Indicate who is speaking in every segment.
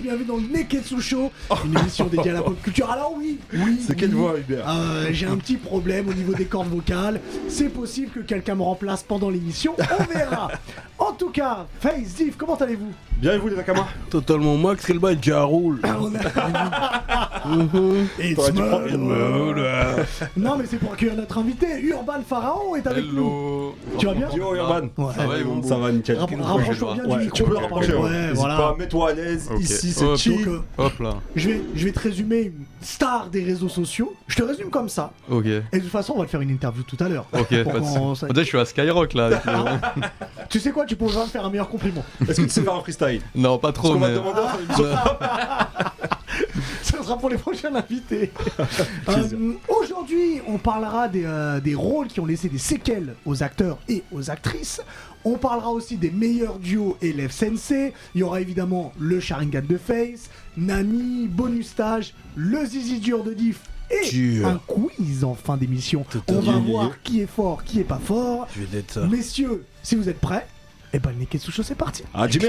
Speaker 1: bienvenue dans le Neketsu Show, une émission dédiée à la pop culture. Alors oui, oui.
Speaker 2: C'est quelle
Speaker 1: oui.
Speaker 2: voix, Hubert
Speaker 1: Euh, J'ai un petit problème au niveau des cordes vocales. C'est possible que quelqu'un me remplace pendant l'émission. On verra. En tout cas, Face, Ziv, comment allez-vous
Speaker 2: Bien et vous, les Nakama
Speaker 3: Totalement max, quel bail déjà roule.
Speaker 4: Ah,
Speaker 1: On a- It's
Speaker 2: T'aurais dû
Speaker 1: murder.
Speaker 2: prendre une meule.
Speaker 1: Non, mais c'est pour accueillir notre invité. Urban Pharaon est avec nous.
Speaker 4: Hello.
Speaker 1: Tu vas bien
Speaker 2: Yo, Urban
Speaker 1: Ouais.
Speaker 4: Ça va, ils vont
Speaker 2: Ça va, nickel.
Speaker 1: Rapp-
Speaker 4: pas.
Speaker 1: Ah, Rapproche-toi bien du
Speaker 2: Ouais,
Speaker 1: micro.
Speaker 2: tu peux le
Speaker 1: par
Speaker 2: rapprocher.
Speaker 1: contre.
Speaker 2: ouais.
Speaker 1: Ouais,
Speaker 2: N'hésite
Speaker 1: voilà.
Speaker 2: pas, mets-toi à l'aise.
Speaker 4: Ok.
Speaker 2: Ici, c'est
Speaker 4: Hop.
Speaker 2: chill.
Speaker 1: Donc, euh,
Speaker 4: Hop là.
Speaker 1: je, vais, je vais te résumer une star des réseaux sociaux. Je te résume comme ça.
Speaker 4: Ok.
Speaker 1: Et de toute façon, on va te faire une interview tout à l'heure.
Speaker 4: Ok.
Speaker 1: Pour
Speaker 4: pas de
Speaker 1: qu'on- Ah,
Speaker 4: soucis. On dirait que je suis à Skyrock là. avec les-
Speaker 1: Tu sais quoi, tu pourrais me faire un meilleur compliment.
Speaker 2: Est-ce que tu sais faire un freestyle
Speaker 4: Non, pas
Speaker 2: Parce
Speaker 4: trop,
Speaker 2: qu'on va
Speaker 4: mais.
Speaker 2: te demander à faire une
Speaker 3: Bah,
Speaker 4: Ouais.
Speaker 1: Ça sera pour les prochains invités. Euh, Aujourd'hui, on parlera des, euh, des rôles qui ont laissé des séquelles aux acteurs et aux actrices. On parlera aussi des meilleurs duos élèves sensei. Il y aura évidemment le Sharingan de Face, Nami, bonus stage, le zizi dur de Diff et
Speaker 3: Dur.
Speaker 1: un quiz en fin d'émission. On va voir qui est fort, qui est pas fort.
Speaker 3: Je vais être ça.
Speaker 1: Messieurs, si vous êtes prêts, eh ben le Neketsu Show, c'est parti.
Speaker 2: Ah, Jimmy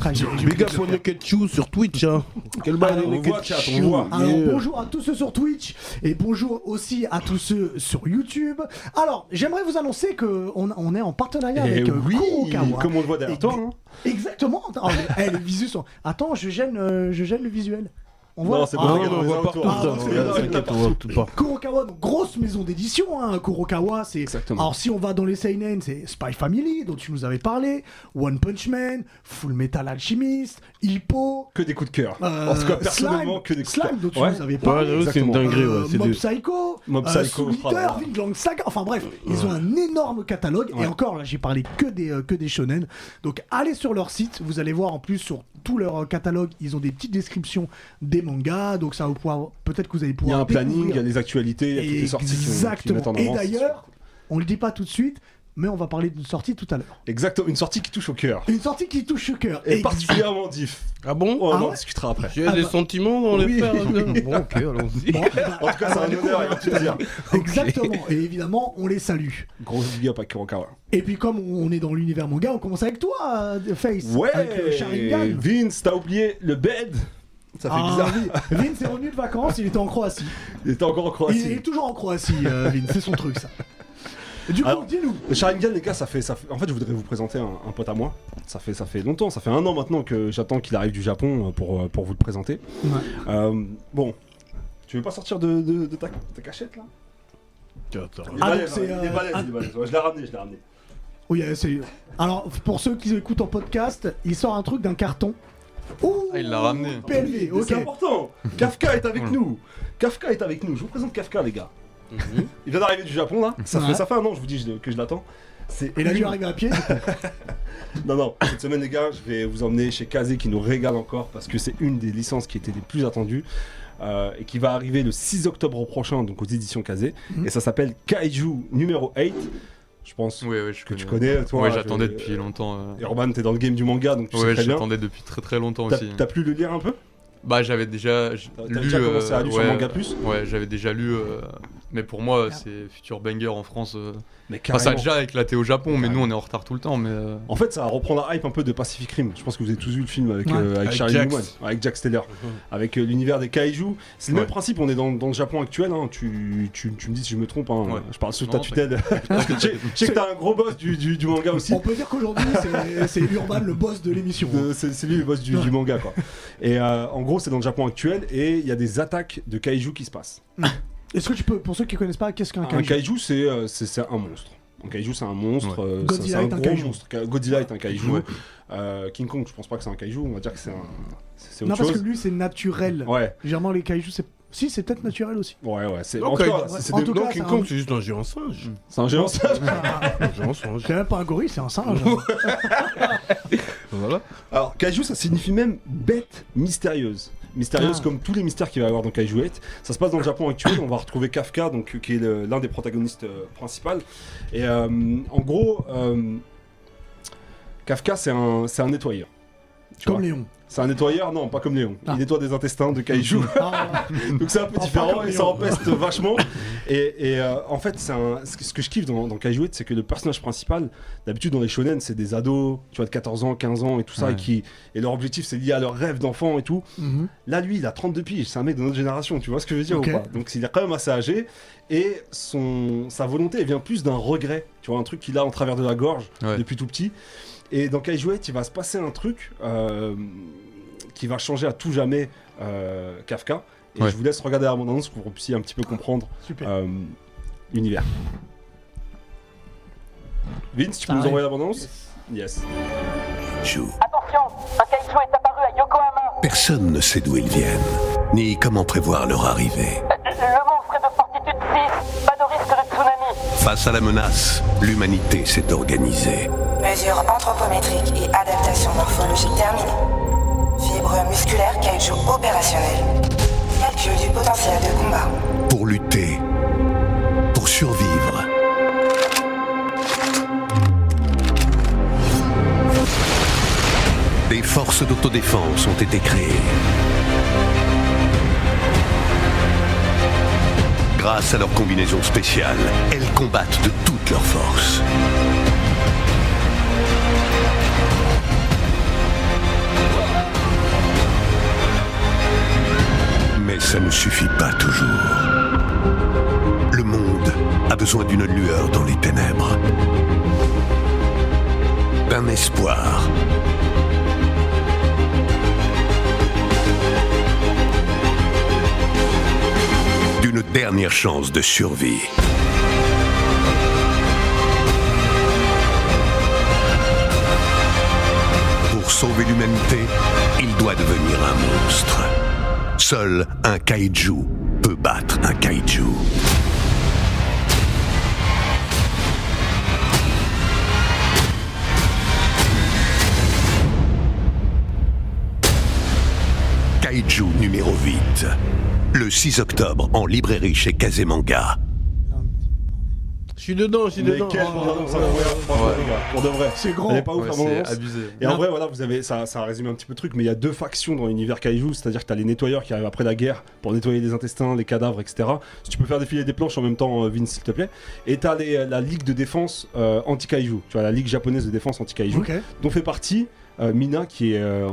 Speaker 1: Très bien.
Speaker 3: Big up au Neketsu sur Twitch. Hein. Quel bail
Speaker 2: Alors,
Speaker 3: les
Speaker 2: on voit,
Speaker 3: Neketsu.
Speaker 2: chat, on voit.
Speaker 1: Ah, Alors
Speaker 3: Yeah.
Speaker 1: bonjour à tous ceux sur Twitch et bonjour aussi à tous ceux sur YouTube. Alors j'aimerais vous annoncer que on, on est en partenariat
Speaker 2: Eh
Speaker 1: avec euh,
Speaker 2: oui,
Speaker 1: Kurokawa.
Speaker 2: comme on le voit derrière
Speaker 1: Et-
Speaker 2: toi, hein.
Speaker 1: Exactement. Oh, mais, eh, les visus sont- Attends, je gêne, euh, je gêne le visuel. On voit.
Speaker 2: Non, c'est
Speaker 1: Ah,
Speaker 2: bon,
Speaker 3: Ah,
Speaker 1: non,
Speaker 3: ouais,
Speaker 2: regarde,
Speaker 3: on
Speaker 2: les
Speaker 3: voit
Speaker 2: alentours.
Speaker 3: partout.
Speaker 1: Ah,
Speaker 3: ça,
Speaker 4: hein.
Speaker 1: non,
Speaker 3: on
Speaker 1: c'est
Speaker 3: regarde,
Speaker 1: bon,
Speaker 3: T'inquiète, on voit tout partout.
Speaker 1: Kurokawa, donc grosse maison d'édition, hein. Kurokawa, c'est. Alors si on va dans les seinen, c'est Spy Family dont tu nous avais parlé, One Punch Man, Full Metal Alchemist, Hippo,
Speaker 2: Que des coups de cœur.
Speaker 1: euh,
Speaker 2: en tout cas, personnellement,
Speaker 1: Slime,
Speaker 2: que des coups de cœur.
Speaker 1: Slime dont tu
Speaker 2: Ouais.
Speaker 1: nous avais
Speaker 3: Ouais,
Speaker 1: parlé.
Speaker 3: j'avoue, c'est une
Speaker 2: Exactement.
Speaker 3: dinguerie,
Speaker 1: Euh,
Speaker 3: ouais. C'est
Speaker 1: Mob
Speaker 3: du.
Speaker 1: Psycho,
Speaker 2: Mob
Speaker 1: euh,
Speaker 2: Psycho,
Speaker 1: Soul
Speaker 2: oh là
Speaker 1: Eater,
Speaker 2: là.
Speaker 1: Vinland Saga, enfin bref, ils ont un énorme catalogue et encore là j'ai parlé que des euh, que des shonen. Donc allez sur leur site, vous allez voir en plus sur tout leur euh, catalogue, ils ont des petites descriptions des mangas, donc ça vous pourra peut-être que vous allez
Speaker 2: Il y a
Speaker 1: pouvoir
Speaker 2: un planning, il y a
Speaker 1: découvrir.
Speaker 2: des actualités, il y a toutes les sorties qui- qui
Speaker 1: Exactement.
Speaker 2: mettent en
Speaker 1: et
Speaker 2: avant.
Speaker 1: d'ailleurs, on le dit pas tout de suite, mais on va parler d'une sortie tout à l'heure.
Speaker 2: Exactement, une sortie qui touche au cœur.
Speaker 1: Une sortie qui touche le cœur.
Speaker 2: Et
Speaker 1: Ex-
Speaker 2: particulièrement diff.
Speaker 3: Ah bon
Speaker 2: Oh,
Speaker 1: Ah
Speaker 2: on en
Speaker 1: ouais
Speaker 2: discutera après.
Speaker 3: J'ai
Speaker 4: bah.
Speaker 3: des sentiments dans les
Speaker 2: Oui.
Speaker 3: fers. Bon, ok, allons-y.
Speaker 1: Bon, bah,
Speaker 2: En tout cas, c'est un honneur et un plaisir.
Speaker 1: Exactement. Et évidemment, on les salue.
Speaker 2: Gros big up à Kurokawa.
Speaker 1: Et puis comme on est dans l'univers manga, on commence avec toi, euh, Face.
Speaker 2: Ouais
Speaker 1: Avec le Sharingan.
Speaker 2: Vince, t'as oublié le bed Ça fait
Speaker 1: Ah,
Speaker 2: bizarre.
Speaker 1: oui. Vince est revenu de vacances, il était en Croatie.
Speaker 2: Il était encore en Croatie.
Speaker 1: Il est toujours en Croatie, euh, Vince, c'est son truc ça. Du coup,
Speaker 2: Alors-
Speaker 1: dis-nous.
Speaker 2: Le Sharingan, les gars, ça fait, ça fait- En fait, je voudrais vous présenter un, un pote à moi. Ça fait, ça fait longtemps, ça fait un an maintenant que j'attends qu'il arrive du Japon euh, pour, euh, pour vous le présenter. Euh, bon. Tu veux pas sortir de, de- de ta, ta cachette là Il
Speaker 1: Ah,
Speaker 2: est
Speaker 1: donc
Speaker 2: balèze, hein,
Speaker 1: c'est,
Speaker 2: il est
Speaker 1: euh,
Speaker 2: balèze,
Speaker 1: ah-
Speaker 2: il est balèze. Ouais, Je l'ai ramené, je l'ai ramené.
Speaker 1: Oui, euh, c'est- Alors, pour ceux qui écoutent en podcast, il sort un truc d'un carton. Ouh,
Speaker 4: Ah, il l'a ramené.
Speaker 1: PLV,
Speaker 2: Mais
Speaker 1: ok.
Speaker 2: C'est important Kafka est
Speaker 4: Hum.
Speaker 2: avec nous Kafka est avec nous, je vous présente Kafka les gars.
Speaker 4: Mhm.
Speaker 2: Il vient d'arriver du Japon là, ça,
Speaker 1: Ouais.
Speaker 2: fait, ça fait un an je vous dis je- que je l'attends. C'est
Speaker 1: Et là, tu
Speaker 2: lui.
Speaker 1: arrives à pied.
Speaker 2: Non, non, cette semaine, les gars, je vais vous emmener chez Kazé qui nous régale encore parce que c'est une des licences qui était les plus attendues euh, et qui va arriver le 6 octobre prochain, donc aux éditions Kazé.
Speaker 1: Mhm.
Speaker 2: Et ça s'appelle Kaiju numéro 8. Je pense
Speaker 4: Ouais, ouais, je
Speaker 2: que
Speaker 4: connais.
Speaker 2: tu connais, toi.
Speaker 4: Ouais,
Speaker 2: je-
Speaker 4: j'attendais depuis longtemps. euh.
Speaker 2: Urban, t'es dans le game du manga, donc tu sais
Speaker 4: Ouais,
Speaker 2: très bien.
Speaker 4: j'attendais depuis très très longtemps
Speaker 2: T'as-
Speaker 4: aussi.
Speaker 2: T'as plus le lire un peu
Speaker 4: Bah, j'avais déjà j-
Speaker 2: T'as t'as
Speaker 4: lu.
Speaker 2: déjà commencé à
Speaker 4: euh,
Speaker 2: lire
Speaker 4: ouais,
Speaker 2: sur Manga Plus
Speaker 4: Ouais, j'avais déjà lu. euh, Mais pour moi, c'est futur banger en France. euh.
Speaker 2: Mais
Speaker 4: Enfin, ça a
Speaker 2: carrément.
Speaker 4: déjà éclaté au Japon, mais nous
Speaker 2: Carrément.
Speaker 4: on est en retard tout le temps. Mais euh,
Speaker 2: En fait, ça reprend la hype un peu de Pacific Rim. Je pense que vous avez tous vu le film avec,
Speaker 1: Ouais.
Speaker 2: euh, avec
Speaker 3: Avec
Speaker 2: Charlie
Speaker 3: Jax.
Speaker 2: Newman, avec Jack Steller, avec euh, l'univers des kaiju. C'est le
Speaker 4: Ouais.
Speaker 2: même principe, on est dans, dans le Japon actuel. hein. Tu, tu- tu me dis si je me trompe, hein.
Speaker 4: Ouais.
Speaker 2: je parle sous
Speaker 4: Non,
Speaker 2: ta tutelle. Je sais- je sais que t'as un gros boss du, du- du manga aussi.
Speaker 1: On peut dire qu'aujourd'hui, c'est- c'est Urban le boss de l'émission.
Speaker 2: De- C'est c'est lui le boss du, du manga quoi. Et euh, en gros, c'est dans le Japon actuel et il y a des attaques de kaiju qui se passent.
Speaker 1: Est-ce que tu peux, pour ceux qui connaissent pas, qu'est-ce qu'un
Speaker 2: Un
Speaker 1: kaiju
Speaker 2: kaiju, c'est euh, c'est- c'est un monstre. Un kaiju, c'est un monstre. euh, c'est-
Speaker 1: Godzilla
Speaker 2: c'est un,
Speaker 1: est un
Speaker 2: gros
Speaker 1: kaiju.
Speaker 2: monstre. Ka- Godzilla est un kaiju.
Speaker 4: Ouais.
Speaker 2: Euh, King Kong, je pense pas que c'est un kaiju. On va dire que c'est un. c'est- c'est
Speaker 1: Non,
Speaker 2: autre
Speaker 1: parce que
Speaker 2: chose.
Speaker 1: lui, c'est naturel.
Speaker 2: Ouais.
Speaker 1: Généralement, les kaijus, c'est. Si, c'est peut-être naturel aussi.
Speaker 2: Ouais, ouais, c'est.
Speaker 3: Ok,
Speaker 2: en tout cas,
Speaker 1: ouais.
Speaker 2: c'est
Speaker 1: En
Speaker 2: des-
Speaker 1: tout
Speaker 3: Non,
Speaker 1: cas,
Speaker 3: King
Speaker 1: c'est un-
Speaker 3: Kong, c'est juste un géant singe.
Speaker 4: Hmm.
Speaker 2: c'est un géant singe.
Speaker 3: Un géant singe.
Speaker 1: C'est même pas un gorille, c'est un singe. hein.
Speaker 3: Voilà.
Speaker 2: Alors, Kaiju, ça signifie même bête mystérieuse. Mystérieuse
Speaker 1: Ah.
Speaker 2: comme tous les mystères qu'il va y avoir dans Kaiju 8. Ça se passe dans le Japon actuel. On va retrouver Kafka, donc, qui est le- l'un des protagonistes euh, principaux. Et euh, en gros, euh, Kafka, c'est un, c'est un nettoyeur. tu
Speaker 1: Comme
Speaker 2: vois.
Speaker 1: Léon.
Speaker 2: C'est un nettoyeur Non, pas comme Léon.
Speaker 1: Ah.
Speaker 2: Il nettoie des intestins de cailloux.
Speaker 1: Ah,
Speaker 2: Donc c'est un peu
Speaker 1: Enfin,
Speaker 2: différent
Speaker 1: comme
Speaker 2: et ça
Speaker 1: Léon.
Speaker 2: empeste vachement. Et, et, euh, en fait, c'est un- ce que- ce que je kiffe dans, dans Kaijouet, c'est que le personnage principal, d'habitude dans les shonen, c'est des ados, tu vois, de 14 ans, 15 ans et tout ça,
Speaker 5: Ouais.
Speaker 2: et, qui, et leur objectif, c'est lié à leur rêve d'enfant et tout.
Speaker 1: mhm.
Speaker 2: Là, lui, il a 32 piges, c'est un mec de notre génération, tu vois ce que je veux dire
Speaker 1: Ok.
Speaker 2: ou pas Donc il est quand même assez âgé, et son, sa volonté, elle vient plus d'un regret, tu vois, un truc qu'il a en travers de la gorge
Speaker 4: Ouais.
Speaker 2: depuis tout petit. Et dans Kaijouet, il va se passer un truc euh, qui va changer à tout jamais euh, Kafka. Et
Speaker 4: Ouais.
Speaker 2: je vous laisse regarder la bande-annonce pour que vous puissiez un petit peu comprendre
Speaker 1: Super.
Speaker 2: euh, l'univers. Vince, tu
Speaker 1: Ça
Speaker 2: peux nous
Speaker 1: arrive.
Speaker 2: envoyer la bande-annonce Yes.
Speaker 6: Attention, un kaiju est apparu à Yokohama.
Speaker 7: Personne ne sait d'où ils viennent, ni comment prévoir leur arrivée.
Speaker 6: Le monstre est de fortitude 6, pas de risque de tsunami.
Speaker 7: Face à la menace, l'humanité s'est organisée.
Speaker 8: Mesures anthropométriques et adaptation morphologique terminée. Fibre musculaire kaiju opérationnelle. Calcul du potentiel de combat.
Speaker 7: pour lutter, pour survivre. Des forces d'autodéfense ont été créées. Grâce à leur combinaison spéciale, elles combattent de toutes leurs forces. Mais ça ne suffit pas toujours. Le monde a besoin d'une lueur dans les ténèbres. D'un espoir. D'une dernière chance de survie. Pour sauver l'humanité, il doit devenir un monstre. Seul un kaiju peut battre un kaiju. Kaiju numéro 8. Le 6 octobre en librairie chez Kazemanga.
Speaker 3: Je suis dedans, je suis
Speaker 2: Mais
Speaker 3: dedans.
Speaker 2: quelle
Speaker 3: Oh,
Speaker 2: bande-annonce
Speaker 3: oh, oh.
Speaker 2: incroyable, franchement,
Speaker 4: Ouais.
Speaker 2: les gars, pour de vrai.
Speaker 1: C'est grand.
Speaker 2: Elle est pas ouf
Speaker 4: Ouais,
Speaker 2: la
Speaker 4: c'est
Speaker 2: bande-annonce.
Speaker 4: abusé.
Speaker 2: Et en vrai, voilà, vous avez, ça, ça résume un petit peu le truc, mais il y a deux factions dans l'univers Kaiju, c'est-à-dire que t'as les nettoyeurs qui arrivent après la guerre pour nettoyer les intestins, les cadavres, etc. Si tu peux faire défiler des planches en même temps, euh, Vince, s'il te plaît. Et t'as les- euh, la ligue de défense euh, anti-Kaiju, tu vois, la ligue japonaise de défense anti-Kaiju,
Speaker 1: Ok.
Speaker 2: dont fait partie euh, Mina, qui est euh,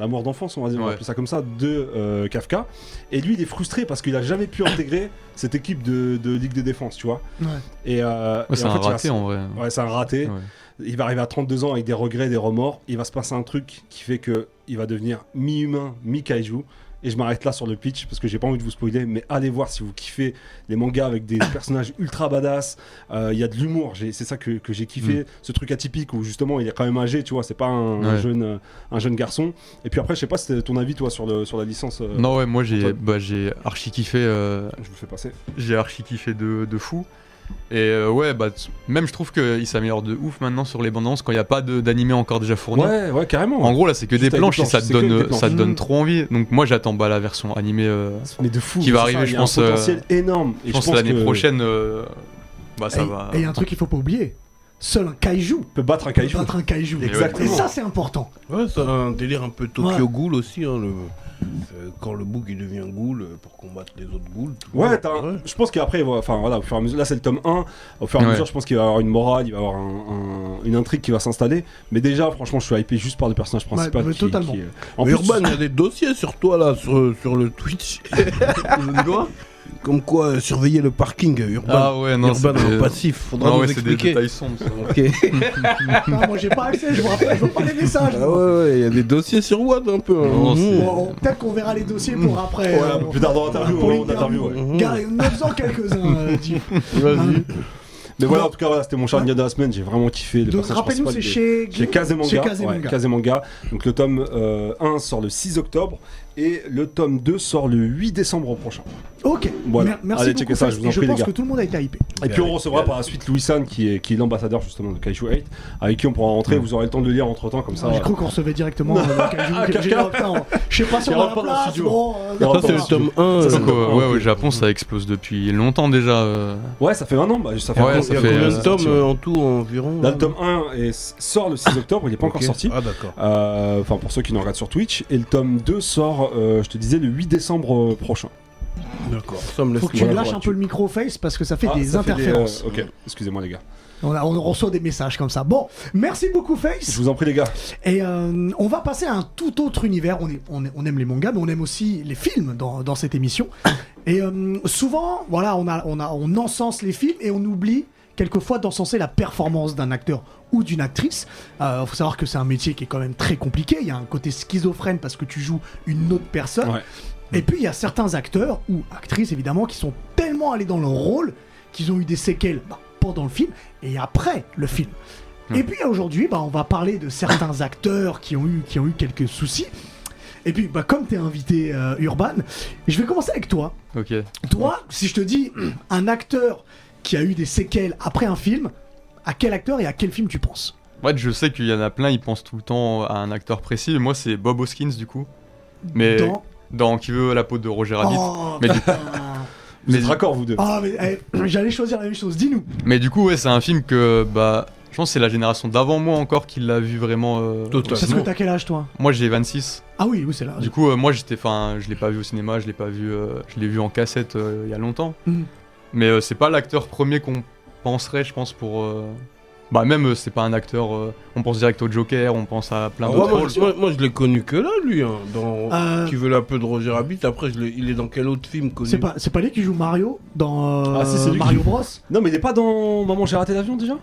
Speaker 2: l'amour d'enfance, on va dire, on va
Speaker 4: Ouais.
Speaker 2: appeler ça comme ça, de euh, Kafka. Et lui, il est frustré parce qu'il a jamais pu intégrer cette équipe de, de ligue de défense, tu vois.
Speaker 1: Ouais.
Speaker 2: Et, euh, et
Speaker 4: Ouais, c'est
Speaker 2: en
Speaker 4: un
Speaker 2: fait, il va
Speaker 4: raté
Speaker 2: se-
Speaker 4: en vrai.
Speaker 2: Ouais, c'est un raté.
Speaker 4: Ouais.
Speaker 2: Il va arriver à 32 ans avec des regrets, des remords. Il va se passer un truc qui fait que il va devenir mi-humain, mi-kaiju. Et je m'arrête là sur le pitch parce que j'ai pas envie de vous spoiler, mais allez voir si vous kiffez les mangas avec des personnages ultra badass. Euh, Il y a de l'humour, j'ai- c'est ça que, que j'ai kiffé. Ce truc atypique où justement il est quand même âgé, tu vois, c'est pas un, un
Speaker 4: Mm. Ouais.
Speaker 2: jeune, euh, un jeune garçon. Et puis après, je sais pas, c'était ton avis toi sur, le, sur la licence. euh,
Speaker 4: Non, ouais, moi j'ai
Speaker 2: Antoine.
Speaker 4: bah, j'ai archi kiffé. euh,
Speaker 2: Je vous le fais passer.
Speaker 4: j'ai archi kiffé de, de fou. Et euh, ouais, bah, t- même je trouve qu'il s'améliore de ouf maintenant sur les bandes annonces quand il n'y a pas de- d'animé encore déjà fourni.
Speaker 2: Ouais, ouais, carrément.
Speaker 4: En gros, là, c'est que
Speaker 2: Juste
Speaker 4: des
Speaker 2: avec
Speaker 4: planches
Speaker 2: des
Speaker 4: et ça
Speaker 2: planches,
Speaker 4: te
Speaker 2: c'est que des
Speaker 4: donne, euh,
Speaker 2: planches.
Speaker 4: ça te donne
Speaker 2: Mhm.
Speaker 4: trop envie. Donc, moi, j'attends bah, la version animée. euh,
Speaker 2: mais de fou.
Speaker 4: qui va
Speaker 2: c'est
Speaker 4: arriver,
Speaker 2: ça,
Speaker 4: je
Speaker 2: il y a un
Speaker 4: pense, euh,
Speaker 2: potentiel énorme. Et
Speaker 4: je pense que l'année
Speaker 2: que-
Speaker 4: prochaine, euh, bah, ça
Speaker 1: et,
Speaker 4: va.
Speaker 1: et il y a un truc qu'il faut pas oublier. Seul un kaiju
Speaker 2: peut battre un
Speaker 1: peut
Speaker 2: kaiju.
Speaker 1: battre un kaiju.
Speaker 2: Exactement.
Speaker 1: Et ça c'est important.
Speaker 3: Ouais, c'est un délire un peu Tokyo
Speaker 1: Ouais.
Speaker 3: Ghoul aussi. hein, le- euh, Quand le bouc il devient ghoul euh, pour combattre les autres ghouls. tout
Speaker 2: Ouais,
Speaker 3: ça.
Speaker 2: t'as- je pense qu'après, voilà, enfin voilà, au fur et à mesure, là c'est le tome 1, au fur et à
Speaker 4: Ouais.
Speaker 2: mesure, je pense qu'il va y avoir une morale, il va y avoir un- un- une intrigue qui va s'installer. Mais déjà, franchement, je suis hypé juste par le personnage principal.
Speaker 1: mais
Speaker 2: qui-
Speaker 1: totalement.
Speaker 2: qui, euh, en
Speaker 3: Mais
Speaker 2: plus,
Speaker 3: Urban, il y a des dossiers sur toi là, sur, sur le Twitch. Comme quoi, euh, surveiller le parking euh, Urban.
Speaker 4: Ah ouais, non,
Speaker 3: Urban
Speaker 4: c'est des-
Speaker 3: en passif, faudra
Speaker 4: Non,
Speaker 3: nous
Speaker 4: ouais, c'est des
Speaker 3: expliquer.
Speaker 4: détails sombres. ça.
Speaker 3: Ok.
Speaker 1: Ah, moi j'ai pas accès, je vous rappelle, je vois pas les messages.
Speaker 3: Ah ouais, ouais, il y a des dossiers sur Watt un peu. hein.
Speaker 4: Non,
Speaker 3: Mhm.
Speaker 4: c'est-
Speaker 1: Bon, peut-être qu'on verra les dossiers pour après.
Speaker 2: Mhm. Ouais,
Speaker 1: euh,
Speaker 2: un peu plus tard dans l'interview,
Speaker 1: pour
Speaker 2: ouais,
Speaker 1: l'interview.
Speaker 2: l'interview, ouais.
Speaker 3: Mhm.
Speaker 1: Car il y en a besoin quelques-uns. euh, type.
Speaker 3: Mmh. Vas-y.
Speaker 2: Mais voilà, en tout cas, voilà, c'était mon charnier de la semaine, j'ai vraiment kiffé. Le
Speaker 1: Donc
Speaker 2: personnage
Speaker 1: rappelle-nous, c'est
Speaker 2: principal, il est-
Speaker 1: chez
Speaker 2: Chez Kazemanga.
Speaker 1: Chez
Speaker 2: ouais, Kazemanga. Donc le tome euh, 1 sort le 6 octobre. Et le tome 2 sort le 8 décembre prochain.
Speaker 1: Ok,
Speaker 2: Voilà.
Speaker 1: mer- merci
Speaker 2: Allez,
Speaker 1: beaucoup.
Speaker 2: checker ça, je
Speaker 1: Fast.
Speaker 2: vous en
Speaker 1: Et je
Speaker 2: prie, les
Speaker 1: pense
Speaker 2: gars.
Speaker 1: que tout le monde a été hypé.
Speaker 2: Et puis on recevra par la suite Louis San qui est, qui est l'ambassadeur justement de Kaiju 8, avec qui on pourra rentrer, vous aurez le temps de le lire entre temps comme ça.
Speaker 1: Ah, J'ai cru qu'on recevait directement. euh, Kaiju, Kaiju,
Speaker 2: Ah, Kafka.
Speaker 1: j'ai dit, oh, putain, on- Je sais pas si on
Speaker 2: Il
Speaker 1: a la
Speaker 2: rentre pas dans le
Speaker 1: place.
Speaker 2: studio.
Speaker 1: bon, euh,
Speaker 2: Il rentre
Speaker 3: Ça,
Speaker 1: non,
Speaker 2: pas
Speaker 3: c'est
Speaker 2: dans
Speaker 1: non.
Speaker 3: le
Speaker 2: le
Speaker 3: tome 1.
Speaker 2: Ça, c'est
Speaker 4: Donc,
Speaker 2: le-
Speaker 4: euh,
Speaker 2: ah,
Speaker 4: ouais,
Speaker 2: ok.
Speaker 4: ouais, Japon, ça explose depuis longtemps déjà. euh,
Speaker 2: Ouais, ça fait un an, bah, ça fait
Speaker 4: Ouais,
Speaker 2: un an.
Speaker 4: ça
Speaker 2: Il y a
Speaker 4: fait,
Speaker 2: combien
Speaker 3: combien
Speaker 2: de
Speaker 3: de
Speaker 4: euh,
Speaker 2: tomes,
Speaker 3: tomes euh, en tout environ
Speaker 2: Là, le tome 1 est- sort le 6 octobre, il n'est pas encore
Speaker 3: Ok.
Speaker 2: sorti.
Speaker 3: Ah, d'accord.
Speaker 2: Euh, Enfin, pour ceux qui nous regardent sur Twitch. Et le tome 2 sort, euh, je te disais, le 8 décembre euh, prochain.
Speaker 3: D'accord. Ça me laisse
Speaker 1: Faut que tu
Speaker 2: Voilà,
Speaker 1: lâches
Speaker 2: voilà,
Speaker 1: un
Speaker 2: tu-
Speaker 1: peu le micro face parce que ça fait
Speaker 2: Ah,
Speaker 1: des
Speaker 2: ça fait
Speaker 1: interférences.
Speaker 2: euh, ok, excusez-moi les gars.
Speaker 1: On, a- on reçoit des messages comme ça. Bon, merci beaucoup
Speaker 2: Je
Speaker 1: face.
Speaker 2: vous en prie les gars.
Speaker 1: Et euh, on va passer à un tout autre univers. On, est- on, est- on aime les mangas, mais on aime aussi les films dans, dans cette émission. Et euh, souvent, voilà, on, a, on, a, on encense les films et on oublie quelquefois d'encenser la performance d'un acteur ou d'une actrice. Il faut savoir que c'est un métier qui est quand même très compliqué. Il y a un côté schizophrène parce que tu joues une autre personne.
Speaker 2: Ouais.
Speaker 1: Et puis il y a certains acteurs ou actrices évidemment qui sont tellement allés dans leur rôle qu'ils ont eu des séquelles bah, pendant le film et après le film. Et puis aujourd'hui, bah, on va parler de certains acteurs qui ont eu, qui ont eu quelques soucis. Et puis, bah, comme t'es invité euh, Urban, je vais commencer avec toi.
Speaker 4: Ok.
Speaker 1: Toi, si je te dis un acteur qui a eu des séquelles après un film, à quel acteur et à quel film tu penses
Speaker 4: Ouais, je sais qu'il y en a plein, ils pensent tout le temps à un acteur précis. mais Moi, c'est Bob Hoskins du coup. Mais
Speaker 1: Dans-
Speaker 4: dans Qui veut la peau de Roger Rabbit.
Speaker 1: Oh,
Speaker 4: Mais du-
Speaker 1: putain.
Speaker 2: Vous
Speaker 4: Mais
Speaker 2: êtes
Speaker 4: du-
Speaker 2: raccord vous deux
Speaker 1: Ah, mais, eh, j'allais choisir la même chose. Dis-nous.
Speaker 4: Mais du coup, ouais, c'est un film que bah, je pense que c'est la génération d'avant moi encore qui l'a vu vraiment. euh,
Speaker 3: Totalement.
Speaker 1: Parce que
Speaker 4: sinon.
Speaker 1: t'as quel âge toi
Speaker 4: Moi, j'ai 26.
Speaker 1: Ah oui, oui, c'est là.
Speaker 4: Du coup, euh, moi, j'étais, enfin, je l'ai pas vu au cinéma, je l'ai pas vu, euh, je l'ai vu en cassette euh, il y a longtemps.
Speaker 1: Mm.
Speaker 4: Mais euh, c'est pas l'acteur premier qu'on penserait, je pense, pour. euh, Bah même, euh, c'est pas un acteur. euh, On pense direct au Joker, on pense à plein
Speaker 3: Ah ouais,
Speaker 4: d'autres
Speaker 3: moi,
Speaker 4: rôles.
Speaker 3: je- moi, moi, je l'ai connu que là, lui. hein, dans
Speaker 1: Euh,
Speaker 3: Qui veut la peu de Roger Rabbit. Après, je l'ai- il est dans quel autre film connu
Speaker 1: C'est pas, c'est pas lui qui joue Mario dans euh,
Speaker 2: Ah, si, c'est lui qui
Speaker 1: Mario
Speaker 2: joue.
Speaker 1: Bros
Speaker 2: Non, mais il n'est pas dans Maman j'ai raté l'avion déjà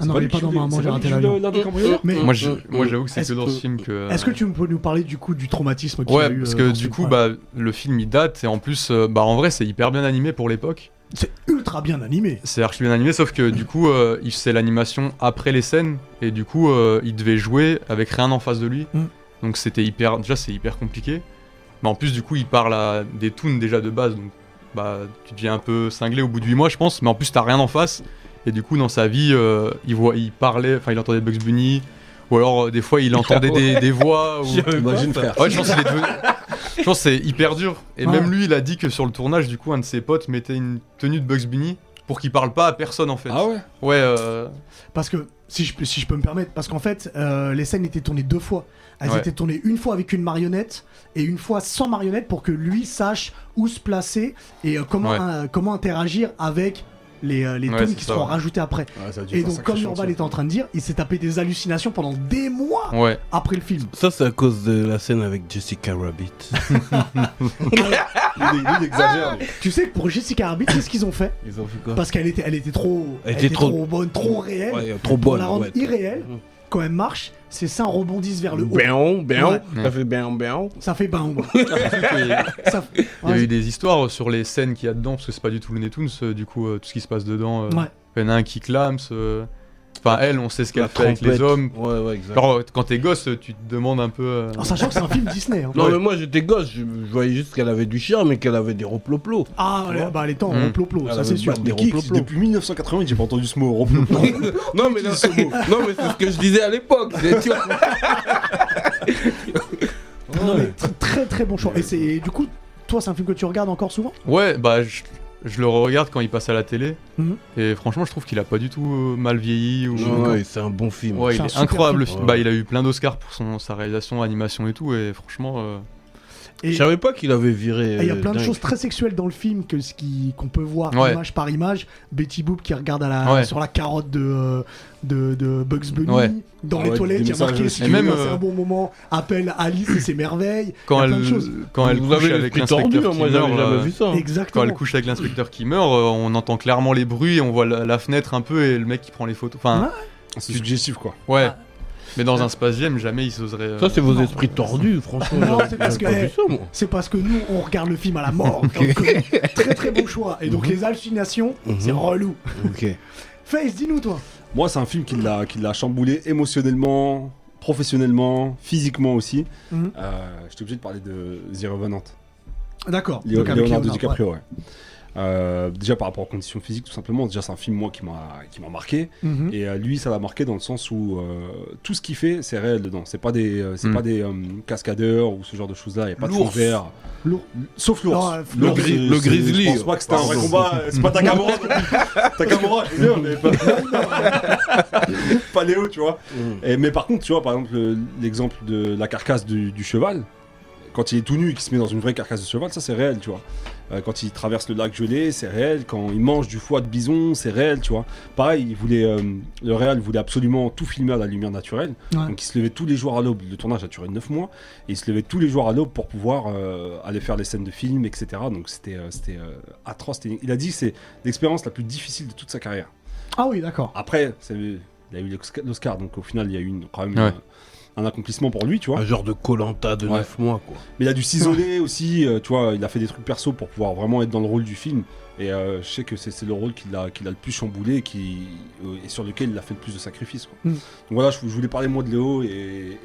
Speaker 1: Ah non, il est pas dans Maman j'ai raté l'avion. Mais
Speaker 4: Moi, je- moi,
Speaker 3: euh,
Speaker 4: j'avoue que c'est
Speaker 1: est-ce
Speaker 4: que dans
Speaker 1: que-
Speaker 4: ce film que.
Speaker 1: est-ce que tu peux nous parler du coup du traumatisme qu'il a
Speaker 4: Ouais,
Speaker 1: eu
Speaker 4: parce
Speaker 1: euh,
Speaker 4: que
Speaker 1: dans ce
Speaker 4: du
Speaker 1: film
Speaker 4: coup,
Speaker 1: Ouais.
Speaker 4: bah, le film il date et en plus, euh, bah, en vrai, c'est hyper bien animé pour l'époque.
Speaker 1: c'est ultra bien animé.
Speaker 4: C'est archi bien animé, sauf que du coup, euh, il- c'est l'animation après les scènes et du coup, euh, il devait jouer avec rien en face de lui.
Speaker 1: Mm.
Speaker 4: Donc c'était hyper, déjà c'est hyper compliqué. Mais en plus, du coup, il parle à des toons déjà de base, donc bah tu deviens un peu cinglé au bout de 8 mois, je pense. Mais en plus, t'as rien en face et du coup, dans sa vie, euh, il voit, il parlait, enfin, il entendait Bugs Bunny. Ou alors, euh, des fois, il entendait des, des voix. Ou...
Speaker 2: Imagine frère.
Speaker 4: Ah, Ouais, je pense qu'il est devenu- je pense que c'est hyper dur. Et
Speaker 1: Ouais.
Speaker 4: même lui, il a dit que sur le tournage, du coup, un de ses potes mettait une tenue de Bugs Bunny pour qu'il parle pas à personne en fait.
Speaker 2: Ah ouais
Speaker 4: Ouais, euh,
Speaker 1: Parce que si je, peux- si je peux me permettre, parce qu'en fait euh, les scènes étaient tournées deux fois. Elles
Speaker 4: Ouais.
Speaker 1: étaient tournées une fois avec une marionnette et une fois sans marionnette pour que lui sache où se placer et euh, comment
Speaker 4: Ouais.
Speaker 1: euh, comment interagir avec les, euh, les
Speaker 4: Ouais,
Speaker 1: tomes
Speaker 4: c'est
Speaker 1: qui
Speaker 4: ça,
Speaker 1: seront
Speaker 4: ouais.
Speaker 1: rajoutés après. Et donc comme Norval était en train de dire, il s'est tapé des hallucinations pendant des mois
Speaker 4: ouais.
Speaker 1: après le film.
Speaker 3: Ça, c'est à cause de la scène avec Jessica Rabbit.
Speaker 2: Il, il exagère. lui.
Speaker 1: Tu sais que pour Jessica Rabbit, qu'est-ce qu'ils ont fait
Speaker 3: Ils ont fait quoi
Speaker 1: Parce qu'elle était, elle était trop,
Speaker 3: Elle était trop-
Speaker 1: bonne, trop réelle.
Speaker 3: Ouais, trop
Speaker 1: Pour
Speaker 3: bonne.
Speaker 1: la rendre
Speaker 3: ouais. Mmh.
Speaker 1: irréelle, quand elle marche, ses seins rebondissent vers le haut.
Speaker 3: Béon, béon.
Speaker 1: Ouais.
Speaker 3: ben Ça fait ben béon, béon.
Speaker 1: Ça fait bain. Ça fait-
Speaker 4: Il y a
Speaker 1: Ouais,
Speaker 4: eu des histoires sur les scènes qu'il y a dedans, parce que c'est pas du tout le Netoons, euh, du coup, euh, tout ce qui se passe dedans. euh,
Speaker 1: Ouais.
Speaker 4: Il y en a un qui clame, ce- enfin, elle, on sait ce qu'elle
Speaker 3: La
Speaker 4: fait avec les
Speaker 3: trompette.
Speaker 4: hommes.
Speaker 3: Ouais, ouais, exact.
Speaker 4: Genre, euh, quand t'es gosse, tu te demandes un peu. euh,
Speaker 1: En sachant que c'est un film Disney. hein.
Speaker 3: Non,
Speaker 4: Ouais.
Speaker 3: mais moi j'étais gosse, je, je voyais juste qu'elle avait du charme et qu'elle avait des reploplops.
Speaker 1: Ah, ouais, bah, les temps,
Speaker 4: Mm.
Speaker 1: on ploplo,
Speaker 3: Ah,
Speaker 1: ça
Speaker 3: la
Speaker 1: c'est sûr.
Speaker 3: batte
Speaker 2: Mais
Speaker 3: Des
Speaker 2: qui,
Speaker 3: romploplons.
Speaker 2: depuis 1988, j'ai pas entendu ce mot romploplon.
Speaker 3: non, mais là, non, mais c'est ce que je disais à l'époque. c'est- tu vois.
Speaker 1: Non, mais tr- très très bon choix. Et c'est et du coup, toi, c'est un film que tu regardes encore souvent
Speaker 4: Ouais, bah, je, je le regarde quand il passe à la télé.
Speaker 1: Mhm.
Speaker 4: Et franchement, je trouve qu'il a pas du tout euh, mal vieilli. Ou...
Speaker 3: Ouais, ouais, c'est un bon film.
Speaker 4: Ouais,
Speaker 1: C'est
Speaker 4: il
Speaker 1: un
Speaker 4: est
Speaker 1: super
Speaker 4: incroyable.
Speaker 1: film.
Speaker 4: le film.
Speaker 3: Ouais.
Speaker 4: Bah, il a eu plein d'Oscars pour son, sa réalisation, animation et tout. Et franchement, euh,
Speaker 1: Et-
Speaker 3: Je savais pas qu'il avait viré.
Speaker 1: Et Ah, Il y a
Speaker 3: euh,
Speaker 1: plein de
Speaker 3: dingue.
Speaker 1: choses très sexuelles dans le film que ce qui qu'on peut voir
Speaker 4: Ouais.
Speaker 1: image par image. Betty Boop qui regarde à la,
Speaker 4: Ouais.
Speaker 1: sur la carotte de, euh, de, de Bugs Bunny
Speaker 4: Ouais.
Speaker 1: dans
Speaker 2: Ah
Speaker 1: les
Speaker 2: ouais,
Speaker 1: toilettes.
Speaker 2: des
Speaker 1: Il y a marqué
Speaker 2: messages
Speaker 1: si
Speaker 4: aussi.
Speaker 1: tu
Speaker 4: Et
Speaker 1: veux
Speaker 4: même,
Speaker 1: passer
Speaker 4: euh,
Speaker 1: un bon moment, appelle Alice et ses merveilles. Il y
Speaker 4: quand
Speaker 1: a plein de
Speaker 4: elle,
Speaker 1: choses.
Speaker 4: quand elle
Speaker 3: Vous
Speaker 4: couche
Speaker 3: avez
Speaker 4: avec
Speaker 3: l'esprit tordu,
Speaker 4: l'inspecteur
Speaker 3: hein,
Speaker 4: qui
Speaker 3: moi j'avais
Speaker 4: meurt, euh,
Speaker 3: jamais vu ça. hein.
Speaker 4: Quand elle
Speaker 1: Exactement.
Speaker 4: couche avec l'inspecteur qui meurt, euh, on entend clairement les bruits, on voit la, la fenêtre un peu et le mec qui prend les photos. Enfin,
Speaker 1: Ah.
Speaker 2: C'est suggestif quoi.
Speaker 4: ouais. Mais dans un spasième, jamais ils oseraient. euh,
Speaker 3: Ça, c'est vos
Speaker 1: Non.
Speaker 3: esprits tordus, franchement.
Speaker 1: Non,
Speaker 3: j'avais-
Speaker 1: c'est parce
Speaker 3: j'avais pas
Speaker 1: que-
Speaker 3: vu ça, moi.
Speaker 1: C'est parce que nous, on regarde le film à la mort. Donc, euh, très très bon choix. Et
Speaker 4: Mhm.
Speaker 1: donc les hallucinations, c'est
Speaker 3: Mhm.
Speaker 1: relou.
Speaker 3: Ok.
Speaker 1: Face, dis-nous toi.
Speaker 2: Moi, c'est un film qui l'a qui l'a chamboulé émotionnellement, professionnellement, physiquement aussi.
Speaker 1: Mhm.
Speaker 2: Euh, J'étais obligé de parler de The Revenant.
Speaker 1: D'accord.
Speaker 2: Léo-
Speaker 1: Donc avec
Speaker 2: Leonardo
Speaker 1: Leonardo,
Speaker 2: DiCaprio, ouais. Euh, déjà par rapport aux conditions physiques, tout simplement. Déjà, c'est un film moi qui m'a qui m'a marqué.
Speaker 1: ouais. Mhm.
Speaker 2: Et euh, lui, ça l'a marqué dans le sens où euh, tout ce qu'il fait, c'est réel dedans. C'est pas des euh, c'est
Speaker 4: Mm.
Speaker 2: pas des euh, cascadeurs ou ce genre de choses là. Il y a pas de fond
Speaker 3: L'ours.
Speaker 2: vert.
Speaker 1: L'ours.
Speaker 2: Sauf
Speaker 1: Non,
Speaker 2: l'ours.
Speaker 1: euh,
Speaker 2: L'ours,
Speaker 3: le gri-
Speaker 2: c'est-
Speaker 3: le
Speaker 2: c'est-
Speaker 3: grizzly.
Speaker 2: Je pense pas que c'était un vrai
Speaker 3: Pardon.
Speaker 2: combat. C'est pas Takamura. Takamura, je veux dire, mais pas. pas Léo, tu vois.
Speaker 3: Mm.
Speaker 2: Et- mais par contre, tu vois, par exemple, le- l'exemple de la carcasse du, du cheval, quand il est tout nu et qu'il se met dans une vraie carcasse de cheval, ça c'est réel, tu vois. Euh, quand il traverse le lac gelé, c'est réel. Quand il mange du foie de bison, c'est réel, tu vois. Pareil, il voulait, euh, le réel voulait absolument tout filmer à la lumière naturelle.
Speaker 1: Ouais.
Speaker 2: Donc il se levait tous les jours à l'aube. Le tournage a duré 9 mois. Et il se levait tous les jours à l'aube pour pouvoir euh, aller faire les scènes de film, etc. Donc c'était euh, c'était, euh, atroce. C'était- Il a dit que c'est l'expérience la plus difficile de toute sa carrière.
Speaker 1: Ah oui, d'accord.
Speaker 2: Après, c'est- il a eu l'Oscar- l'Oscar, donc au final, il y a eu une- quand même
Speaker 4: Ouais.
Speaker 2: une- un accomplissement pour lui, tu vois.
Speaker 3: Un Ah, genre de Colanta de
Speaker 2: Ouais.
Speaker 3: 9 mois, quoi.
Speaker 2: Mais il a dû s'isoler aussi, euh, tu vois. Il a fait des trucs perso pour pouvoir vraiment être dans le rôle du film. Et euh, je sais que c'est c'est le rôle qui l'a qui l'a le plus chamboulé et, qui, euh, et sur lequel il a fait le plus de sacrifices. quoi.
Speaker 1: Mm.
Speaker 2: Donc voilà, je, je voulais parler moi de Léo et,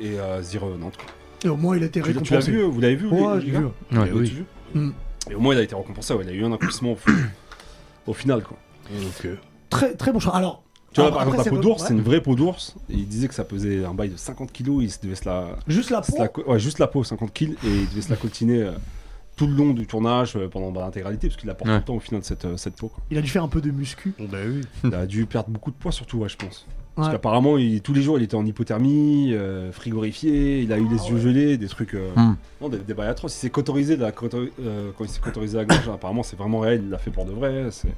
Speaker 2: et euh, The Revenant, quoi.
Speaker 1: Et au moins, il a été
Speaker 2: Tu l'as- Tu l'as
Speaker 1: récompensé.
Speaker 2: vu euh, Vous l'avez vu les-
Speaker 1: Ouais,
Speaker 2: les
Speaker 1: je l'ai
Speaker 2: gars
Speaker 1: vu.
Speaker 2: Vous
Speaker 4: Ouais,
Speaker 3: Eh
Speaker 2: l'avez vu
Speaker 1: Mm.
Speaker 2: Et au moins, il a été récompensé. ouais, il a eu un accomplissement au, au final, quoi.
Speaker 3: Ok.
Speaker 1: Très, très bon choix. Alors,
Speaker 2: Tu vois,
Speaker 1: Ah, après,
Speaker 2: par exemple,
Speaker 1: c'est
Speaker 2: la peau
Speaker 1: votre-
Speaker 2: d'ours,
Speaker 1: ouais.
Speaker 2: c'est une vraie peau d'ours. Et Il disait que ça pesait un bail de 50 kilos. Il se devait se la,
Speaker 1: juste la
Speaker 2: se
Speaker 1: peau.
Speaker 2: la co- ouais, juste la peau, 50 kills, et il devait se la coltiner euh, tout le long du tournage euh, pendant bah, l'intégralité, parce qu'il a porté
Speaker 4: Ouais.
Speaker 2: tout le temps au final cette, euh, cette peau. quoi.
Speaker 1: Il a dû faire un peu de muscu.
Speaker 3: Bah oui.
Speaker 2: Il a dû perdre beaucoup de poids, surtout, ouais, je pense. Parce
Speaker 1: Ouais.
Speaker 2: qu'apparemment, il- tous les jours, il était en hypothermie, euh, frigorifié, il a eu
Speaker 1: Ah
Speaker 2: les yeux gelés, des trucs. euh,
Speaker 4: Hmm.
Speaker 2: Non, des, des bails atroces. Il s'est cotorisé de la cotori- euh, quand il s'est cotorisé la gorge, apparemment, c'est vraiment réel, il l'a fait pour de vrai. c'est-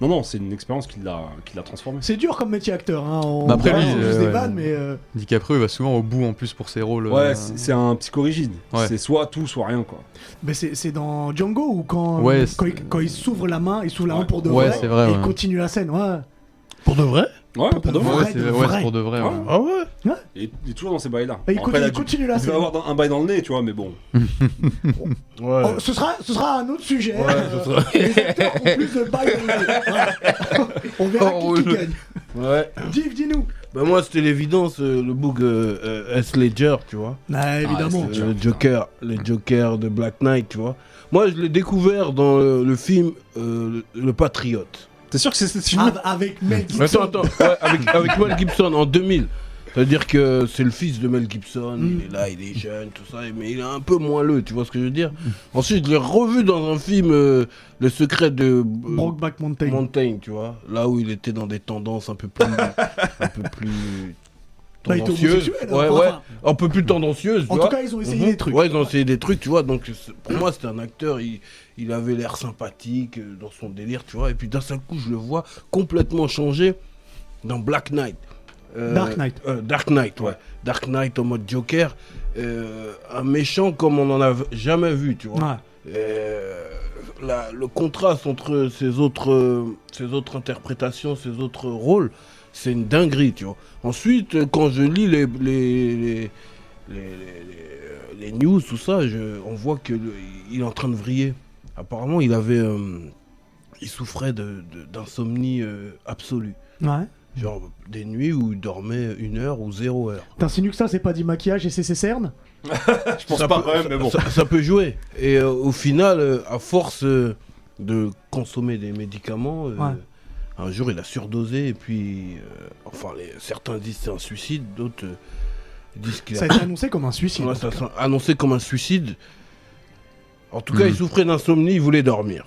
Speaker 2: Non, non, c'est une expérience qui l'a qui l'a transformé.
Speaker 1: C'est dur comme métier acteur. Hein. On
Speaker 4: Bah après,
Speaker 1: on
Speaker 4: lui,
Speaker 1: balance juste
Speaker 4: euh,
Speaker 1: des
Speaker 4: ouais.
Speaker 1: vannes, mais. euh,
Speaker 4: DiCaprio, il va souvent au bout en plus pour ses rôles.
Speaker 2: Ouais,
Speaker 4: euh,
Speaker 2: c'est c'est un psychorigide.
Speaker 4: Ouais.
Speaker 2: C'est soit tout, soit rien, quoi.
Speaker 1: Mais c'est c'est dans Django ou quand, euh,
Speaker 4: Ouais,
Speaker 1: quand,
Speaker 4: c'est-
Speaker 1: il, quand il s'ouvre la main, il s'ouvre la main
Speaker 2: Ouais.
Speaker 1: pour de
Speaker 4: Ouais,
Speaker 1: vrai,
Speaker 4: c'est vrai,
Speaker 1: et il
Speaker 4: ouais.
Speaker 1: continue la scène. Ouais.
Speaker 3: Pour de vrai
Speaker 2: Ouais,
Speaker 1: Pour
Speaker 2: pour
Speaker 1: de
Speaker 2: de
Speaker 1: vrai.
Speaker 2: vrai.
Speaker 4: ouais, c'est ouais,
Speaker 1: vrai.
Speaker 4: c'est pour de vrai.
Speaker 2: Ouais.
Speaker 4: ouais.
Speaker 3: Ah ouais
Speaker 2: Et il est toujours dans ces bails-là.
Speaker 1: Et Bah, il
Speaker 2: Bon, après,
Speaker 1: continue,
Speaker 2: il a
Speaker 1: il
Speaker 2: dû-
Speaker 1: continue la
Speaker 2: Il va
Speaker 1: scène.
Speaker 2: avoir un bail dans le nez, tu vois, mais bon.
Speaker 3: Ouais.
Speaker 1: Oh, ce, sera, ce sera un autre sujet.
Speaker 3: euh, Ouais,
Speaker 1: euh,
Speaker 3: ce sera-
Speaker 1: les acteurs ont plus de balles dans le jeu. Ouais. On verra
Speaker 3: Oh,
Speaker 1: qui, qui
Speaker 3: je-
Speaker 1: gagne.
Speaker 3: ouais.
Speaker 1: Div, dis-nous.
Speaker 3: Bah moi, c'était l'évidence, euh, le bug euh, euh, S. Ledger, tu vois.
Speaker 1: Ah, évidemment.
Speaker 2: c'est-
Speaker 3: Euh, le Joker, le Joker de Black Knight, tu vois. Moi, je l'ai découvert dans le, le film euh, Le le Patriote.
Speaker 2: T'es sûr que c'est ce
Speaker 1: Av- avec Mel Gibson.
Speaker 3: Attends, attends, ouais, avec, avec Mel Gibson en 2000. C'est-à-dire que c'est le fils de Mel Gibson,
Speaker 1: Mm.
Speaker 3: il est là, il est jeune, tout ça, mais il est un peu moins le, tu vois ce que je veux dire Ensuite, je l'ai revu dans un film, euh, Le secret de euh,
Speaker 1: Brokeback Mountain.
Speaker 3: Mountain, tu vois, là où il était dans des tendances un peu plus. un peu plus.
Speaker 1: Bah, il était
Speaker 3: tendancieuses.
Speaker 1: homosexuel,
Speaker 3: Ouais,
Speaker 1: alors,
Speaker 3: ouais,
Speaker 1: enfin.
Speaker 3: un peu plus tendancieuses.
Speaker 1: En
Speaker 3: tu
Speaker 1: tout
Speaker 3: vois.
Speaker 1: cas, ils ont essayé
Speaker 3: Mhm.
Speaker 1: des trucs.
Speaker 3: Ouais, ils ont essayé des trucs, tu vois. Donc, c'est- pour moi, c'était un acteur, il, il avait l'air sympathique euh, dans son délire, tu vois. Et puis, d'un seul coup, je le vois complètement changé dans Black Knight. Euh,
Speaker 1: Dark Knight.
Speaker 3: euh, Dark Knight, ouais. Dark Knight en mode Joker. Euh, un méchant comme on n'en a v- jamais vu, tu vois.
Speaker 1: Ouais.
Speaker 3: Euh, la- le contraste entre ces autres, euh, ces autres interprétations, ces autres rôles, c'est une dinguerie, tu vois. Ensuite, euh, quand je lis les, les, les, les- les- les- les news, tout ça, je- on voit qu'il est en train de vriller. Apparemment, il avait... euh, il souffrait de- de- d'insomnie euh, absolue.
Speaker 1: Ouais.
Speaker 3: Genre des nuits où il dormait une heure ou zéro heure.
Speaker 1: T'insinues que ça, c'est pas dit maquillage et c'est ses cernes
Speaker 2: Je pense
Speaker 3: ça
Speaker 2: pas
Speaker 3: peut-
Speaker 2: quand même, mais bon.
Speaker 3: ça, ça peut jouer. Et euh, au final, euh, à force euh, de consommer des médicaments, euh,
Speaker 1: Ouais.
Speaker 3: un jour il a surdosé et puis, euh, enfin, les- certains disent que c'est un suicide, d'autres euh, disent qu'il
Speaker 1: Ça a
Speaker 3: a
Speaker 1: été annoncé comme un suicide.
Speaker 3: Ouais,
Speaker 1: en
Speaker 3: ça
Speaker 1: tout cas.
Speaker 3: sent- annoncé comme un suicide. En tout cas,
Speaker 2: Hmm.
Speaker 4: Mhm.
Speaker 3: il souffrait d'insomnie, il voulait dormir.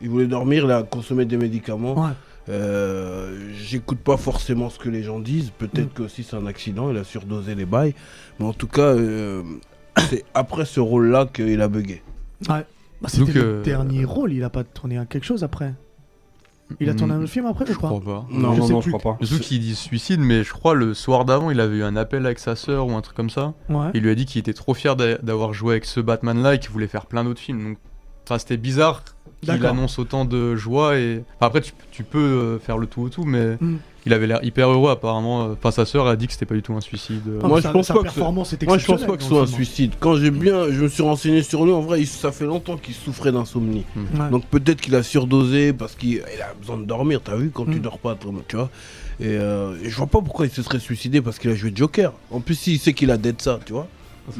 Speaker 3: Il voulait dormir, il a consommé des médicaments.
Speaker 1: Ouais.
Speaker 3: Euh, J'écoute pas forcément ce que les gens disent. Peut-être que si c'est un accident, il a surdosé les bails. Mais en tout cas, euh, c'est après ce rôle-là qu'il a bugué.
Speaker 1: Ouais. Bah, c'était
Speaker 4: Donc,
Speaker 1: le
Speaker 4: euh,
Speaker 1: dernier rôle, il a pas tourné un- quelque chose après. Il
Speaker 3: Mm.
Speaker 1: a tourné un
Speaker 4: Hmm,
Speaker 1: autre film après, je
Speaker 4: Je crois
Speaker 1: crois.
Speaker 4: pas.
Speaker 2: Non,
Speaker 1: je
Speaker 2: non,
Speaker 1: sais
Speaker 2: non, je
Speaker 1: plus.
Speaker 2: crois pas.
Speaker 4: Surtout qu'il dit suicide, mais je crois le soir d'avant, il avait eu un appel avec sa sœur ou un truc comme ça.
Speaker 1: Ouais.
Speaker 4: Il lui a dit qu'il était trop fier d'a- d'avoir joué avec ce Batman-là et qu'il voulait faire plein d'autres films. Donc, enfin, c'était bizarre qu'il
Speaker 1: D'accord.
Speaker 4: annonce autant de joie. Et... enfin, après, tu, tu peux euh, faire le tout au tout, mais
Speaker 1: Mm.
Speaker 4: il avait l'air hyper heureux apparemment. Enfin, sa sœur a dit que c'était pas du tout un suicide.
Speaker 1: Ah, mais
Speaker 3: Moi, je
Speaker 1: sa-
Speaker 3: pense
Speaker 1: sa
Speaker 3: pas que ce-
Speaker 1: performance est
Speaker 3: Moi, je pense pas
Speaker 1: exceptionnelle
Speaker 3: que ce
Speaker 1: dans
Speaker 3: soit un
Speaker 1: le film.
Speaker 3: suicide. Quand j'ai bien, je me suis renseigné sur lui, en vrai, il- ça fait longtemps qu'il souffrait d'insomnie.
Speaker 1: Ouais.
Speaker 3: Donc peut-être qu'il a surdosé parce qu'il il a besoin de dormir. T'as vu quand tu
Speaker 1: Mm.
Speaker 3: dors pas, toi, tu vois. Et, euh, et je vois pas pourquoi il se serait suicidé parce qu'il a joué Joker. En plus, il sait qu'il a d'être ça, tu vois.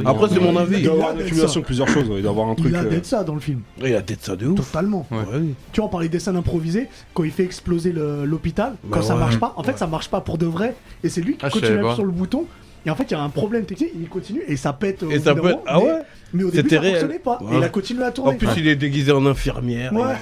Speaker 3: Après, c'est mon
Speaker 2: Il
Speaker 3: avis.
Speaker 2: doit avoir
Speaker 1: Il a
Speaker 2: une
Speaker 1: d'être
Speaker 2: accumulation de plusieurs choses, ouais, il doit avoir un truc.
Speaker 1: Il a
Speaker 2: euh,
Speaker 1: d'être ça dans le film,
Speaker 3: Il a d'être ça de ouf.
Speaker 1: totalement.
Speaker 4: Ouais.
Speaker 3: Ouais, oui.
Speaker 1: Tu vois, on parlait des scènes improvisées, quand il fait exploser le- l'hôpital,
Speaker 3: Bah
Speaker 1: quand ça
Speaker 3: ouais.
Speaker 1: marche pas, en fait
Speaker 3: Ouais.
Speaker 1: ça marche pas pour de vrai, et c'est lui qui
Speaker 4: Ah, je
Speaker 1: continue à
Speaker 4: savais
Speaker 1: appuyer
Speaker 4: pas.
Speaker 1: sur le bouton, et en fait il y a un problème technique, il continue, et ça pète. euh,
Speaker 3: Et
Speaker 1: au
Speaker 3: ça
Speaker 1: bout d'un
Speaker 3: pète-
Speaker 1: moment,
Speaker 3: ah
Speaker 1: mais-
Speaker 3: ouais
Speaker 1: Mais au
Speaker 3: C'était
Speaker 1: début ça
Speaker 3: réel.
Speaker 1: fonctionnait pas,
Speaker 3: Ouais.
Speaker 1: et il a continué à tourner.
Speaker 3: En plus, il est déguisé en infirmière.
Speaker 1: Ouais.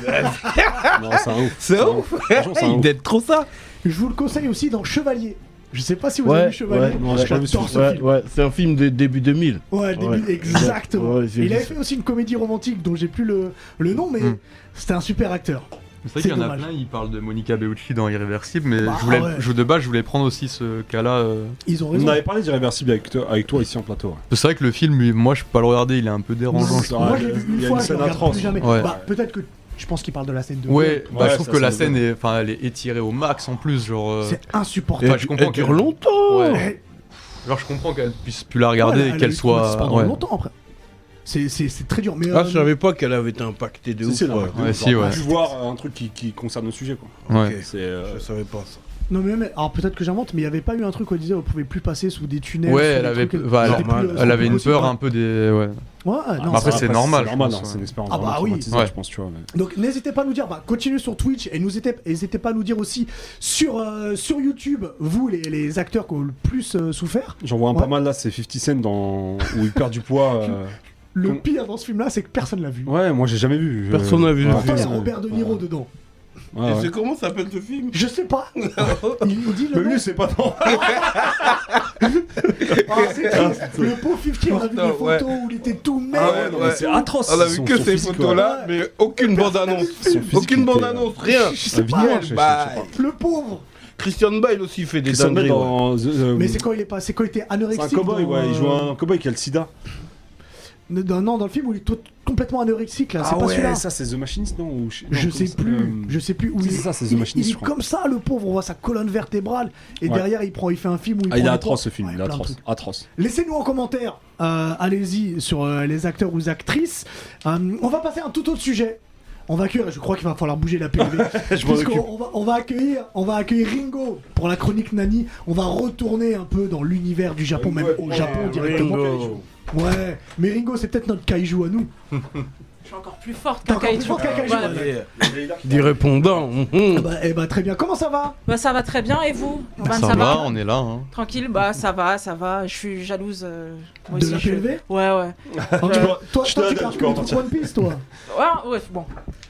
Speaker 2: Non, c'est un ouf.
Speaker 3: C'est
Speaker 2: un
Speaker 3: ouf.
Speaker 2: Franchement, c'est un
Speaker 3: Il
Speaker 2: ouf.
Speaker 3: d'être trop ça.
Speaker 1: Je vous le conseille aussi dans Chevalier. Je sais pas si vous
Speaker 3: Ouais,
Speaker 1: avez vu Chevalier,
Speaker 3: ouais, non, j'ai pas vu
Speaker 1: j'adore ce
Speaker 3: Ouais,
Speaker 1: film.
Speaker 3: ouais, c'est un film de début 2000.
Speaker 1: Ouais, le début,
Speaker 3: Ouais.
Speaker 1: exactement.
Speaker 3: Ouais, j'ai
Speaker 1: il
Speaker 3: vu
Speaker 1: avait
Speaker 3: ça.
Speaker 1: fait aussi une comédie romantique dont j'ai plus le, le nom, mais
Speaker 4: Mm.
Speaker 1: c'était un super acteur.
Speaker 4: C'est
Speaker 1: C'est
Speaker 4: vrai qu'il y en a
Speaker 1: dommage.
Speaker 4: plein, ils parlent de Monica Bellucci dans Irréversible, mais
Speaker 1: Bah,
Speaker 4: je voulais,
Speaker 1: ouais.
Speaker 4: je- de base, je voulais prendre aussi ce cas-là. euh.
Speaker 1: Ils ont
Speaker 2: On
Speaker 1: raison.
Speaker 2: avait parlé d'irréversible avec toi, avec toi ici en plateau. ouais.
Speaker 4: C'est vrai que le film, lui, moi, je peux pas le regarder, il est un peu dérangeant.
Speaker 2: Non,
Speaker 4: je
Speaker 2: ça-
Speaker 4: trouve.
Speaker 1: Moi, je l'ai vu
Speaker 2: Il y
Speaker 1: une
Speaker 2: a
Speaker 1: fois,
Speaker 2: une
Speaker 1: je
Speaker 2: scène
Speaker 1: le regarde plus
Speaker 2: atroce.
Speaker 1: jamais.
Speaker 4: Ouais.
Speaker 1: Bah, peut-être que je pense qu'il parle de la scène de.
Speaker 4: Ouais, bah, je
Speaker 2: ça,
Speaker 4: trouve que
Speaker 2: ça
Speaker 4: la
Speaker 2: me
Speaker 4: scène
Speaker 2: donne.
Speaker 4: est, enfin, elle est étirée au max en plus, genre. euh,
Speaker 1: C'est
Speaker 3: Et
Speaker 1: insupportable.
Speaker 4: Enfin, je comprends
Speaker 3: elle dure
Speaker 4: qu'elle-
Speaker 3: longtemps.
Speaker 4: Ouais. Genre, je comprends qu'elle puisse plus la regarder
Speaker 1: Ouais, elle
Speaker 4: et
Speaker 1: a
Speaker 4: qu'elle
Speaker 1: eu traumatisme
Speaker 4: soit.
Speaker 1: pendant
Speaker 4: ouais.
Speaker 1: longtemps après. C'est- C'est c'est très dur. Mais
Speaker 3: Ah,
Speaker 1: euh,
Speaker 3: je savais pas qu'elle avait été impactée de
Speaker 2: Si,
Speaker 3: ouf.
Speaker 2: si, là,
Speaker 3: ouais.
Speaker 2: de ouf,
Speaker 4: Ouais,
Speaker 2: genre,
Speaker 4: si,
Speaker 2: on a
Speaker 4: ouais.
Speaker 2: dû voir euh, un truc qui, qui concerne le sujet quoi.
Speaker 4: Ouais.
Speaker 3: Ok.
Speaker 2: C'est euh,
Speaker 3: Je savais pas ça.
Speaker 1: non mais, mais- alors peut-être que j'invente, mais il y avait pas eu un truc où on disait on pouvait plus passer sous des tunnels.
Speaker 4: Ouais,
Speaker 1: sous
Speaker 4: elle
Speaker 1: des
Speaker 4: avait,
Speaker 1: trucs,
Speaker 4: bah, elle-
Speaker 1: c'était plus, euh,
Speaker 3: normal.
Speaker 1: c'était
Speaker 4: Elle avait
Speaker 1: plus
Speaker 4: une
Speaker 1: possible,
Speaker 4: peur
Speaker 1: ouais.
Speaker 4: un peu des.
Speaker 1: Ouais,
Speaker 4: Ouais.
Speaker 1: ouais, non,
Speaker 2: bah,
Speaker 1: ça
Speaker 4: après,
Speaker 1: va.
Speaker 4: c'est normal,
Speaker 2: C'est
Speaker 4: je
Speaker 2: normal,
Speaker 4: pense,
Speaker 2: hein,
Speaker 4: ouais.
Speaker 2: c'est une expérience
Speaker 1: Ah, bah
Speaker 2: vraiment
Speaker 1: oui.
Speaker 2: traumatisante,
Speaker 4: Ouais.
Speaker 2: je pense, tu vois. mais-
Speaker 1: Donc n'hésitez pas à nous dire, bah, continuez sur Twitch et nous hésitez- n'hésitez pas à nous dire aussi sur, euh, sur YouTube, vous les, les acteurs qui ont le plus euh, souffert.
Speaker 2: J'en vois un
Speaker 1: Ouais.
Speaker 2: pas mal là, c'est 50 Cent dans... où il perd du poids. euh,
Speaker 1: Le
Speaker 2: Comme-
Speaker 1: pire dans ce film là, c'est que personne l'a vu.
Speaker 2: Ouais, moi j'ai jamais vu. je-
Speaker 3: Personne n'a vu
Speaker 2: Ouais,
Speaker 3: le
Speaker 1: Pourtant, il y a
Speaker 2: personne-
Speaker 1: Robert De Niro dedans.
Speaker 2: Ouais, ouais.
Speaker 3: Et c'est comment s'appelle le film
Speaker 1: Je sais pas. Il il dit le
Speaker 2: Mais
Speaker 1: nom.
Speaker 2: lui, c'est pas dans.
Speaker 1: Ah, c'est triste. le pauvre 50, on a vu des
Speaker 3: Putain, ouais.
Speaker 1: photos où il était tout
Speaker 3: Ah
Speaker 1: maigre.
Speaker 3: ouais,
Speaker 1: il
Speaker 3: ouais.
Speaker 1: était
Speaker 2: C'est atroce.
Speaker 3: On a vu
Speaker 2: son-
Speaker 3: que
Speaker 2: son
Speaker 3: ces
Speaker 2: physique,
Speaker 3: photos-là,
Speaker 1: ouais.
Speaker 3: mais aucune bande-annonce.
Speaker 2: Son physique
Speaker 3: Aucune
Speaker 2: était-
Speaker 3: bande-annonce, rien.
Speaker 1: Je je
Speaker 2: La
Speaker 1: sais pas. Bah,
Speaker 2: vidéo, je- je- je sais pas.
Speaker 3: Bye.
Speaker 1: Le pauvre.
Speaker 3: Christian Bale aussi il fait des
Speaker 2: Christian Bale
Speaker 3: dingueries. ouais.
Speaker 2: dans The- The-
Speaker 1: Mais c'est quand il est pas, c'est quand il était
Speaker 2: C'est un
Speaker 1: anorexique.
Speaker 2: cowboy,
Speaker 1: dans,
Speaker 2: ouais. Il joue
Speaker 1: euh,
Speaker 2: un cowboy qui a le sida.
Speaker 1: dans- non, dans le film où il est tout- complètement anorexique là, c'est pas celui-là.
Speaker 2: Ah ça c'est The Machinist, non Ou non,
Speaker 1: Je
Speaker 2: comment
Speaker 1: sais
Speaker 2: ça-
Speaker 1: plus,
Speaker 2: euh,
Speaker 1: je sais plus où
Speaker 2: c'est
Speaker 1: il est.
Speaker 2: ça, c'est The
Speaker 1: il,
Speaker 2: Machinist,
Speaker 1: il
Speaker 2: je
Speaker 1: est
Speaker 2: crois.
Speaker 1: comme ça, le pauvre, on voit sa colonne vertébrale, et
Speaker 2: Ouais.
Speaker 1: derrière il prend, il fait un film où il
Speaker 2: Ah, il est
Speaker 1: prend des
Speaker 2: atroce ce
Speaker 1: poids.
Speaker 2: film,
Speaker 1: Ouais,
Speaker 2: il est
Speaker 1: plein de
Speaker 2: atroce.
Speaker 1: trucs.
Speaker 2: Atroce.
Speaker 1: Laissez-nous en commentaire, euh, allez-y, sur euh, les acteurs ou actrices. Euh, on va passer à un tout autre sujet. On va accueillir, je crois qu'il va falloir bouger la PV.
Speaker 2: m'en
Speaker 1: Puisqu'on-
Speaker 2: occupe.
Speaker 1: on va, on va accueillir, on va accueillir Ringo pour la chronique Nani. On va retourner un peu dans l'univers du Japon, même au Japon directement.
Speaker 3: Ringo.
Speaker 1: Ouais, mais Ringo, c'est peut-être notre kaiju à nous.
Speaker 5: Je suis encore plus forte
Speaker 1: T'es
Speaker 5: qu'un
Speaker 1: encore plus
Speaker 5: kaiju.
Speaker 1: fort qu'un kaiju,
Speaker 5: Voilà.
Speaker 1: ouais.
Speaker 3: Des répondants. mhm.
Speaker 1: Bah, eh bah, très bien. Comment ça va
Speaker 5: Bah, ça va très bien et vous Urban,
Speaker 4: Ça, va, on est là. hein.
Speaker 5: Tranquille, bah ça va, ça va. Je suis jalouse. euh, moi
Speaker 1: De
Speaker 5: aussi,
Speaker 1: la
Speaker 5: je-
Speaker 1: PLV
Speaker 5: Ouais, ouais.
Speaker 1: Toi,
Speaker 5: Je-
Speaker 1: toi,
Speaker 2: je
Speaker 1: toi, Hein, tu
Speaker 2: t'adore,
Speaker 1: parles plus
Speaker 2: je peux
Speaker 1: de
Speaker 2: entendre.
Speaker 1: One Piece, toi.
Speaker 5: Ouais, ouais, bon.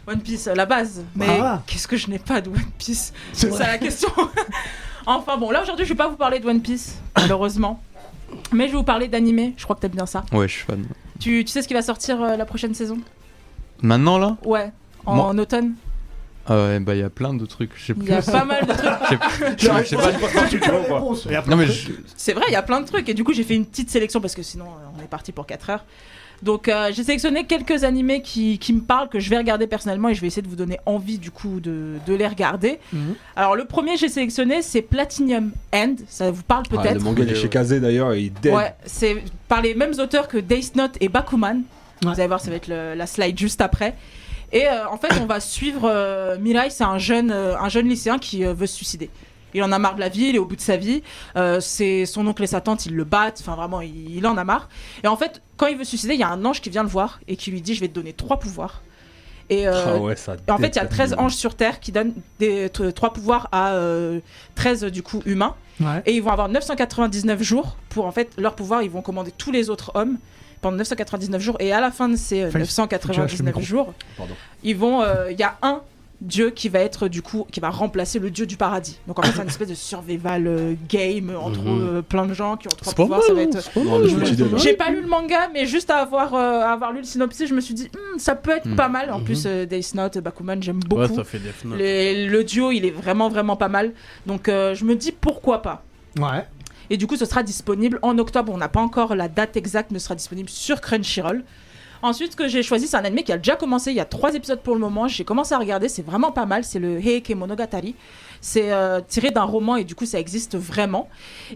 Speaker 5: One Piece, la base. Mais
Speaker 1: Bah.
Speaker 5: qu'est-ce que je n'ai pas de One Piece
Speaker 1: C'est
Speaker 5: C'est ça
Speaker 1: vrai.
Speaker 5: la question. enfin bon, là aujourd'hui, je vais pas vous parler de One Piece, malheureusement. Mais je vais vous parler d'animé. Je crois que t'aimes bien ça.
Speaker 4: Ouais, je suis fan.
Speaker 5: Tu, tu sais ce qui va sortir euh, la prochaine saison
Speaker 4: Maintenant là,
Speaker 5: Ouais. En,
Speaker 4: Moi-
Speaker 5: en automne,
Speaker 4: euh, eh ben, il y a plein de trucs. Je sais
Speaker 5: il
Speaker 4: plus.
Speaker 5: y a pas mal de trucs.
Speaker 4: Je sais plus- je sais
Speaker 2: Bah,
Speaker 4: pas. Non mais je-
Speaker 5: C'est vrai, il y a plein de trucs. Et du coup, j'ai fait une petite sélection parce que sinon, euh, on est parti pour 4 heures. Donc, euh, j'ai sélectionné quelques animés qui, qui me parlent, que je vais regarder personnellement et je vais essayer de vous donner envie du coup de, de les regarder.
Speaker 1: Mhm.
Speaker 5: Alors, le premier que j'ai sélectionné, c'est Platinum End. Ça vous parle
Speaker 2: Ah, le
Speaker 5: peut-être
Speaker 2: manga il est chez Kazé d'ailleurs et il dead.
Speaker 5: Ouais, c'est par les mêmes auteurs que Death Note et Bakuman.
Speaker 1: Ouais.
Speaker 5: Vous allez voir, ça va être le- la slide juste après. Et euh, en fait, on va suivre euh, Mirai, c'est un jeune, euh, un jeune lycéen qui euh, veut se suicider. Il en a marre de la vie, il est au bout de sa vie. Euh, c'est son oncle et sa tante, ils le battent. Enfin, vraiment, il, il en a marre. Et en fait, quand il veut se suicider, il y a un ange qui vient le voir et qui lui dit :« Je vais te donner trois pouvoirs. » Et euh,
Speaker 2: Ah ouais, ça
Speaker 5: et en fait,
Speaker 2: dead,
Speaker 5: il y a
Speaker 2: ça
Speaker 5: 13
Speaker 2: dead.
Speaker 5: anges sur Terre qui donnent des, t- trois pouvoirs à euh, 13 du coup humains.
Speaker 1: Ouais.
Speaker 5: Et ils vont avoir 999 jours pour en fait leur pouvoir. Ils vont commander tous les autres hommes pendant 999 jours. Et à la fin de ces euh,
Speaker 1: Enfin, faut que tu lâches le
Speaker 5: 999
Speaker 1: micro.
Speaker 5: jours,
Speaker 2: Pardon.
Speaker 5: ils vont. euh, Il y a un dieu qui va être du coup qui va remplacer le dieu du paradis. Donc en fait, c'est une espèce de survival euh, game entre euh, plein de gens qui ont trois
Speaker 3: Mhm. C'est pas
Speaker 5: pouvoirs.
Speaker 3: mal, hein.
Speaker 5: Ça va être
Speaker 3: c'est pas
Speaker 2: Non,
Speaker 3: mal.
Speaker 2: je me suis dit, là.
Speaker 5: j'ai pas lu le manga, mais juste à avoir, euh, à avoir lu le synopsis, je me suis dit, Hmm, ça peut être
Speaker 4: Mm.
Speaker 5: pas mal. En
Speaker 3: Mhm.
Speaker 5: plus, euh, Death Note, Bakuman, j'aime
Speaker 3: Ouais,
Speaker 5: beaucoup.
Speaker 3: ça fait des fenêtres.
Speaker 5: Les- le duo, il est vraiment, vraiment pas mal. Donc, euh, je me dis pourquoi pas.
Speaker 1: Ouais.
Speaker 5: Et du coup, ce sera disponible en octobre. On n'a pas encore la date exacte, mais ce sera disponible sur Crunchyroll. Ensuite, ce que j'ai choisi, c'est un anime qui a déjà commencé. Il y a trois épisodes pour le moment. J'ai commencé à regarder. C'est vraiment pas mal. C'est le Heike Monogatari. C'est euh, tiré d'un roman et du coup, ça existe vraiment.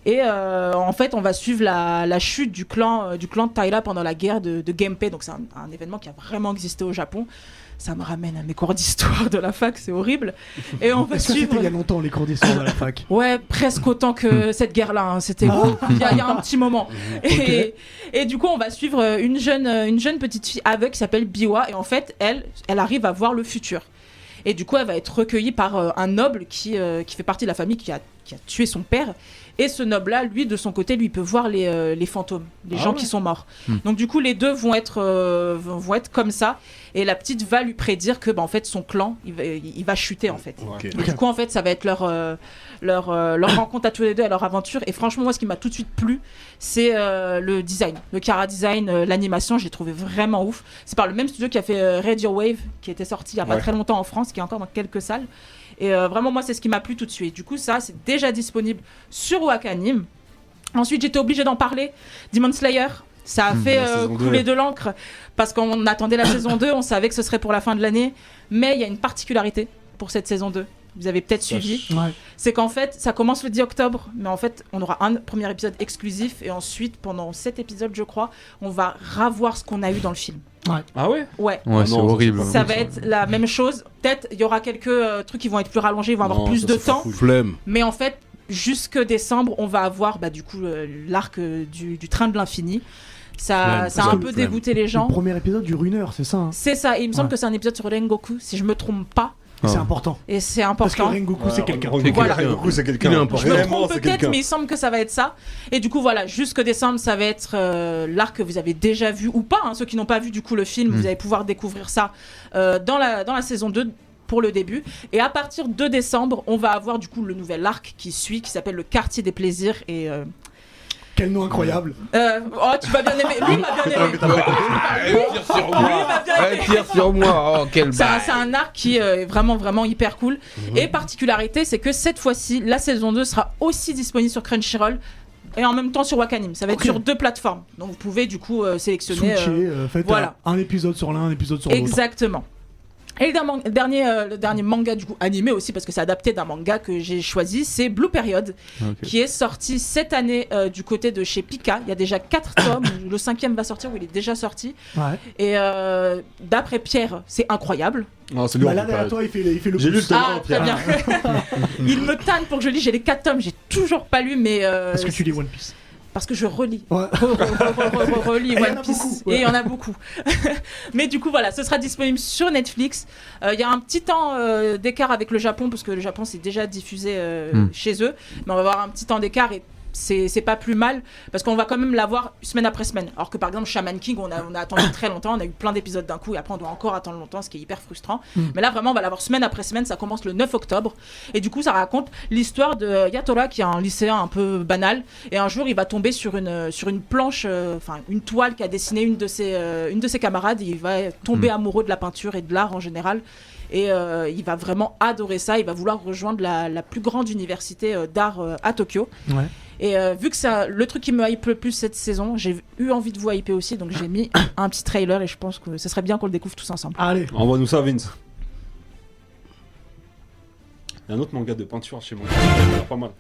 Speaker 5: Et euh, en fait, on va suivre la, la chute du clan, euh, du clan de Taira pendant la guerre de, de Genpei. Donc, c'est un, un événement qui a vraiment existé au Japon. Ça me ramène à mes cours d'histoire de la fac. C'est horrible. Et on va
Speaker 1: Est-ce que c'était
Speaker 5: suivre.
Speaker 1: il y a longtemps les cours d'histoire à la fac
Speaker 5: Ouais, presque autant que cette guerre-là. hein. C'était il y, a- il y a un petit moment. Et, et du coup, on va suivre euh, une jeune, euh, une jeune petite fille aveugle qui s'appelle Biwa. Et en fait, elle, elle arrive à voir le futur. Et du coup, elle va être recueillie par euh, un noble qui, euh, qui fait partie de la famille qui a, qui a tué son père. Et ce noble-là, lui, de son côté, lui peut voir les, euh, les fantômes, les gens qui sont morts. Donc du coup, les deux vont être, euh, vont vont être comme ça. Et la petite va lui prédire que, bah, en fait, son clan, il va, il va chuter, en fait.
Speaker 3: Ok.
Speaker 5: Et du coup, en fait, ça va être leur, euh, leur, euh, leur rencontre à tous les deux, et leur aventure. Et franchement, moi, ce qui m'a tout de suite plu, c'est euh, le design, le Kara design, euh, l'animation. Je l'ai trouvé vraiment ouf. C'est par le même studio qui a fait euh, Radio Wave, qui était sorti il y a pas
Speaker 2: Ouais.
Speaker 5: très longtemps en France, qui est encore dans quelques salles. Et euh, vraiment, moi, c'est ce qui m'a plu tout de suite. Du coup, ça, c'est déjà disponible sur Wakanim. Ensuite, j'étais obligée d'en parler. Demon Slayer, ça a fait
Speaker 2: Hmm, la
Speaker 5: euh,
Speaker 2: saison deux,
Speaker 5: couler
Speaker 2: ouais.
Speaker 5: de l'encre parce qu'on attendait la saison 2, on savait que ce serait pour la fin de l'année. Mais il y a une particularité pour cette saison 2. Vous avez peut-être suivi.
Speaker 1: Ouais.
Speaker 5: C'est qu'en fait, ça commence le 10 octobre, mais en fait, on aura un premier épisode exclusif et ensuite, pendant 7 épisodes, je crois, on va revoir ce qu'on a eu dans le film.
Speaker 2: Ah ouais
Speaker 5: Ouais.
Speaker 2: non,
Speaker 4: Ouais, c'est
Speaker 2: ça, c'est
Speaker 4: horrible.
Speaker 2: pas
Speaker 5: Ça va être la même chose. Peut-être il y aura quelques euh, trucs qui vont être plus rallongés, ils vont avoir plus de temps.
Speaker 3: Flemme.
Speaker 5: Mais en fait, jusque décembre, on va avoir bah, du coup euh, l'arc euh, du, du train de l'infini. Ça,
Speaker 3: Flemme.
Speaker 5: ça a un
Speaker 1: Flemme,
Speaker 5: peu
Speaker 3: flemme.
Speaker 5: dégoûté les gens.
Speaker 1: Le premier épisode du Runeur, c'est ça. hein.
Speaker 5: C'est ça, et il me semble
Speaker 1: Ouais.
Speaker 5: que c'est un épisode sur Rengoku, si je me trompe pas.
Speaker 1: C'est
Speaker 4: Ah.
Speaker 1: important.
Speaker 5: Et c'est
Speaker 1: Parce que
Speaker 5: important.
Speaker 1: Rengoku, c'est quelqu'un.
Speaker 2: Rengoku,
Speaker 5: Voilà.
Speaker 2: Rengoku, c'est quelqu'un.
Speaker 3: Il est important.
Speaker 5: Je me
Speaker 2: Vraiment,
Speaker 5: trompe
Speaker 2: c'est
Speaker 5: peut-être,
Speaker 2: quelqu'un.
Speaker 5: mais il semble que ça va être ça. Et du coup, voilà, jusque décembre, ça va être euh, l'arc que vous avez déjà vu ou pas. hein. Ceux qui n'ont pas vu du coup le film,
Speaker 2: Hmm.
Speaker 4: Mm.
Speaker 5: vous allez pouvoir découvrir ça euh, dans, la, dans la saison 2 pour le début. Et à partir de décembre, on va avoir du coup le nouvel arc qui suit, qui s'appelle le quartier des plaisirs. Et euh,
Speaker 1: Quel nom incroyable.
Speaker 5: euh, oh, tu vas bien aimer. Lui il m'a bien aimé.
Speaker 3: Tire sur moi.
Speaker 5: m'a bien aimé.
Speaker 3: Elle tire sur moi. Oh, quel
Speaker 5: C'est un-
Speaker 3: bail.
Speaker 5: c'est un arc qui euh, est vraiment, vraiment hyper cool. Et particularité, c'est que cette fois-ci, la saison 2 sera aussi disponible sur Crunchyroll et en même temps sur Wakanim. Ça va être
Speaker 1: Ok.
Speaker 5: sur deux plateformes. Donc vous pouvez du coup euh, sélectionner.
Speaker 1: Switcher,
Speaker 5: euh,
Speaker 1: euh, faites
Speaker 5: voilà.
Speaker 1: un un épisode sur l'un, un épisode sur l'autre.
Speaker 5: Exactement. Et le dernier, le dernier, euh, le dernier manga du coup animé aussi parce que c'est adapté d'un manga que j'ai choisi, c'est Blue Period
Speaker 4: Ok.
Speaker 5: qui est sorti cette année euh, du côté de chez Pika. Il y a déjà quatre tomes, le cinquième va sortir ou il est déjà sorti.
Speaker 1: Ouais.
Speaker 5: Et euh, d'après Pierre, c'est incroyable.
Speaker 2: Non, c'est lui.
Speaker 1: Bah là, derrière toi, il fait, il fait le
Speaker 2: J'ai lu
Speaker 1: plus.
Speaker 2: le tome
Speaker 5: Ah,
Speaker 2: 1, Pierre.
Speaker 5: très bien. Il me tanne pour que je lis. J'ai les 4 tomes, j'ai toujours pas lu, mais. euh,
Speaker 1: Parce que tu lis One Piece.
Speaker 5: parce que je relis.
Speaker 1: Ouais.
Speaker 5: Re- re- re- re- re- relis
Speaker 1: Et Ah, il y en a
Speaker 5: One Piece.
Speaker 1: beaucoup, ouais.
Speaker 5: Et il y en a beaucoup. mais du coup, voilà, ce sera disponible sur Netflix. Euh, Il y a un petit temps euh, d'écart avec le Japon, parce que le Japon c'est déjà diffusé euh,
Speaker 4: Mm.
Speaker 5: chez eux. Mais on va avoir un petit temps d'écart et. C'est c'est pas plus mal parce qu'on va quand même l'avoir semaine après semaine. Alors que par exemple, Shaman King, on a, on a attendu très longtemps, on a eu plein d'épisodes d'un coup et après on doit encore attendre longtemps, ce qui est hyper frustrant. Mais là, vraiment, on va l'avoir semaine après semaine. Ça commence le 9 octobre. Et du coup, ça raconte l'histoire de Yatora, qui est un lycéen un peu banal. Et un jour, il va tomber sur une, sur une planche, euh, enfin, une toile qu'a dessinée une, de ses euh, une de ses camarades. Et il va tomber amoureux de la peinture et de l'art en général. Et euh, il va vraiment adorer ça. Il va vouloir rejoindre la, la plus grande université euh, d'art euh, à Tokyo.
Speaker 1: Ouais.
Speaker 5: Et euh, vu que ça, le truc qui me hype le plus cette saison, j'ai eu envie de vous hyper aussi. Donc j'ai mis un petit trailer et je pense que ce serait bien qu'on le découvre tous ensemble.
Speaker 1: Allez.
Speaker 2: Envoie-nous ça, Vince. Il y a un autre manga de peinture chez moi. Pas mal.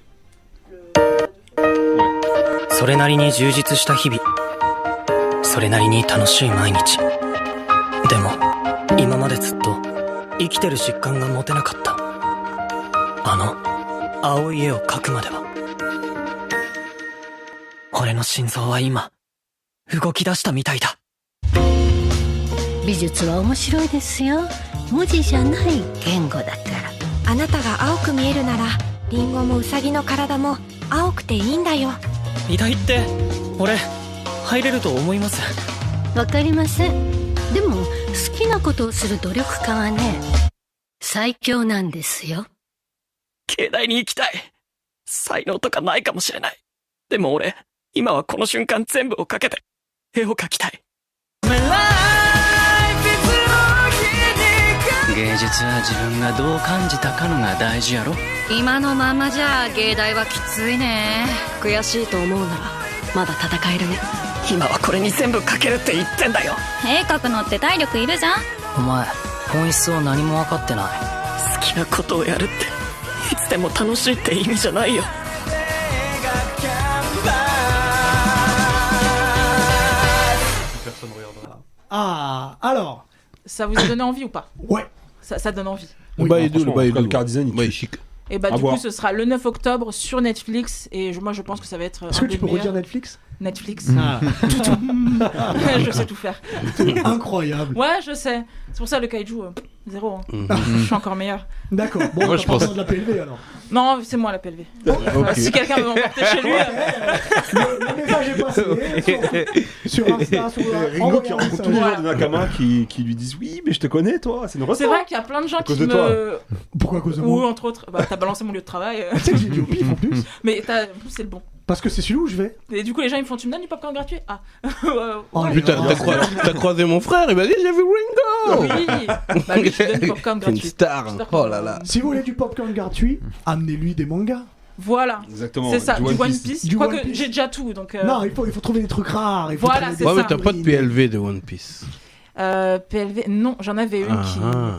Speaker 9: それなりに充実した日々それなりに楽しい毎日でも今までずっと生きてる実感が持てなかったあの青い絵を描くまでは俺の心臓は今動き出したみたいだ
Speaker 10: 美術は面白いですよ文字じゃない言語だから
Speaker 11: あなたが青く見えるならリンゴもウサギの体も青くていいんだよ
Speaker 9: 医大って俺入れると思います
Speaker 10: わかりませんでも好きなことをする努力家はね最強なんですよ
Speaker 9: 境内に行きたい才能とかないかもしれないでも俺今はこの瞬間全部をかけて絵を描きたい芸術は自分がどう感じたかのが大事やろ
Speaker 10: 今のままじゃ芸大はきついね
Speaker 11: 悔しいと思うならまだ戦えるね
Speaker 12: 今はこれに全部かけるって言ってんだよ
Speaker 13: 絵描くのって体力いるじゃん
Speaker 9: お前本質を何も分かってない
Speaker 12: 好きなことをやるっていつでも楽しいって意味じゃないよ
Speaker 4: Personne regarde.
Speaker 1: Ah, alors.
Speaker 5: Ça vous a donné envie ou pas
Speaker 1: Ouais.
Speaker 5: Ça, ça donne envie.
Speaker 3: Le bail Bah, est doux, le bail est doux.
Speaker 2: Le car design, il est chic.
Speaker 5: Et bah,
Speaker 2: À
Speaker 5: du
Speaker 2: voir.
Speaker 5: coup, ce sera le 9 octobre sur Netflix. Et je- moi, je pense que ça va être.
Speaker 1: Est-ce
Speaker 5: un
Speaker 1: que
Speaker 5: des
Speaker 1: tu peux
Speaker 5: meilleurs-
Speaker 1: redire Netflix
Speaker 5: Netflix.
Speaker 1: Ah.
Speaker 5: Tout, tout. je sais tout faire.
Speaker 1: T'es incroyable.
Speaker 5: Ouais, je sais. C'est pour ça le kaiju, euh, zéro. hein.
Speaker 1: Mhm.
Speaker 5: je suis encore meilleur.
Speaker 1: D'accord. Bon,
Speaker 4: Moi,
Speaker 1: t'as
Speaker 4: je
Speaker 1: pas
Speaker 4: pense-
Speaker 1: besoin de la PLV alors.
Speaker 5: Non, c'est moi la PLV. Enfin, Si quelqu'un veut m'emporter chez lui. euh,
Speaker 1: Le message est passé.
Speaker 2: Sur
Speaker 1: Insta, sur-
Speaker 2: Ringo qui rencontre tous les gens de Nakama qui, qui lui disent Oui, mais je te connais, toi, c'est une
Speaker 5: C'est
Speaker 2: resta.
Speaker 5: vrai qu'il y a plein de gens
Speaker 2: À
Speaker 5: qui
Speaker 2: cause de toi.
Speaker 5: me.
Speaker 1: Pourquoi à cause de
Speaker 5: Ou
Speaker 1: moi
Speaker 5: entre autres, bah, t'as balancé mon lieu de travail. euh.
Speaker 1: J'ai dit au pif en plus.
Speaker 5: Mais t'as- en plus, c'est le bon.
Speaker 1: Parce que c'est celui où je vais.
Speaker 5: Et du coup, les gens ils me font Tu me donnes du popcorn gratuit Ah
Speaker 3: Oh, putain, t'as croi- t'as croisé mon frère, il m'a dit j'ai vu Ringo
Speaker 5: Oui Bah oui, je te donne du popcorn
Speaker 3: C'est une
Speaker 5: gratuit.
Speaker 3: star, oh là là
Speaker 1: Si vous voulez du popcorn gratuit, amenez-lui des mangas.
Speaker 5: Voilà.
Speaker 2: Exactement,
Speaker 5: C'est ça,
Speaker 2: du
Speaker 5: du One
Speaker 2: One
Speaker 5: Piece.
Speaker 2: Piece.
Speaker 1: Du One
Speaker 5: Quoique, j'ai déjà tout. donc. euh,
Speaker 1: Non, il faut, il faut trouver des trucs rares. Il faut
Speaker 5: Voilà,
Speaker 1: trouver
Speaker 5: c'est
Speaker 1: des-
Speaker 3: Ouais,
Speaker 5: ça.
Speaker 3: mais t'as pas de PLV de One Piece.
Speaker 5: euh, PLV, non, j'en avais une qui.
Speaker 3: Ah,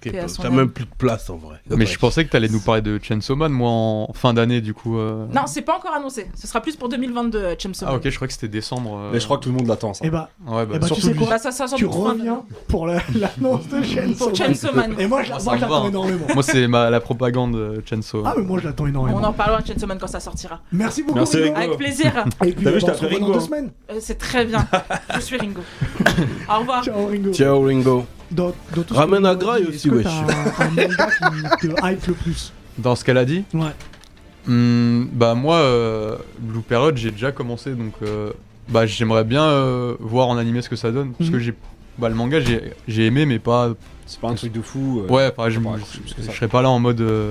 Speaker 5: Paix à
Speaker 3: ok,
Speaker 5: son
Speaker 3: t'as
Speaker 5: âme.
Speaker 3: même plus de place en vrai.
Speaker 4: Mais je pensais que t'allais nous parler de Chainsaw Man, moi, en fin d'année, du coup. euh.
Speaker 5: Non, c'est pas encore annoncé. Ce sera plus pour 2022, Jameson.
Speaker 4: Ah, ok, je crois que c'était décembre. euh.
Speaker 2: Mais je crois que tout le monde l'attend ça.
Speaker 1: Eh bah,
Speaker 4: Ouais, bah,
Speaker 1: eh bah, tu
Speaker 4: surtout
Speaker 1: sais
Speaker 4: lui.
Speaker 1: quoi
Speaker 5: Bah, ça, ça sort
Speaker 1: Tu
Speaker 5: du train,
Speaker 1: reviens pour la- l'annonce de Chainsaw
Speaker 5: Pour Chainsaw Man.
Speaker 1: Et moi, je la-
Speaker 4: Ça
Speaker 1: moi, je
Speaker 4: me va,
Speaker 1: l'attends
Speaker 4: hein.
Speaker 1: énormément.
Speaker 4: Moi, c'est ma- la propagande euh, Chainsaw.
Speaker 1: Ah, mais moi, je l'attends
Speaker 5: On
Speaker 1: énormément.
Speaker 5: en parlera Chainsaw Man quand ça sortira.
Speaker 1: Merci beaucoup.
Speaker 2: Merci,
Speaker 1: Ringo.
Speaker 5: Avec plaisir.
Speaker 1: Et puis,
Speaker 2: T'as vu,
Speaker 1: on
Speaker 2: je
Speaker 1: se
Speaker 2: t'ai appris
Speaker 1: retrouve dans
Speaker 2: Ringo,
Speaker 1: deux
Speaker 2: hein.
Speaker 1: semaines.
Speaker 5: Euh, C'est très bien. Je suis Ringo. Au revoir.
Speaker 1: Ciao, Ringo.
Speaker 3: Ciao Ringo.
Speaker 1: Dans, dans tout ce
Speaker 3: Ramène
Speaker 1: que
Speaker 3: un
Speaker 1: vous
Speaker 3: graille
Speaker 1: avez dit,
Speaker 3: aussi,
Speaker 1: est-ce que
Speaker 3: wesh.
Speaker 1: t'as un manga qui te hype le plus.
Speaker 4: Dans ce qu'elle a dit
Speaker 1: Ouais.
Speaker 4: Hmm, bah moi, euh, Blue Parrot, j'ai déjà commencé, donc euh, bah j'aimerais bien euh, voir en animé ce que ça donne, parce que
Speaker 1: Mhm.
Speaker 4: j'ai, bah le manga j'ai j'ai aimé, mais pas,
Speaker 2: C'est pas un truc de fou. euh,
Speaker 4: ouais, enfin je,
Speaker 2: pas
Speaker 4: je-
Speaker 2: plus que
Speaker 4: je
Speaker 2: ça.
Speaker 4: serais pas là en mode, euh,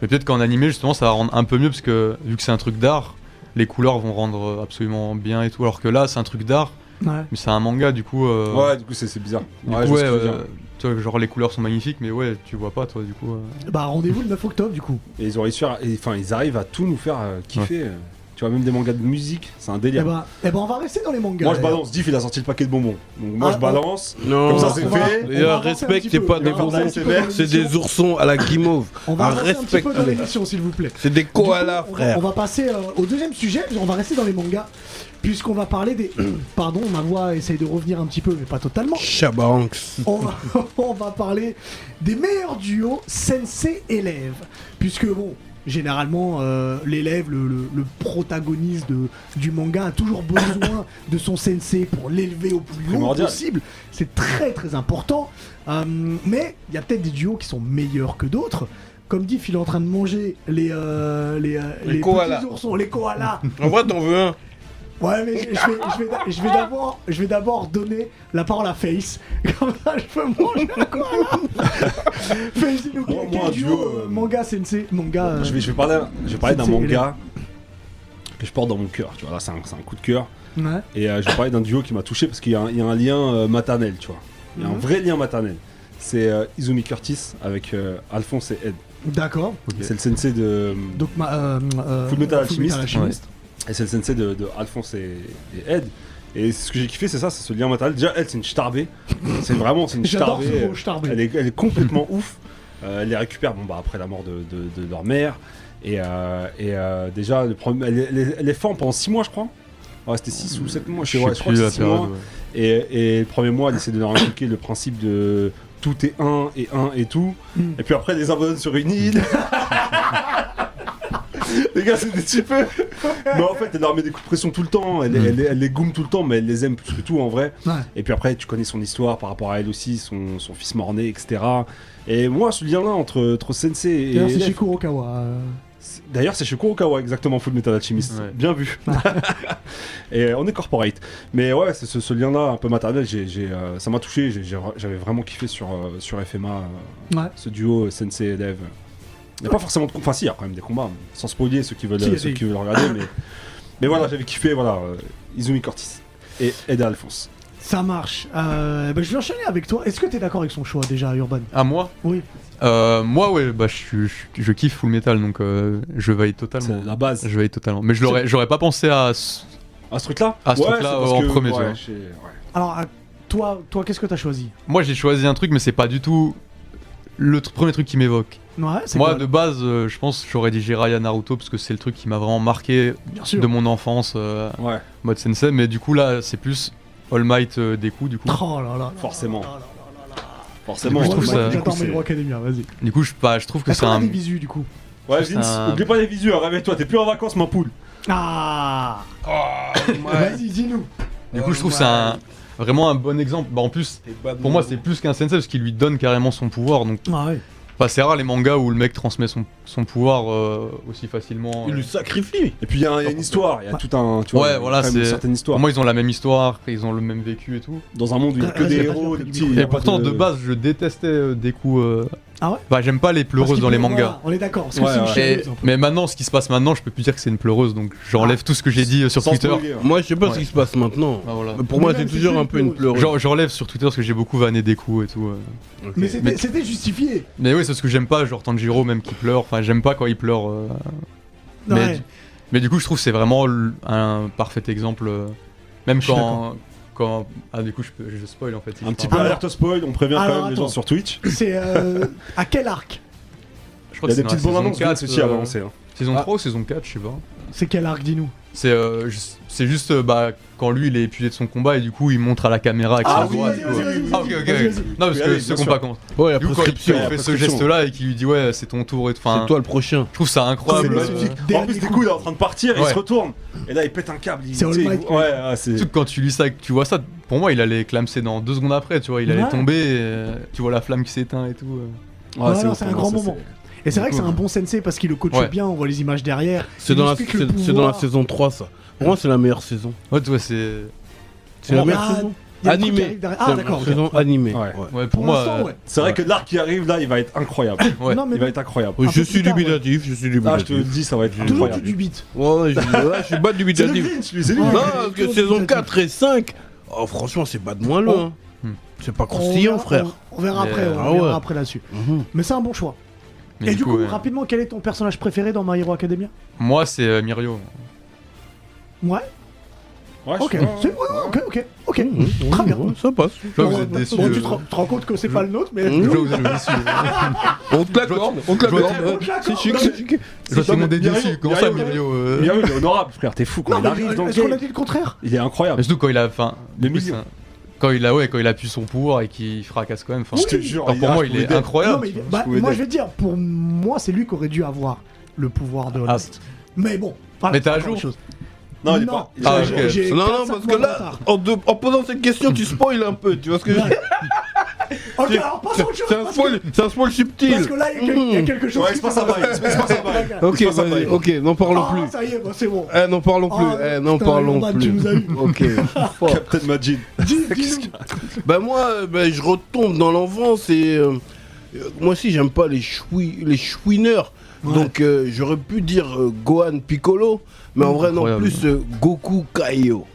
Speaker 4: mais peut-être qu'en animé justement ça va rendre un peu mieux, parce que vu que c'est un truc d'art, les couleurs vont rendre euh, absolument bien et tout, alors que là c'est un truc d'art,
Speaker 1: Ouais.
Speaker 4: mais c'est un manga du coup. euh,
Speaker 2: Ouais, du coup, c'est c'est bizarre.
Speaker 4: du
Speaker 2: Ouais,
Speaker 4: coup,
Speaker 2: je vois
Speaker 4: ouais,
Speaker 2: ce que tu veux
Speaker 4: euh,
Speaker 2: dire.
Speaker 4: tu vois, genre les couleurs sont magnifiques, mais ouais, tu vois pas toi du coup. euh.
Speaker 1: Bah, rendez-vous le 9 octobre, du coup.
Speaker 2: Et ils ont réussi à. et, Enfin, ils arrivent à tout nous faire euh, kiffer. euh. Tu vois, même des mangas de musique, c'est un
Speaker 1: Eh
Speaker 2: délire.
Speaker 1: bah, eh bah, on va rester dans les mangas.
Speaker 2: Moi, je
Speaker 1: d'ailleurs.
Speaker 2: balance. Diff, il a sorti le paquet de bonbons. Donc, moi,
Speaker 1: Ah,
Speaker 2: je balance.
Speaker 3: Non,
Speaker 2: Comme ça, c'est
Speaker 1: on va-
Speaker 2: fait.
Speaker 1: on va
Speaker 3: Les gars,
Speaker 1: avancer un
Speaker 3: respectez
Speaker 1: petit peu.
Speaker 3: pas des
Speaker 1: On va avancer un
Speaker 3: bonbons.
Speaker 1: petit peu dans
Speaker 3: C'est des
Speaker 1: l'émission.
Speaker 3: oursons à la guimauve.
Speaker 1: On va
Speaker 3: Un
Speaker 1: avancer un petit peu dans
Speaker 3: respectez-les.
Speaker 1: l'émission, s'il vous plaît.
Speaker 3: C'est des
Speaker 1: Du coup,
Speaker 3: koalas,
Speaker 1: on va-
Speaker 3: frère.
Speaker 1: On va passer euh, au deuxième sujet, on va rester dans les mangas, puisqu'on va parler des. Pardon, ma voix essaye de revenir un petit peu, mais pas totalement.
Speaker 3: Shabanks.
Speaker 1: On va, on va parler des meilleurs duos sensei-élève, puisque bon. Généralement, euh, l'élève, le, le- le protagoniste de- du manga a toujours besoin de son sensei pour l'élever au plus haut
Speaker 2: Primordial.
Speaker 1: possible. C'est très très important. Euh, mais il y a peut-être des duos qui sont meilleurs que d'autres. Comme dit, il est en train de manger les euh, les, euh,
Speaker 3: Les
Speaker 1: les
Speaker 3: koalas.
Speaker 1: petits oursons, les koalas.
Speaker 3: En vrai, t'en veux un
Speaker 1: Ouais, mais je vais, je vais, je vais d'abord, je vais d'abord donner la parole à Face. Comme ça, je peux manger un koala. Face, dis-nous
Speaker 2: Moi,
Speaker 1: quel,
Speaker 2: moi,
Speaker 1: quel
Speaker 2: un
Speaker 1: duo,
Speaker 2: duo,
Speaker 1: euh,
Speaker 2: euh,
Speaker 1: manga sensei, manga. euh,
Speaker 2: Je vais, je vais parler, je vais parler d'un
Speaker 1: C'est- c'est-
Speaker 2: manga que je porte dans mon cœur. Tu vois, là, c'est un, c'est un coup de cœur.
Speaker 1: ouais.
Speaker 2: Et euh, je vais parler d'un duo qui m'a touché parce qu'il y, a un- il y a un lien euh, maternel, tu vois. Il y a un
Speaker 1: Mhm.
Speaker 2: vrai lien maternel. C'est euh, Izumi Curtis avec euh, Alphonse et Ed.
Speaker 1: D'accord.
Speaker 2: C'est le sensei de.
Speaker 1: Donc ma, euh, euh,
Speaker 2: Fullmetal Alchemist.
Speaker 1: Alchemist.
Speaker 2: Et c'est le sensei de, de Alphonse et, et Ed. Et ce que j'ai kiffé, c'est ça, c'est ce lien matériel. Déjà, elle, c'est une starbée. C'est vraiment, c'est une
Speaker 1: J'adore
Speaker 2: starbée. euh,
Speaker 1: ce mot, starbée.
Speaker 2: Elle est, elle est complètement ouf. Euh, elle les récupère, bon, bah, après la mort de, de- de leur mère. Et, euh, et euh, déjà, le problème, elle, les- elle les forme pendant 6 mois, je crois. Ouais, c'était 6 ou 7 mois, je sais, ouais, je crois que c'est six mois.
Speaker 4: ouais.
Speaker 2: Et, et le premier mois, elle essaie de leur inculquer le principe de tout est un et un et tout.
Speaker 1: Mm.
Speaker 2: Et puis après, elle les abandonne sur une île. les gars, c'est des types. mais en fait, elle leur met des coups de pression tout le temps. Elle, elle- elle les goume tout le temps, mais elle les aime plus que tout en vrai.
Speaker 1: Mm. Ouais.
Speaker 2: Et puis après, tu connais son histoire par rapport à elle aussi, son, son fils mort-né, etc. Et moi, ce lien-là entre, entre Sensei et.
Speaker 1: D'ailleurs, c'est
Speaker 2: élève-
Speaker 1: Shikuro Okawa. euh,
Speaker 2: c'est- D'ailleurs, c'est chez Kurokawa, exactement, Full Metal Alchemist.
Speaker 4: Ouais.
Speaker 2: Bien vu. et euh, on est corporate. Mais ouais, c'est ce, ce lien-là, un peu maternel, j'ai- j'ai, euh, ça m'a touché. j'ai- j'ai- J'avais vraiment kiffé sur, euh, sur FMA, euh,
Speaker 1: Ouais.
Speaker 2: ce duo euh, Sensei-élève. Il n'y a pas forcément de combats. Enfin, si, il y a quand même des combats, mais sans spoiler ceux qui veulent, euh,
Speaker 1: Si, il y a
Speaker 2: ceux
Speaker 1: des-
Speaker 2: qui veulent regarder. mais, mais voilà, j'avais kiffé, voilà, euh, Izumi Cortis et Eda Alphonse.
Speaker 1: Ça marche. Euh, bah, je vais enchaîner avec toi. Est-ce que t'es d'accord avec son choix déjà, Urban
Speaker 4: À moi
Speaker 1: Oui.
Speaker 4: Euh, moi, ouais, bah, je, suis- je- je kiffe Full Metal, donc euh, je veille
Speaker 2: C'est
Speaker 4: totalement.
Speaker 2: la base.
Speaker 4: Je veille totalement. Mais je l'aurais, j'aurais pas pensé à, ce-
Speaker 2: À ce truc-là
Speaker 4: Ah, ce
Speaker 2: Ouais,
Speaker 4: truc-là,
Speaker 2: c'est parce
Speaker 4: en
Speaker 2: que-
Speaker 4: premier, tu
Speaker 2: ouais,
Speaker 4: vois.
Speaker 2: j'ai- ouais.
Speaker 1: Alors, à- toi, toi qu'est-ce que t'as choisi
Speaker 4: Moi j'ai choisi un truc, mais c'est pas du tout le tr- premier truc qui m'évoque.
Speaker 1: Ouais, Ah, c'est
Speaker 4: Moi
Speaker 1: quoi
Speaker 4: de base, euh, je pense que j'aurais dit Jiraiya Naruto parce que c'est le truc qui m'a vraiment marqué
Speaker 1: Bien sûr.
Speaker 4: de mon enfance, euh, mode sensei. Mais du coup là, c'est plus All Might euh, des coups du coup.
Speaker 1: Oh là là.
Speaker 2: Forcément.
Speaker 4: Du
Speaker 2: Forcément,
Speaker 4: coup, je trouve
Speaker 2: All Might,
Speaker 1: J'adore
Speaker 4: ça-
Speaker 2: du coup,
Speaker 1: My Hero
Speaker 2: c'est-
Speaker 1: Academia, vas-y.
Speaker 4: Du coup, je, bah, je trouve que
Speaker 1: Est-ce
Speaker 4: c'est
Speaker 1: qu'on a
Speaker 4: un.
Speaker 1: des visus du coup
Speaker 2: Ouais,
Speaker 4: C'est
Speaker 2: Vince,
Speaker 4: un-
Speaker 2: oublie pas les visuels, réveille-toi, t'es plus en vacances, ma poule.
Speaker 1: Ah Vas-y, dis-nous.
Speaker 4: Du coup, je trouve c'est un- vraiment un bon exemple. Bah, en plus, pour moi, c'est plus qu'un sensei parce qu'il lui donne carrément son pouvoir. Donc,
Speaker 1: Ah ouais.
Speaker 4: Enfin, c'est rare les mangas où le mec transmet son, son pouvoir euh, aussi facilement.
Speaker 3: Il
Speaker 4: euh.
Speaker 3: lui sacrifie.
Speaker 2: Et puis il y, a un- il y a une histoire, il y a tout un. Tu vois, il y
Speaker 4: ouais,
Speaker 2: a
Speaker 4: voilà,
Speaker 2: quand même une
Speaker 4: c'est.
Speaker 2: certaine histoire.
Speaker 4: Pour moi, ils ont la même histoire, ils ont le même vécu et tout.
Speaker 2: Dans un monde où il y a que
Speaker 4: Ouais,
Speaker 2: des
Speaker 4: c'est
Speaker 2: héros, des petits.
Speaker 4: Et pourtant, de base, je détestais euh, des coups. euh,
Speaker 1: Ah ouais
Speaker 4: Bah, j'aime pas les pleureuses
Speaker 1: qu'il
Speaker 4: dans les
Speaker 1: pleure,
Speaker 4: mangas.
Speaker 1: voilà, on est d'accord, parce que c'est une
Speaker 4: Et-
Speaker 1: chialeuse, un peu.
Speaker 4: Mais maintenant, ce qui se passe maintenant, je peux plus dire que c'est une pleureuse, donc j'enlève
Speaker 1: Ah.
Speaker 4: tout ce que j'ai dit euh, sur
Speaker 3: Sans
Speaker 4: Twitter.
Speaker 3: spoiler. Bah, Moi, je sais pas ce qui se passe maintenant. Mais pour moi, Mais c'est même, toujours c'est un une peu une pleureuse.
Speaker 4: Genre,
Speaker 3: pleureuse.
Speaker 4: J'enlève sur Twitter parce que j'ai beaucoup vanné des coups et tout. euh.
Speaker 1: Mais c'était- c'était justifié.
Speaker 4: Mais oui, c'est ce que j'aime pas, genre Tanjiro même qui pleure. Enfin, j'aime pas quand il pleure. euh, Mais,
Speaker 1: Ouais.
Speaker 4: du- mais du coup, je trouve que c'est vraiment l- un parfait exemple. euh, Même
Speaker 1: Je suis
Speaker 4: quand, quand. Ah, du coup, je, peux- je spoil en fait.
Speaker 2: Un petit peu alerte spoil, on prévient quand
Speaker 1: Alors,
Speaker 2: même les gens
Speaker 1: attends.
Speaker 2: sur Twitch.
Speaker 1: C'est euh, à quel arc
Speaker 4: Je
Speaker 2: Il y a des petites bandes annonces
Speaker 4: annonces
Speaker 2: aussi à balancer, hein.
Speaker 4: euh, Saison 3 ou saison 4, je sais pas.
Speaker 1: C'est quel arc, dis-nous
Speaker 4: C'est euh, ju- c'est juste euh, bah, quand lui il est épuisé de son combat et du coup il montre à la caméra avec
Speaker 2: Ah
Speaker 4: ses
Speaker 2: oui,
Speaker 4: doigts.
Speaker 2: vas-y,
Speaker 4: tu vois.
Speaker 2: vas-y, vas-y,
Speaker 4: Ah, ok,
Speaker 2: vas-y,
Speaker 4: ok.
Speaker 2: vas-y, vas-y.
Speaker 4: Non, parce
Speaker 2: Oui,
Speaker 4: que
Speaker 2: allez, bien
Speaker 4: ceux qui ont
Speaker 2: sûr.
Speaker 4: pas compris.
Speaker 2: Ouais, la
Speaker 4: Du coup, quand il-
Speaker 2: prescription,
Speaker 4: quand il
Speaker 2: la
Speaker 4: fait ce
Speaker 2: prescription.
Speaker 4: geste là et qu'il lui dit ouais, c'est ton tour et tout.
Speaker 2: Hein
Speaker 4: enfin,
Speaker 3: C'est toi le prochain.
Speaker 4: Je trouve ça incroyable.
Speaker 2: C'est magnifique. En plus, du coup, il est en train de partir, il
Speaker 4: Ouais.
Speaker 2: se retourne. Et là, il pète un câble. il-
Speaker 4: C'est
Speaker 2: tu sais,
Speaker 4: All
Speaker 2: il-
Speaker 4: Might.
Speaker 2: Ouais, ouais, c'est.
Speaker 4: Euh, Surtout que quand tu lis ça, et que tu vois ça, pour moi il allait clamser dans deux secondes après, tu vois, il allait
Speaker 1: Ouais.
Speaker 4: tomber, et, euh, tu vois la flamme qui s'éteint et tout. euh.
Speaker 1: Ouais, non, c'est un grand moment. Et c'est vrai que c'est un bon sensei parce qu'il le coache
Speaker 4: Ouais.
Speaker 1: bien, on voit les images derrière.
Speaker 3: C'est
Speaker 1: il
Speaker 3: dans, la-
Speaker 1: explique le
Speaker 3: c'est- c'est dans la
Speaker 1: pouvoir.
Speaker 3: saison 3, ça. Pour moi, c'est la meilleure saison.
Speaker 4: Ouais, tu vois, c'est.
Speaker 3: C'est la
Speaker 1: Ah,
Speaker 3: meilleure
Speaker 1: il y a des trucs qui
Speaker 3: saison.
Speaker 1: arrivent
Speaker 3: Animée.
Speaker 1: derrière. Ah,
Speaker 3: C'est la
Speaker 1: d'accord,
Speaker 3: meilleure
Speaker 1: ok.
Speaker 3: Saison animée.
Speaker 2: Ouais.
Speaker 4: Ouais, pour moi, euh,
Speaker 2: C'est vrai que l'arc qui arrive là, il va être incroyable.
Speaker 4: Ouais.
Speaker 1: Non, mais-
Speaker 2: Il va être incroyable.
Speaker 3: Je suis dubitatif, je
Speaker 2: Ah,
Speaker 3: suis
Speaker 2: je
Speaker 3: dubitatif.
Speaker 2: te le dis, ça va être
Speaker 3: Toujours
Speaker 2: incroyable.
Speaker 1: du dubite.
Speaker 3: Ouais, ouais, je, ouais, je suis pas dubitatif.
Speaker 2: C'est le Grinch, lui, c'est lui.
Speaker 3: Non,
Speaker 2: Ouais.
Speaker 3: parce que saison 4 et 5, oh, franchement, c'est pas de moins loin. hein. C'est pas croustillant,
Speaker 1: verra-
Speaker 3: frère.
Speaker 1: On, on verra
Speaker 3: Mais,
Speaker 1: après,
Speaker 3: euh,
Speaker 1: on
Speaker 3: ah
Speaker 1: verra
Speaker 3: ouais.
Speaker 1: après là-dessus. Mais c'est un bon choix.
Speaker 4: Mais
Speaker 1: Et du, coup,
Speaker 4: ouais.
Speaker 1: rapidement, quel est ton personnage préféré dans My Hero Academia
Speaker 4: Moi c'est euh, Mirio.
Speaker 1: Ouais.
Speaker 2: Ouais,
Speaker 1: ok, c'est- ouais, ok, ok, ok. Très bien.
Speaker 3: Ça passe.
Speaker 4: Je vois que vous êtes
Speaker 1: tu
Speaker 4: déçus.
Speaker 1: te,
Speaker 4: euh.
Speaker 1: rends- te rends compte que c'est pas le nôtre, mais.
Speaker 4: Je vois que vous êtes déçus.
Speaker 3: On te l'accorde, on te
Speaker 4: Je vois-
Speaker 3: l'accorde.
Speaker 4: je
Speaker 1: vois-
Speaker 3: C'est chic, c'est chic.
Speaker 4: Je suis mon
Speaker 2: Mirio,
Speaker 4: déçu, comment ça
Speaker 2: Mirio,
Speaker 4: Mirio euh
Speaker 2: Mirio, il est honorable, frère, t'es fou
Speaker 1: Non,
Speaker 2: quoi. Il
Speaker 1: mais euh,
Speaker 2: arrive dans le
Speaker 1: Est-ce qu'on a
Speaker 2: game.
Speaker 1: dit le contraire
Speaker 2: Il est incroyable.
Speaker 4: Mais surtout quand il a enfin
Speaker 2: Des
Speaker 4: du coup,
Speaker 2: millions.
Speaker 4: c'est un- quand il a ouais quand il appuie son pouvoir et qu'il fracasse quand même enfin
Speaker 2: Je te jure,
Speaker 4: enfin,
Speaker 2: il
Speaker 4: pour
Speaker 2: a-
Speaker 4: moi
Speaker 2: je
Speaker 4: il
Speaker 2: pouvais
Speaker 4: est
Speaker 2: dire-
Speaker 1: Non,
Speaker 4: incroyable
Speaker 1: mais
Speaker 4: tu
Speaker 1: bah,
Speaker 4: vois.
Speaker 1: moi, je vais te dire, pour moi, c'est lui qui aurait dû avoir le pouvoir de All Might. Mais bon. voilà,
Speaker 4: Mais t'es à
Speaker 1: encore
Speaker 4: jour
Speaker 1: une chose.
Speaker 2: Non, il est
Speaker 1: Non.
Speaker 2: pas.
Speaker 1: Ah, ok.
Speaker 2: J'ai-
Speaker 1: J'ai
Speaker 3: Non, non,
Speaker 1: 45
Speaker 3: parce que
Speaker 1: mois de
Speaker 3: là,
Speaker 1: retard.
Speaker 3: en, de- en posant cette question, tu spoil un peu, tu vois ce que je veux dire
Speaker 1: Ok,
Speaker 3: C'est-
Speaker 1: alors passons à autre chose.
Speaker 3: C'est un
Speaker 1: parce
Speaker 3: spoil, c'est un spoil
Speaker 1: que-
Speaker 3: subtil.
Speaker 1: Parce que là, il y a quel- il y a quelque chose.
Speaker 2: Ouais,
Speaker 1: qui
Speaker 2: il se passe un bail, il se passe un bail.
Speaker 3: Ok,
Speaker 2: Il se passe un
Speaker 3: vas-y,
Speaker 2: bail.
Speaker 3: ok, n'en parlons
Speaker 1: Ah,
Speaker 3: plus.
Speaker 1: Ça y est, bah, c'est bon.
Speaker 3: Eh, n'en parlons plus,
Speaker 1: Ah,
Speaker 3: eh, n'en
Speaker 1: putain,
Speaker 3: parlons
Speaker 1: Norman,
Speaker 3: plus.
Speaker 1: tu nous as eu.
Speaker 3: Ok. fuck.
Speaker 2: Captain Majid.
Speaker 1: Dis- dis-nous.
Speaker 3: Bah moi, euh, bah, je retombe dans l'enfance et euh, euh, moi aussi j'aime pas les, choui, les chouineurs. Donc euh, j'aurais pu dire euh, Gohan Piccolo, mais en vrai non
Speaker 4: Incroyable.
Speaker 3: plus euh, Goku Kaio.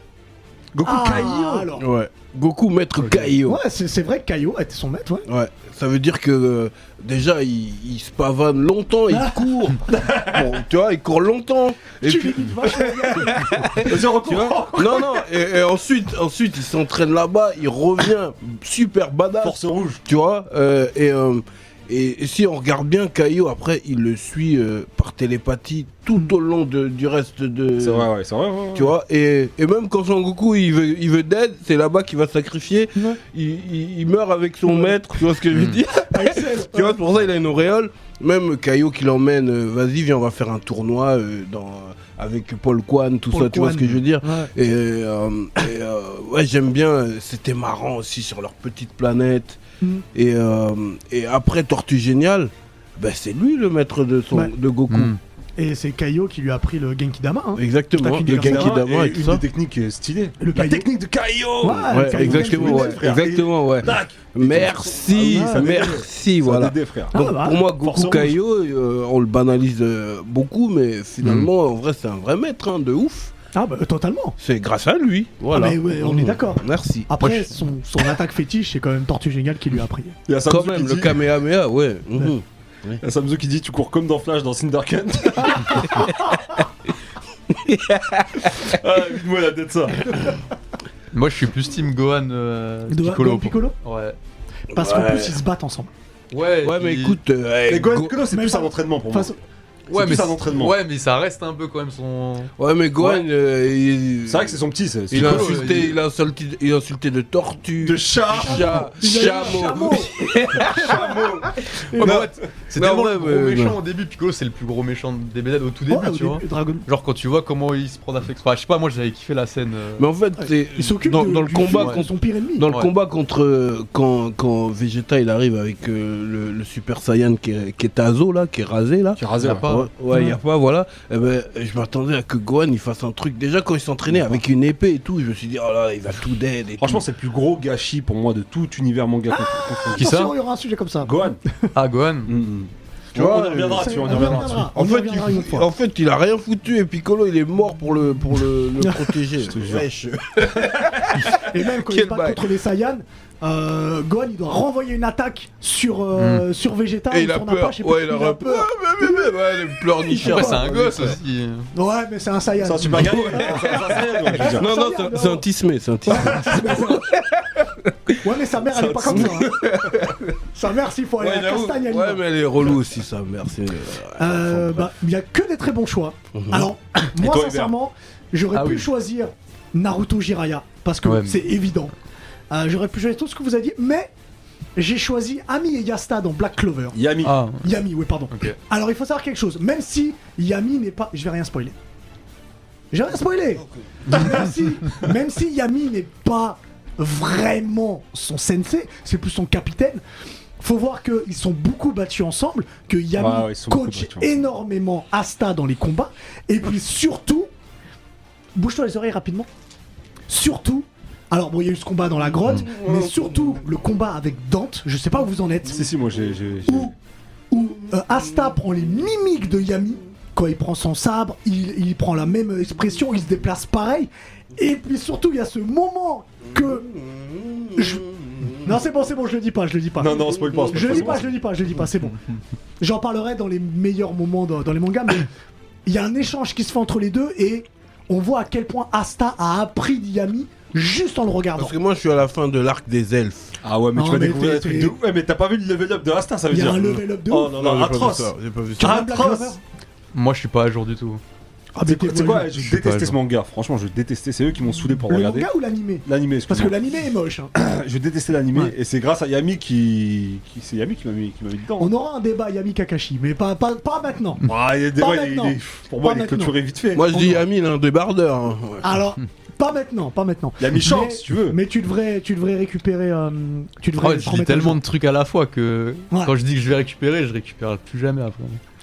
Speaker 3: Goku
Speaker 1: Ah,
Speaker 3: Kaio
Speaker 1: alors.
Speaker 3: Ouais. Goku Maître Kaio.
Speaker 1: Ouais, c'est c'est vrai que Caillot était son maître, ouais.
Speaker 3: Ouais, ça veut dire que euh, déjà il, il se pavane longtemps, il court. Bon, tu vois, il court longtemps. Et puis,
Speaker 2: Vas-y, on
Speaker 3: tu vois non, non, et, et ensuite, ensuite il s'entraîne là-bas, il revient super badass.
Speaker 2: Force rouge.
Speaker 3: Tu vois, euh, et, euh, et, et si on regarde bien, Caillou, après il le suit euh, par télépathie tout au long de- du reste de.
Speaker 2: C'est vrai, ouais, c'est vrai. ouais, ouais.
Speaker 3: Tu vois, et, et même quand Son Goku il veut, il veut d'aide, c'est là-bas qu'il va se sacrifier. Il, il- il meurt avec son maître, tu vois ce que je veux dire Tu vois, c'est pour ça il a une auréole. Même Caillou qui l'emmène, euh, vas-y, viens, on va faire un tournoi euh, dans, avec Paul Kwan, tout
Speaker 1: Paul
Speaker 3: ça, tu vois
Speaker 1: Kwan.
Speaker 3: ce que je veux dire Et, euh, et, euh, ouais, j'aime bien, euh, c'était marrant aussi sur leur petite planète.
Speaker 1: Mhm.
Speaker 3: Et, euh, et après Tortue Géniale, bah, c'est lui le maître de, son,
Speaker 1: Ouais.
Speaker 3: de Goku.
Speaker 1: Et c'est Caillot qui lui a pris le Genkidama. Hein.
Speaker 3: Exactement,
Speaker 1: Taquine
Speaker 3: le
Speaker 1: Genkidama
Speaker 3: Genki Dama
Speaker 2: et
Speaker 3: et tout
Speaker 2: une
Speaker 3: ça.
Speaker 2: des techniques euh, stylées.
Speaker 1: Le
Speaker 2: La
Speaker 1: Caillot.
Speaker 2: technique de Caillot
Speaker 1: Ouais,
Speaker 3: Ouais,
Speaker 1: Caillot.
Speaker 3: exactement, ouais,
Speaker 2: frère.
Speaker 3: exactement, ouais.
Speaker 1: Ah,
Speaker 2: Tac.
Speaker 3: Merci,
Speaker 2: Ah oui, ça dédé.
Speaker 3: merci,
Speaker 2: Ça
Speaker 3: voilà.
Speaker 2: dédé, frère.
Speaker 3: Donc,
Speaker 1: Ah, bah,
Speaker 3: pour moi,
Speaker 2: force
Speaker 3: Goku
Speaker 2: rouge.
Speaker 3: Kaio, euh, on le banalise euh, beaucoup, mais finalement,
Speaker 1: Hmm.
Speaker 3: en vrai, c'est un vrai maître, hein, de ouf.
Speaker 1: Ah bah totalement.
Speaker 3: C'est grâce à lui, voilà.
Speaker 1: Ah, mais ouais, on est
Speaker 3: Mhm.
Speaker 1: d'accord.
Speaker 3: Merci.
Speaker 1: Après,
Speaker 3: Moi, je-
Speaker 1: son, son attaque fétiche, c'est quand même Tortue Géniale qui lui a pris.
Speaker 2: Il y a Samzu
Speaker 3: quand même,
Speaker 2: qui
Speaker 3: le
Speaker 2: dit-
Speaker 3: Kamehameha, ouais. mhm.
Speaker 2: il y a Samzu qui dit Tu cours comme dans Flash dans Cindercat. moi Ah, la tête ça.
Speaker 4: Moi, je suis plus team Gohan euh,
Speaker 1: Do-
Speaker 4: Piccolo.
Speaker 1: Gohan Piccolo
Speaker 4: Ouais.
Speaker 1: Parce qu'en
Speaker 4: Ouais.
Speaker 1: plus, ils se battent ensemble.
Speaker 4: Ouais,
Speaker 3: Ouais, mais écoute, euh,
Speaker 2: Mais Gohan
Speaker 3: Go-
Speaker 2: Piccolo, c'est plus un entraînement pour moi.
Speaker 1: façon-
Speaker 4: Ouais,
Speaker 2: c'est
Speaker 4: mais
Speaker 2: plus un entraînement.
Speaker 4: Ouais, mais ça reste un peu quand même son.
Speaker 3: Ouais, mais Gohan,
Speaker 4: Ouais.
Speaker 3: euh, il...
Speaker 2: C'est vrai que c'est son petit, c'est. c'est
Speaker 3: Il a,
Speaker 2: Piccolo,
Speaker 3: insulté, il... a insulté, il a insulté de tortue, de
Speaker 2: chat,
Speaker 3: chat chameau.
Speaker 4: Ouais, mais what C'est
Speaker 3: Non,
Speaker 4: tellement
Speaker 3: ouais,
Speaker 4: le gros
Speaker 3: mais-
Speaker 4: méchant
Speaker 3: non.
Speaker 4: au début. Piccolo, c'est le plus gros méchant des BD au tout début,
Speaker 1: au
Speaker 4: tu
Speaker 1: début,
Speaker 4: vois.
Speaker 1: Dragon.
Speaker 4: Genre quand tu vois comment il se prend d'affection. Enfin, je sais pas, moi j'avais kiffé la scène. euh,
Speaker 3: Mais en fait, c'est-
Speaker 1: Il s'occupe
Speaker 3: dans,
Speaker 1: de-
Speaker 3: dans le
Speaker 1: du
Speaker 3: combat
Speaker 1: fils de
Speaker 3: contre
Speaker 1: son pire ennemi.
Speaker 3: Dans le
Speaker 1: Ouais.
Speaker 3: combat contre euh, quand quand Vegeta il arrive avec euh, le, le Super Saiyan qui est, qui est Tazo là, qui est rasé là. Qui est
Speaker 2: rasé,
Speaker 3: ouais.
Speaker 2: ouais.
Speaker 3: Ouais, il y a pas voilà. Eh ben, je m'attendais à que Gohan il fasse un truc. Déjà quand il s'entraînait avec une épée et tout, je me suis dit oh là il va tout dead. Et
Speaker 2: Franchement, c'est le plus gros gâchis pour moi de tout univers manga. confondu.
Speaker 1: Attention, il y aura un sujet comme ça.
Speaker 2: Gohan.
Speaker 4: Ah, Gohan.
Speaker 2: Tu vois, on y reviendra, tu vois, on y reviendra.
Speaker 3: En
Speaker 1: On y
Speaker 3: fait,
Speaker 1: reviendra
Speaker 3: il,
Speaker 1: une fois.
Speaker 3: en fait, il a rien foutu et Piccolo, il est mort pour le, pour le, le protéger. Wesh.
Speaker 1: Et même quand il
Speaker 3: Quel
Speaker 1: se bat
Speaker 3: bail.
Speaker 1: contre les Saiyans, euh, Gohan il doit renvoyer une attaque sur, euh, sur Vegeta.
Speaker 3: Hmm. Et
Speaker 1: ou
Speaker 3: il a
Speaker 1: sur Nappa,
Speaker 3: peur.
Speaker 1: je sais
Speaker 3: Ouais,
Speaker 1: plus,
Speaker 3: il a peur. Ouais, ouais, ouais, ouais, le pleurnichard.
Speaker 4: Après, c'est un gosse aussi.
Speaker 1: Ouais, mais c'est un Saiyan.
Speaker 2: C'est un super gagné.
Speaker 3: Ah,
Speaker 1: dire.
Speaker 3: Non, non,
Speaker 1: Ça y est,
Speaker 3: c'est un-
Speaker 1: alors.
Speaker 3: c'est un tismé, c'est un tismé.
Speaker 1: Ouais, mais sa mère elle est pas comme ça. hein. sa mère, s'il faut aller à la
Speaker 3: j'avoue.
Speaker 1: castagne, elle y va.
Speaker 3: Ouais, mais elle est relou aussi, sa mère. c'est-
Speaker 1: Euh, bah, il y a que des très bons choix.
Speaker 3: Mhm.
Speaker 1: Alors,
Speaker 3: Et
Speaker 1: moi
Speaker 3: toi,
Speaker 1: sincèrement, j'aurais
Speaker 3: Ah
Speaker 1: pu
Speaker 3: oui.
Speaker 1: choisir Naruto Jiraya parce que
Speaker 4: Ouais, mais-
Speaker 1: c'est évident. Euh, j'aurais pu choisir tout ce que vous avez dit, mais j'ai choisi Ami et Yasta dans Black Clover.
Speaker 2: Yami.
Speaker 4: Ah.
Speaker 1: Yami, oui, pardon.
Speaker 4: Ok.
Speaker 1: Alors, il faut savoir quelque chose. Même si Yami n'est pas, je vais rien spoiler. J'ai rien spoilé. même, si, même si Yami n'est pas vraiment son sensei, c'est plus son capitaine. Faut voir qu'ils sont beaucoup battus ensemble, que Yami
Speaker 2: Ouais, ouais, ils sont beaucoup
Speaker 1: coach
Speaker 2: battus ensemble.
Speaker 1: énormément Asta dans les combats, et puis surtout, bouge-toi les oreilles rapidement. Surtout, alors bon, il y a eu ce combat dans la grotte, mais surtout le combat avec Dante. Je sais pas où vous en êtes.
Speaker 2: Si, si, moi j'ai. j'ai- j'ai-
Speaker 1: Euh, Asta prend les mimiques de Yami. Quand il prend son sabre, il, il prend la même expression, il se déplace pareil. Et puis surtout, il y a ce moment que. je- Non, c'est bon, c'est bon, je le dis pas, je le dis pas.
Speaker 2: Non, non, spoil pas, spoil
Speaker 1: Je
Speaker 2: pas,
Speaker 1: le dis
Speaker 2: spoil
Speaker 1: pas,
Speaker 2: pas.
Speaker 1: je le dis pas, je le dis pas, c'est bon. J'en parlerai dans les meilleurs moments dans, dans les mangas, mais il y a un échange qui se fait entre les deux et on voit à quel point Asta a appris de Yami juste en le regardant.
Speaker 3: Parce que moi, je suis à la fin de l'arc des elfes.
Speaker 2: Ah ouais, mais
Speaker 1: Non,
Speaker 2: tu vas
Speaker 1: mais
Speaker 2: découvrir
Speaker 1: t'es-
Speaker 2: des trucs
Speaker 1: t'es-
Speaker 2: de ouf. Ouais, mais t'as pas vu le level up de Asta, ça veut
Speaker 1: Il y a
Speaker 2: dire.
Speaker 1: un level up de
Speaker 2: Oh
Speaker 1: ouf.
Speaker 2: non, non,
Speaker 3: Non, j'ai pas vu
Speaker 2: atroce.
Speaker 3: ça, j'ai pas vu ça.
Speaker 1: Tu regardes Black
Speaker 2: Atroce.
Speaker 1: Clover
Speaker 4: Moi, je suis pas à jour du tout.
Speaker 1: Ah, mais
Speaker 2: C'est quoi,
Speaker 1: t'es-
Speaker 2: c'est quoi
Speaker 1: le
Speaker 2: Je
Speaker 4: pas,
Speaker 2: détestais ce
Speaker 4: genre.
Speaker 2: manga, franchement, je détestais. C'est eux qui m'ont saoulé pour regarder.
Speaker 1: manga ou l'animé
Speaker 2: L'animé,
Speaker 1: Parce que
Speaker 2: excuse-moi.
Speaker 1: l'animé est moche. hein.
Speaker 2: Je détestais l'animé
Speaker 1: Ouais.
Speaker 2: et c'est grâce à Yami qui. qui- C'est Yami qui m'a mis, qui m'a mis dedans.
Speaker 1: On aura un débat Yami Kakashi, mais pas, pas, pas maintenant.
Speaker 2: Ah, il est-
Speaker 1: Pas
Speaker 2: ouais, il est-
Speaker 1: maintenant.
Speaker 2: il est- pour moi,
Speaker 1: Pas
Speaker 2: il est
Speaker 1: maintenant.
Speaker 2: clôturé vite fait.
Speaker 3: Moi, je dis Yami, il est un débardeur. hein.
Speaker 1: Alors, pas maintenant, pas maintenant.
Speaker 2: Yami chante,
Speaker 1: Mais-
Speaker 2: si tu veux.
Speaker 1: Mais tu devrais, tu devrais récupérer. euh, tu devrais
Speaker 4: Ouais,
Speaker 1: te
Speaker 4: Oh, je lis
Speaker 1: remettre à
Speaker 4: tellement
Speaker 1: jour.
Speaker 4: de trucs à la fois que
Speaker 1: Ouais.
Speaker 4: quand je dis que je vais récupérer, je récupère plus jamais après.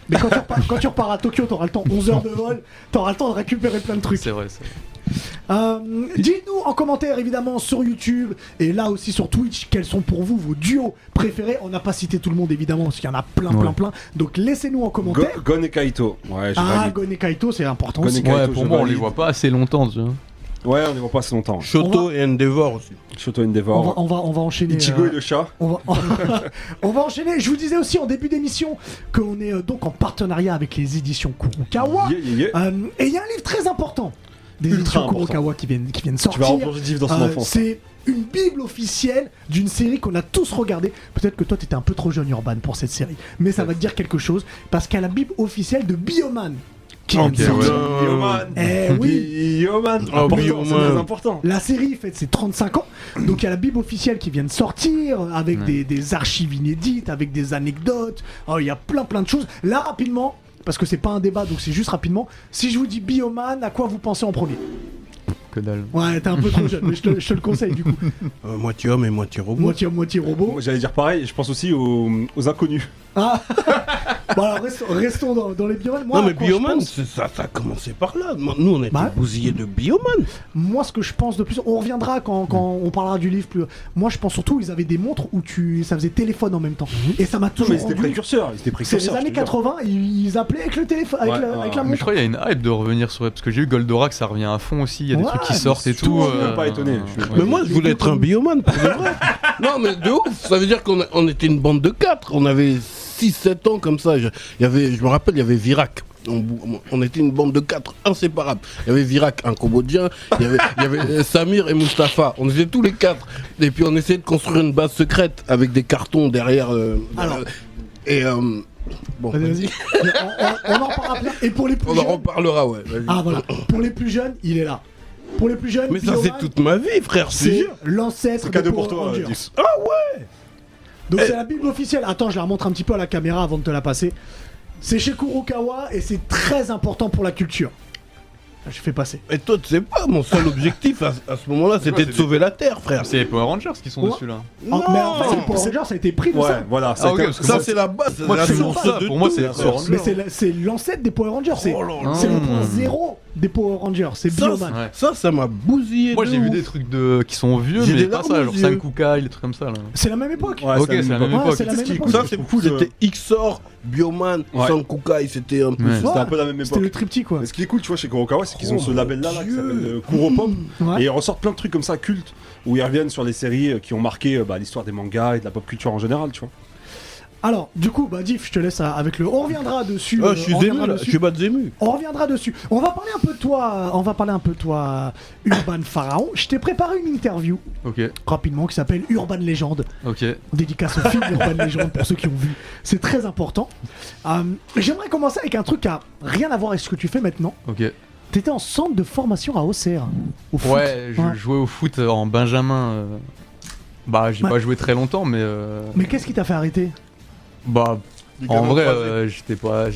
Speaker 1: Mais quand tu, repars, quand tu repars à Tokyo, t'auras le temps, 11 heures de vol, t'auras le temps de récupérer plein de trucs.
Speaker 4: C'est vrai, c'est vrai.
Speaker 1: Euh, Dites-nous en commentaire évidemment sur YouTube et là aussi sur Twitch quels sont pour vous vos duos préférés. On n'a pas cité tout le monde évidemment parce qu'il y en a plein, plein,
Speaker 4: Ouais.
Speaker 1: plein. Donc laissez-nous en
Speaker 2: Go-
Speaker 1: commentaire.
Speaker 2: Gon et Kaito. Ouais, je
Speaker 1: ah,
Speaker 2: valide.
Speaker 1: Gon et Kaito, c'est important.
Speaker 2: Gon
Speaker 1: aussi.
Speaker 2: et Kaito,
Speaker 4: Ouais, pour
Speaker 2: je
Speaker 4: moi, on les
Speaker 2: valide.
Speaker 4: voit pas assez longtemps, tu vois.
Speaker 2: Ouais, on les voit pas assez longtemps.
Speaker 3: Shoto et Endeavor aussi.
Speaker 2: Shoto
Speaker 1: On va,
Speaker 2: Endeavor.
Speaker 1: on va, on va enchaîner.
Speaker 2: Ichigo
Speaker 1: euh,
Speaker 2: et le chat.
Speaker 1: On va, on va enchaîner. Je vous disais aussi en début d'émission qu'on est euh, donc en partenariat avec les éditions Kurokawa.
Speaker 2: Yeah, yeah, yeah.
Speaker 1: Euh, et il y a un livre très important des
Speaker 2: Ultra
Speaker 1: éditions
Speaker 2: important.
Speaker 1: Kurokawa qui viennent, qui viennent
Speaker 2: Tu
Speaker 1: sortir.
Speaker 2: vas replonger Div dans son
Speaker 1: Euh,
Speaker 2: enfance.
Speaker 1: C'est une bible officielle d'une série qu'on a tous regardée. Peut-être que toi, t'étais un peu trop jeune, Urban, pour cette série. Mais ça va te dire quelque chose parce qu'à la bible officielle de Bioman qui vient de
Speaker 4: Ok, ouais.
Speaker 1: sortir.
Speaker 2: Bioman.
Speaker 1: Eh oui.
Speaker 2: Bioman.
Speaker 3: Oh,
Speaker 2: Important,
Speaker 3: Bioman.
Speaker 2: c'est très important.
Speaker 1: La série fête ses 35 ans, donc il y a la Bible officielle qui vient de sortir, avec
Speaker 4: Ouais.
Speaker 1: des, des archives inédites, avec des anecdotes, Oh, il y a plein plein de choses. Là rapidement, parce que c'est pas un débat, donc c'est juste rapidement, si je vous dis Bioman, à quoi vous pensez en premier
Speaker 4: Que dalle.
Speaker 1: Ouais, t'es un peu trop jeune, mais je te, je te le conseille du coup.
Speaker 3: Euh, moitié homme et moitié robot.
Speaker 1: Moitié moitié robot.
Speaker 2: Moi, J'allais dire pareil, je pense aussi aux, aux inconnus.
Speaker 1: Ah Bon alors restons, restons dans, dans les Bioman. Moi,
Speaker 3: non,
Speaker 1: à
Speaker 3: mais
Speaker 1: quoi je
Speaker 3: Bioman,
Speaker 1: pense-
Speaker 3: c'est ça, ça a commencé par là. Nous, on était
Speaker 1: Bah.
Speaker 3: bousillés de Bioman.
Speaker 1: Moi, ce que je pense de plus, on reviendra quand, quand on parlera du livre plus. Moi, je pense surtout, ils avaient des montres où tu, ça faisait téléphone en même temps. Et ça m'a
Speaker 2: Non,
Speaker 1: toujours
Speaker 2: mais c'était
Speaker 1: rendu-
Speaker 2: précurseur. C'était
Speaker 1: C'est
Speaker 2: précurseur.
Speaker 1: les années
Speaker 2: je te jure.
Speaker 1: 80, ils ils appelaient avec le téléphone, avec,
Speaker 2: Ouais,
Speaker 1: la,
Speaker 2: ouais,
Speaker 1: avec la
Speaker 4: Mais je
Speaker 1: montre.
Speaker 4: crois qu'il y a une hype de revenir sur parce que j'ai eu Goldorak, ça revient à fond aussi. Il y a des
Speaker 1: Ouais,
Speaker 4: trucs qui
Speaker 1: mais
Speaker 4: sortent et
Speaker 2: surtout,
Speaker 4: tout. euh,
Speaker 2: je suis même pas étonné. Je suis-
Speaker 4: ouais.
Speaker 3: Mais moi, je voulais être un bioman, pour de vrai. Non, mais de ouf. Ça veut dire qu'on a- on était une bande de 4. On avait 6-7 ans comme ça. Je, il y avait, je me rappelle, il y avait Virac. on, on était une bande de quatre inséparables. Il y avait Virac, un Cambodgien, il y avait, il y avait, euh, Samir et Mustapha. On était tous les quatre. Et puis on essayait de construire une base secrète avec des cartons derrière. euh,
Speaker 1: Alors.
Speaker 3: et euh, bon, vas-y.
Speaker 1: on, on en parlera bien. Et pour les plus
Speaker 3: on
Speaker 1: jeunes,
Speaker 3: en reparlera, ouais. vas-y.
Speaker 1: ah voilà, pour les plus jeunes, il est là. Pour les plus jeunes,
Speaker 3: Mais ça, c'est
Speaker 1: Bioman,
Speaker 3: toute ma vie, frère.
Speaker 1: c'est
Speaker 3: C'est
Speaker 1: l'ancêtre
Speaker 3: C'est cadeau
Speaker 1: de
Speaker 3: pour
Speaker 1: Power
Speaker 3: toi,
Speaker 1: Rangers.
Speaker 3: Dix.
Speaker 1: Ah ouais. Donc c'est la Bible officielle. Attends, je la remontre un petit peu à la caméra avant de te la passer. C'est chez Kurokawa et c'est très important pour la culture. Ah, Je fais passer.
Speaker 3: Et toi, tu sais pas, mon seul objectif à, à ce moment-là, c'était de sauver la Terre, frère.
Speaker 4: C'est les Power Rangers qui sont
Speaker 3: Ouais.
Speaker 4: dessus là.
Speaker 1: Oh, mais en fait, c'est le Power Rangers, ça a été pris de ça.
Speaker 3: Ah, ok, parce que ça, c'est la base.
Speaker 4: Moi,
Speaker 3: la
Speaker 4: tu me
Speaker 3: source
Speaker 4: lances ça,
Speaker 3: de
Speaker 4: pour moi,
Speaker 3: tout.
Speaker 4: c'est les Power
Speaker 1: Mais
Speaker 4: Rangers.
Speaker 1: c'est la- c'est l'ancêtre des Power Rangers.
Speaker 3: Oh
Speaker 1: C'est c'est le point zéro des Power Rangers. C'est
Speaker 3: Ça,
Speaker 1: Bioman.
Speaker 4: Ouais.
Speaker 3: Ça, ça m'a bousillé.
Speaker 4: Moi
Speaker 3: de
Speaker 4: j'ai vu
Speaker 3: ouf.
Speaker 4: des trucs de... qui sont vieux,
Speaker 3: J'ai
Speaker 4: mais
Speaker 3: des
Speaker 4: pas
Speaker 3: larmes
Speaker 4: ça,
Speaker 3: aux
Speaker 4: genre
Speaker 3: yeux.
Speaker 4: 5 Kukai, les trucs comme ça là.
Speaker 1: C'est la même époque.
Speaker 4: Ouais, Ok,
Speaker 2: Ah,
Speaker 4: c'est la même époque.
Speaker 1: Ouais, c'est la
Speaker 4: C'est
Speaker 1: même
Speaker 4: ce qui-
Speaker 1: époque.
Speaker 3: Ça, c'est fou. C'était Xor, Bioman,
Speaker 2: Ouais.
Speaker 3: Sankukai, c'était un peu
Speaker 2: Ouais.
Speaker 3: ça.
Speaker 2: C'était un peu la même époque.
Speaker 1: triptyque, quoi.
Speaker 2: Mais ce qui est cool, tu vois, chez Kurokawa, c'est qu'ils
Speaker 3: Oh
Speaker 2: ont ce
Speaker 3: mon
Speaker 2: label-là là, qui
Speaker 3: Dieu.
Speaker 2: s'appelle euh, Kuropop.
Speaker 3: Ouais.
Speaker 2: Et ils ressortent plein de trucs comme ça, cultes, où ils reviennent sur des séries euh, qui ont marqué euh, bah, l'histoire des mangas et de la pop culture en général, tu vois.
Speaker 1: Alors, du coup, bah, Diff, je te laisse euh, avec le. On reviendra dessus.
Speaker 3: Ah,
Speaker 1: euh,
Speaker 3: je suis
Speaker 1: on
Speaker 3: ému,
Speaker 1: reviendra
Speaker 3: là.
Speaker 1: dessus.
Speaker 3: Je suis pas ému.
Speaker 1: On reviendra dessus. On va parler un peu de toi. euh, On va parler un peu de toi, euh, Urban Pharaon. Je t'ai préparé une interview
Speaker 4: Ok,
Speaker 1: rapidement qui s'appelle Urban Légende.
Speaker 4: ok.
Speaker 1: Dédicace au film Urban Legend pour ceux qui ont vu. C'est très important. Euh, J'aimerais commencer avec un truc qui a rien à voir avec ce que tu fais maintenant.
Speaker 4: Ok.
Speaker 1: T'étais en centre de formation à Auxerre. Au foot.
Speaker 4: Ouais, je jouais au foot en Benjamin. euh, Bah, j'ai
Speaker 1: Ouais.
Speaker 4: pas joué très longtemps, mais. euh,
Speaker 1: Mais qu'est-ce qui t'a fait arrêter
Speaker 4: Bah, en
Speaker 1: Ligament
Speaker 4: vrai,
Speaker 1: croisé.
Speaker 4: euh, j'étais pas.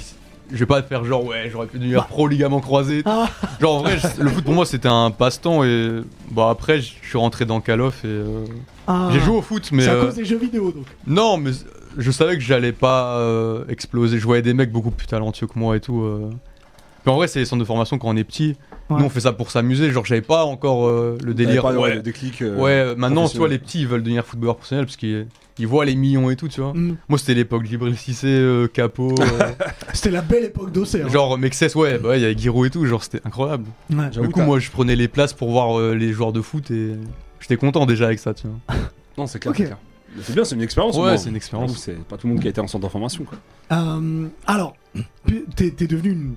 Speaker 4: Je vais pas te faire genre, ouais, j'aurais pu devenir pro ligament croisé.
Speaker 1: Bah. Ah.
Speaker 4: Genre, en vrai, je- le foot pour moi c'était un passe-temps et. Bah, après, je suis rentré dans Call of et. euh,
Speaker 1: Ah.
Speaker 4: J'ai joué au foot, mais.
Speaker 1: C'est à
Speaker 4: euh,
Speaker 1: cause des jeux vidéo donc.
Speaker 4: Non, mais je savais que j'allais pas euh, exploser. Je voyais des mecs beaucoup plus talentueux que moi et tout. euh. Mais en vrai, c'est les centres de formation quand on est petit.
Speaker 1: Ouais.
Speaker 4: Nous, on fait ça pour s'amuser. Genre, j'avais pas encore euh, le délire.
Speaker 2: pas, ouais,
Speaker 4: ouais,
Speaker 2: le déclic, euh,
Speaker 4: ouais, euh, maintenant, tu vois,
Speaker 2: professionnel.
Speaker 4: les petits, ils veulent devenir footballeurs professionnels parce qu'ils ils voient les millions et tout, tu vois.
Speaker 1: Mm.
Speaker 4: Moi, c'était l'époque Libre Cissé, euh, Capot. euh,
Speaker 1: C'était la belle époque d'Auxerre.
Speaker 4: Genre Mexès, ouais, bah ouais, il y avait Giroud et tout, genre c'était incroyable.
Speaker 1: Ouais.
Speaker 4: Du coup, moi je prenais les places pour voir euh, les joueurs de foot et j'étais content déjà avec ça, tu vois.
Speaker 2: Non, c'est clair,
Speaker 1: Ok.
Speaker 2: c'est clair. Mais C'est bien, c'est une expérience.
Speaker 4: Ouais,
Speaker 2: moi.
Speaker 4: c'est une expérience.
Speaker 2: C'est pas tout le monde qui a été en centre d'information, quoi.
Speaker 1: Euh, alors, pu- t'es t'es devenu une.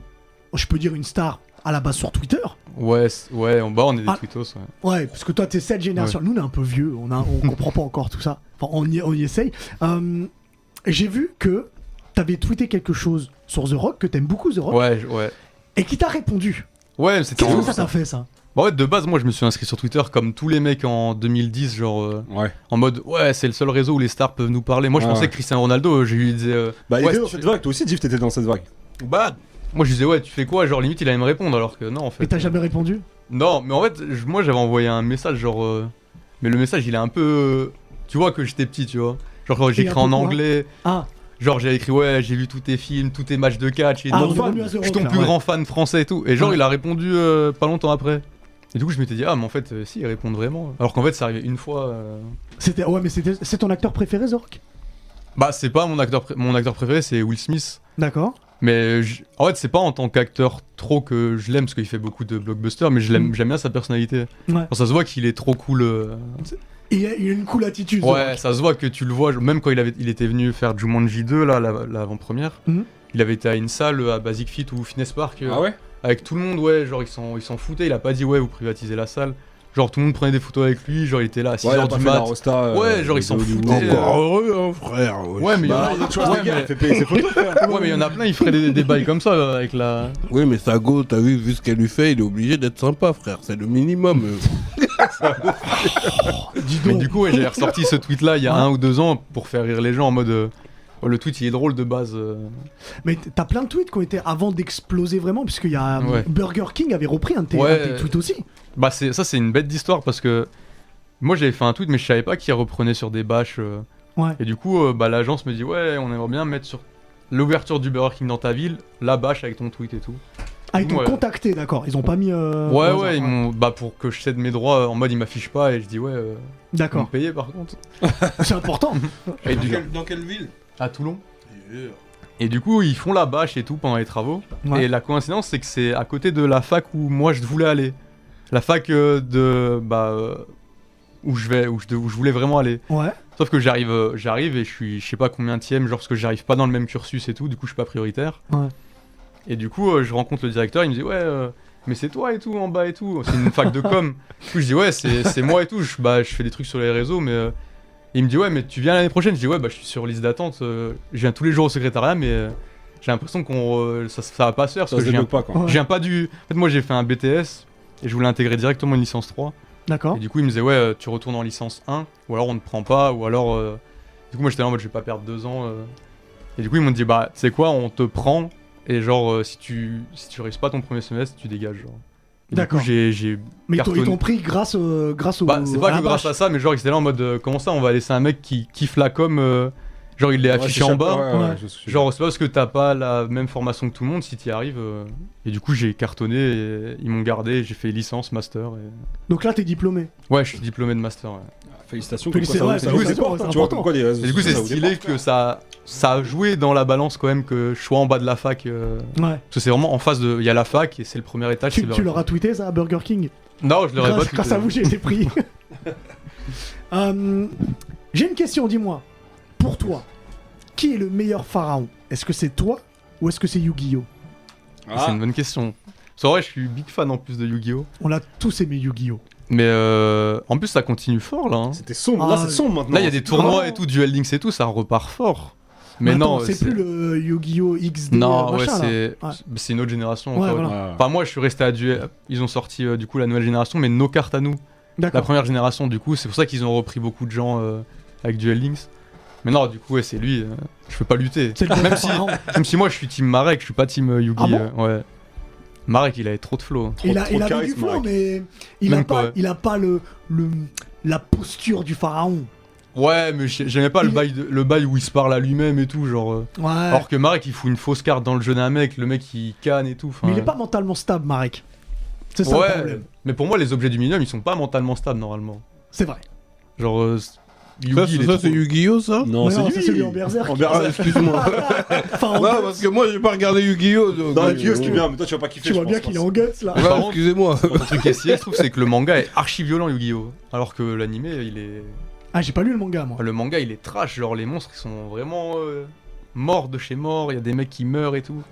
Speaker 1: Je peux dire une star à la base sur Twitter.
Speaker 4: Ouais, c- ouais, en bas on est des
Speaker 1: Ah.
Speaker 4: twittos, ouais.
Speaker 1: Ouais, parce que toi, t'es cette génération.
Speaker 4: Ouais.
Speaker 1: Nous, on est un peu vieux. On, a, on comprend pas encore tout ça. Enfin, on y, on y essaye. Euh, J'ai vu que t'avais tweeté quelque chose sur The Rock, que t'aimes beaucoup The Rock,
Speaker 4: Ouais, j- ouais.
Speaker 1: et qui t'a répondu.
Speaker 4: Ouais, mais c'était
Speaker 1: Qu'est-ce
Speaker 4: en-
Speaker 1: que ça t'a fait, ça
Speaker 4: Bah ouais, de base, moi je me suis inscrit sur Twitter comme tous les mecs en 2010, genre euh, en mode ouais, c'est le seul réseau où les stars peuvent nous parler. Moi je
Speaker 2: Ouais,
Speaker 4: pensais
Speaker 2: ouais.
Speaker 4: que Cristiano Ronaldo, euh, je lui disais. euh,
Speaker 2: Bah, il
Speaker 4: ouais,
Speaker 2: était dans
Speaker 4: si tu-
Speaker 2: cette vague. Toi aussi, Div, t'étais dans cette vague.
Speaker 4: Bah, moi je lui disais ouais, tu fais quoi Genre limite il allait me répondre alors que non en fait.
Speaker 1: Et t'as jamais répondu
Speaker 4: Non, mais en fait, je- moi j'avais envoyé un message genre. euh, Mais le message il est un peu. Tu vois que j'étais petit, tu vois. Genre quand
Speaker 1: un
Speaker 4: j'écris
Speaker 1: peu
Speaker 4: en
Speaker 1: quoi
Speaker 4: anglais.
Speaker 1: Ah.
Speaker 4: Genre j'ai écrit ouais, j'ai vu tous tes films, tous tes matchs de catch. Et
Speaker 1: Ah,
Speaker 4: donc,
Speaker 1: on est revenu à
Speaker 4: je
Speaker 1: zéro,
Speaker 4: suis ton
Speaker 1: là,
Speaker 4: plus
Speaker 1: ouais.
Speaker 4: grand fan français et tout. Et genre
Speaker 1: Ouais.
Speaker 4: il a répondu euh, pas longtemps après. Et du coup je m'étais dit ah mais en fait euh, si ils répondent vraiment. Alors qu'en fait ça arrivait une fois. euh,
Speaker 1: C'était Ouais, mais c'était- c'est ton acteur préféré, The Rock
Speaker 4: Bah c'est pas mon acteur pré- mon acteur préféré c'est Will Smith.
Speaker 1: D'accord.
Speaker 4: Mais je- en fait, c'est pas en tant qu'acteur trop que je l'aime, parce qu'il fait beaucoup de blockbusters, mais je l'aime, j'aime bien sa personnalité.
Speaker 1: Mm. Ouais.
Speaker 4: Enfin, ça se voit qu'il est trop cool. euh,
Speaker 1: Il a, il a une cool attitude. The
Speaker 4: Ouais,
Speaker 1: Rock.
Speaker 4: ça se voit que tu le vois, même quand il, avait, il était venu faire Jumanji 2, là, la- l'avant-première,
Speaker 1: Mhm.
Speaker 4: il avait été à une salle euh, à Basic Fit ou Fitness Park. euh,
Speaker 2: Ah ouais
Speaker 4: Avec tout le monde, ouais, genre ils s'en ils s'en foutaient, il a pas dit ouais, vous privatisez la salle. Genre tout le monde prenait des photos avec lui, genre il était là à 6h
Speaker 2: il a pas
Speaker 4: du
Speaker 2: fait la
Speaker 4: mat.
Speaker 2: rosta, euh,
Speaker 4: ouais, genre
Speaker 2: de
Speaker 4: ils s'en
Speaker 2: Hollywood.
Speaker 4: foutaient.
Speaker 2: Encore
Speaker 3: heureux, hein, frère.
Speaker 4: euh, Ouais, mais il y en
Speaker 2: Bah,
Speaker 4: a-
Speaker 2: tu vois,
Speaker 4: ouais,
Speaker 2: les gars,
Speaker 4: mais-
Speaker 2: il fait payer ses photos, frère.
Speaker 4: Ouais, mais il y en a plein, ils feraient des, des bails comme ça euh, avec la.
Speaker 3: Oui, mais Sago, t'as vu, vu ce qu'elle lui fait, il est obligé d'être sympa, frère. C'est le minimum. euh.
Speaker 4: Mais du coup, ouais, j'avais ressorti ce tweet là il y a un ou deux ans pour faire rire les gens en mode. euh, oh, le tweet il est drôle de base. euh.
Speaker 1: Mais t- t'as plein de tweets qui ont été avant d'exploser vraiment, puisqu'il y a.
Speaker 4: Ouais.
Speaker 1: Burger King avait repris un de tes,
Speaker 4: Ouais.
Speaker 1: un de tes tweets aussi.
Speaker 4: Bah, c'est, ça, c'est une bête d'histoire parce que moi j'avais fait un tweet, mais je savais pas qui reprenait sur des bâches. euh.
Speaker 1: Ouais.
Speaker 4: Et du coup, euh, bah, l'agence me dit Ouais, on aimerait bien mettre sur l'ouverture du Burger King dans ta ville la bâche avec ton tweet et tout.
Speaker 1: Ah, ils
Speaker 4: Du coup,
Speaker 1: t'ont
Speaker 4: ouais.
Speaker 1: contacté, d'accord. Ils ont pas mis. euh, au
Speaker 4: ouais,
Speaker 1: hasard,
Speaker 4: ouais, ils m'ont- bah, pour que je cède mes droits euh, en mode ils m'affichent pas et je dis Ouais, euh,
Speaker 1: D'accord.
Speaker 4: vous me payez par contre.
Speaker 1: C'est important.
Speaker 4: Et du-
Speaker 3: ville
Speaker 4: À Toulon. Et du coup, ils font la bâche et tout pendant les travaux.
Speaker 1: Ouais.
Speaker 4: Et la coïncidence, c'est que c'est à côté de la fac où moi je voulais aller. La fac euh, de. Bah. euh, où je vais, où je, où je voulais vraiment aller.
Speaker 1: Ouais.
Speaker 4: Sauf que j'arrive, euh, j'arrive et je suis, je sais pas combien tième, genre parce que j'arrive pas dans le même cursus et tout, du coup je suis pas prioritaire.
Speaker 1: Ouais.
Speaker 4: Et du coup, euh, je rencontre le directeur, il me dit ouais, euh, mais c'est toi et tout en bas et tout. C'est une fac de com. du coup, je dis ouais, c'est c'est moi et tout. Je, bah, je fais des trucs sur les réseaux, mais euh, et il me dit ouais, mais tu viens l'année prochaine. Je dis ouais, bah je suis sur liste d'attente. euh, je viens tous les jours au secrétariat, mais euh, j'ai l'impression qu'on re- ça, ça va pas se faire.
Speaker 2: Ça
Speaker 4: parce
Speaker 2: se
Speaker 4: que je viens-
Speaker 2: débloque pas, quoi.
Speaker 4: Je viens pas du. En fait, moi j'ai fait un BTS et je voulais intégrer directement une licence 3.
Speaker 1: D'accord.
Speaker 4: Et du coup, il me disait, ouais, euh, tu retournes en licence 1, ou alors on ne prend pas, ou alors. euh, Du coup, moi j'étais là en mode, je vais pas perdre deux ans. euh. Et du coup, ils m'ont dit, bah, tu sais quoi, on te prend, et genre, euh, si tu si tu réussis pas ton premier semestre, tu dégages. Genre. Et du coup,
Speaker 1: D'accord.
Speaker 4: j'ai- j'ai
Speaker 1: Mais ils t'ont- ils
Speaker 4: cartonné.
Speaker 1: t'ont pris grâce, euh, grâce au.
Speaker 4: Bah, c'est pas
Speaker 1: à
Speaker 4: que
Speaker 1: la
Speaker 4: grâce
Speaker 1: bâche.
Speaker 4: à ça, mais genre, ils étaient là en mode, euh, comment ça, on va laisser un mec qui kiffe la com. euh, Genre il l'est
Speaker 2: Ouais,
Speaker 4: affiché
Speaker 2: c'est
Speaker 4: en
Speaker 2: chaque-
Speaker 4: bas.
Speaker 2: ouais, ouais, Ouais. je suis-
Speaker 4: Genre c'est pas parce que t'as pas la même formation que tout le monde si t'y arrives. euh. Et du coup j'ai cartonné, et ils m'ont gardé, et j'ai fait licence, master. et-
Speaker 1: Donc là, t'es diplômé.
Speaker 4: Ouais, je suis diplômé de master. ouais.
Speaker 2: Félicitations,
Speaker 1: comme quoi, ça- ça-
Speaker 4: du
Speaker 1: ça-
Speaker 4: coup, c'est
Speaker 1: c'est
Speaker 4: important.
Speaker 1: important.
Speaker 4: Tu vois, comme quoi, les réseaux
Speaker 2: Et
Speaker 4: du coup, c'est
Speaker 2: sociaux, ça vous hein.
Speaker 4: stylé que ça, ça a joué dans la balance quand même que je sois en bas de la fac. euh,
Speaker 1: Ouais.
Speaker 4: Parce que c'est vraiment en face de. Il y a la fac et c'est le premier étage.
Speaker 1: Tu,
Speaker 4: c'est
Speaker 1: tu
Speaker 4: leur-
Speaker 1: leur as tweeté ça à Burger King
Speaker 4: Non, je l'aurais pas
Speaker 1: Grâce-
Speaker 4: tweeté.
Speaker 1: Grâce à vous, j'ai été pris. Hum, j'ai une question, dis-moi. Pour toi, qui est le meilleur pharaon Est-ce que c'est toi ou est-ce que c'est Yu-Gi-Oh
Speaker 2: Ah.
Speaker 4: C'est une bonne question. Parce qu'en vrai, je suis big fan en plus de Yu-Gi-Oh!
Speaker 1: On a tous aimé Yu-Gi-Oh
Speaker 4: Mais euh, en plus, ça continue fort là. hein.
Speaker 2: C'était sombre, là, Ah, c'est sombre maintenant.
Speaker 4: Là, il y a des tournois
Speaker 1: Oh.
Speaker 4: et tout, Duel Links et tout, ça repart fort. Mais
Speaker 1: Attends,
Speaker 4: non,
Speaker 1: c'est plus le Yu-Gi-Oh XD.
Speaker 4: Non,
Speaker 1: euh,
Speaker 4: ouais,
Speaker 1: machin,
Speaker 4: c'est
Speaker 1: là. Ouais.
Speaker 4: c'est une autre génération.
Speaker 1: Ouais,
Speaker 4: encore.
Speaker 1: voilà.
Speaker 4: Enfin, moi, je suis resté à Duel. Ils ont sorti euh, du coup la nouvelle génération, mais nos cartes à nous.
Speaker 1: D'accord.
Speaker 4: La première génération, du coup, c'est pour ça qu'ils ont repris beaucoup de gens euh, avec Duel Links. Mais non, du coup, ouais, c'est lui. euh, je peux pas lutter.
Speaker 1: C'est le
Speaker 4: Même
Speaker 1: bon
Speaker 4: si,
Speaker 1: pharaon.
Speaker 4: même si moi, je suis team Marek, je suis pas team euh, Yugi.
Speaker 1: Ah bon
Speaker 4: euh, ouais. Marek, il avait trop de flow. hein.
Speaker 1: il a, il avait du flow, mais il a
Speaker 4: Même
Speaker 1: pas,
Speaker 4: pas, ouais.
Speaker 1: il a pas le, le, la posture du pharaon.
Speaker 4: Ouais, mais j'ai- j'aimais pas le bail, de- le bail où il se parle à lui-même et tout, genre. euh,
Speaker 1: Ouais.
Speaker 4: Alors que Marek, il fout une fausse carte dans le jeu d'un mec, le mec il canne et tout. enfin, euh,
Speaker 1: Mais il est pas mentalement stable, Marek. C'est ça
Speaker 4: ouais,
Speaker 1: le problème.
Speaker 4: Mais pour moi, les objets du minimum, ils sont pas mentalement stables normalement.
Speaker 1: C'est vrai.
Speaker 4: Genre. euh,
Speaker 3: Ça,
Speaker 4: Yugi, il
Speaker 3: c'est-
Speaker 4: est
Speaker 3: ça,
Speaker 4: trop-
Speaker 3: c'est Yu-Gi-Oh, ça
Speaker 4: Non, c'est
Speaker 1: c'est celui en Berserk.
Speaker 3: En Berserk, excuse-moi. non, parce que moi, j'ai pas regardé Yu-Gi-Oh! donc,
Speaker 2: Non,
Speaker 3: euh,
Speaker 2: Yu-Gi-Oh, ce qui est bien, mais toi, tu vas pas kiffer.
Speaker 1: Tu vois bien qu'il est en guts là.
Speaker 3: Ouais, excusez-moi.
Speaker 4: Un truc qui est stylé, je trouve, c'est que le manga est archi violent, Yu-Gi-Oh! Alors que l'anime, il est.
Speaker 1: Ah, j'ai pas lu le manga moi.
Speaker 4: Le manga, il est trash, genre les monstres, ils sont vraiment euh, morts de chez morts, il y a des mecs qui meurent et tout.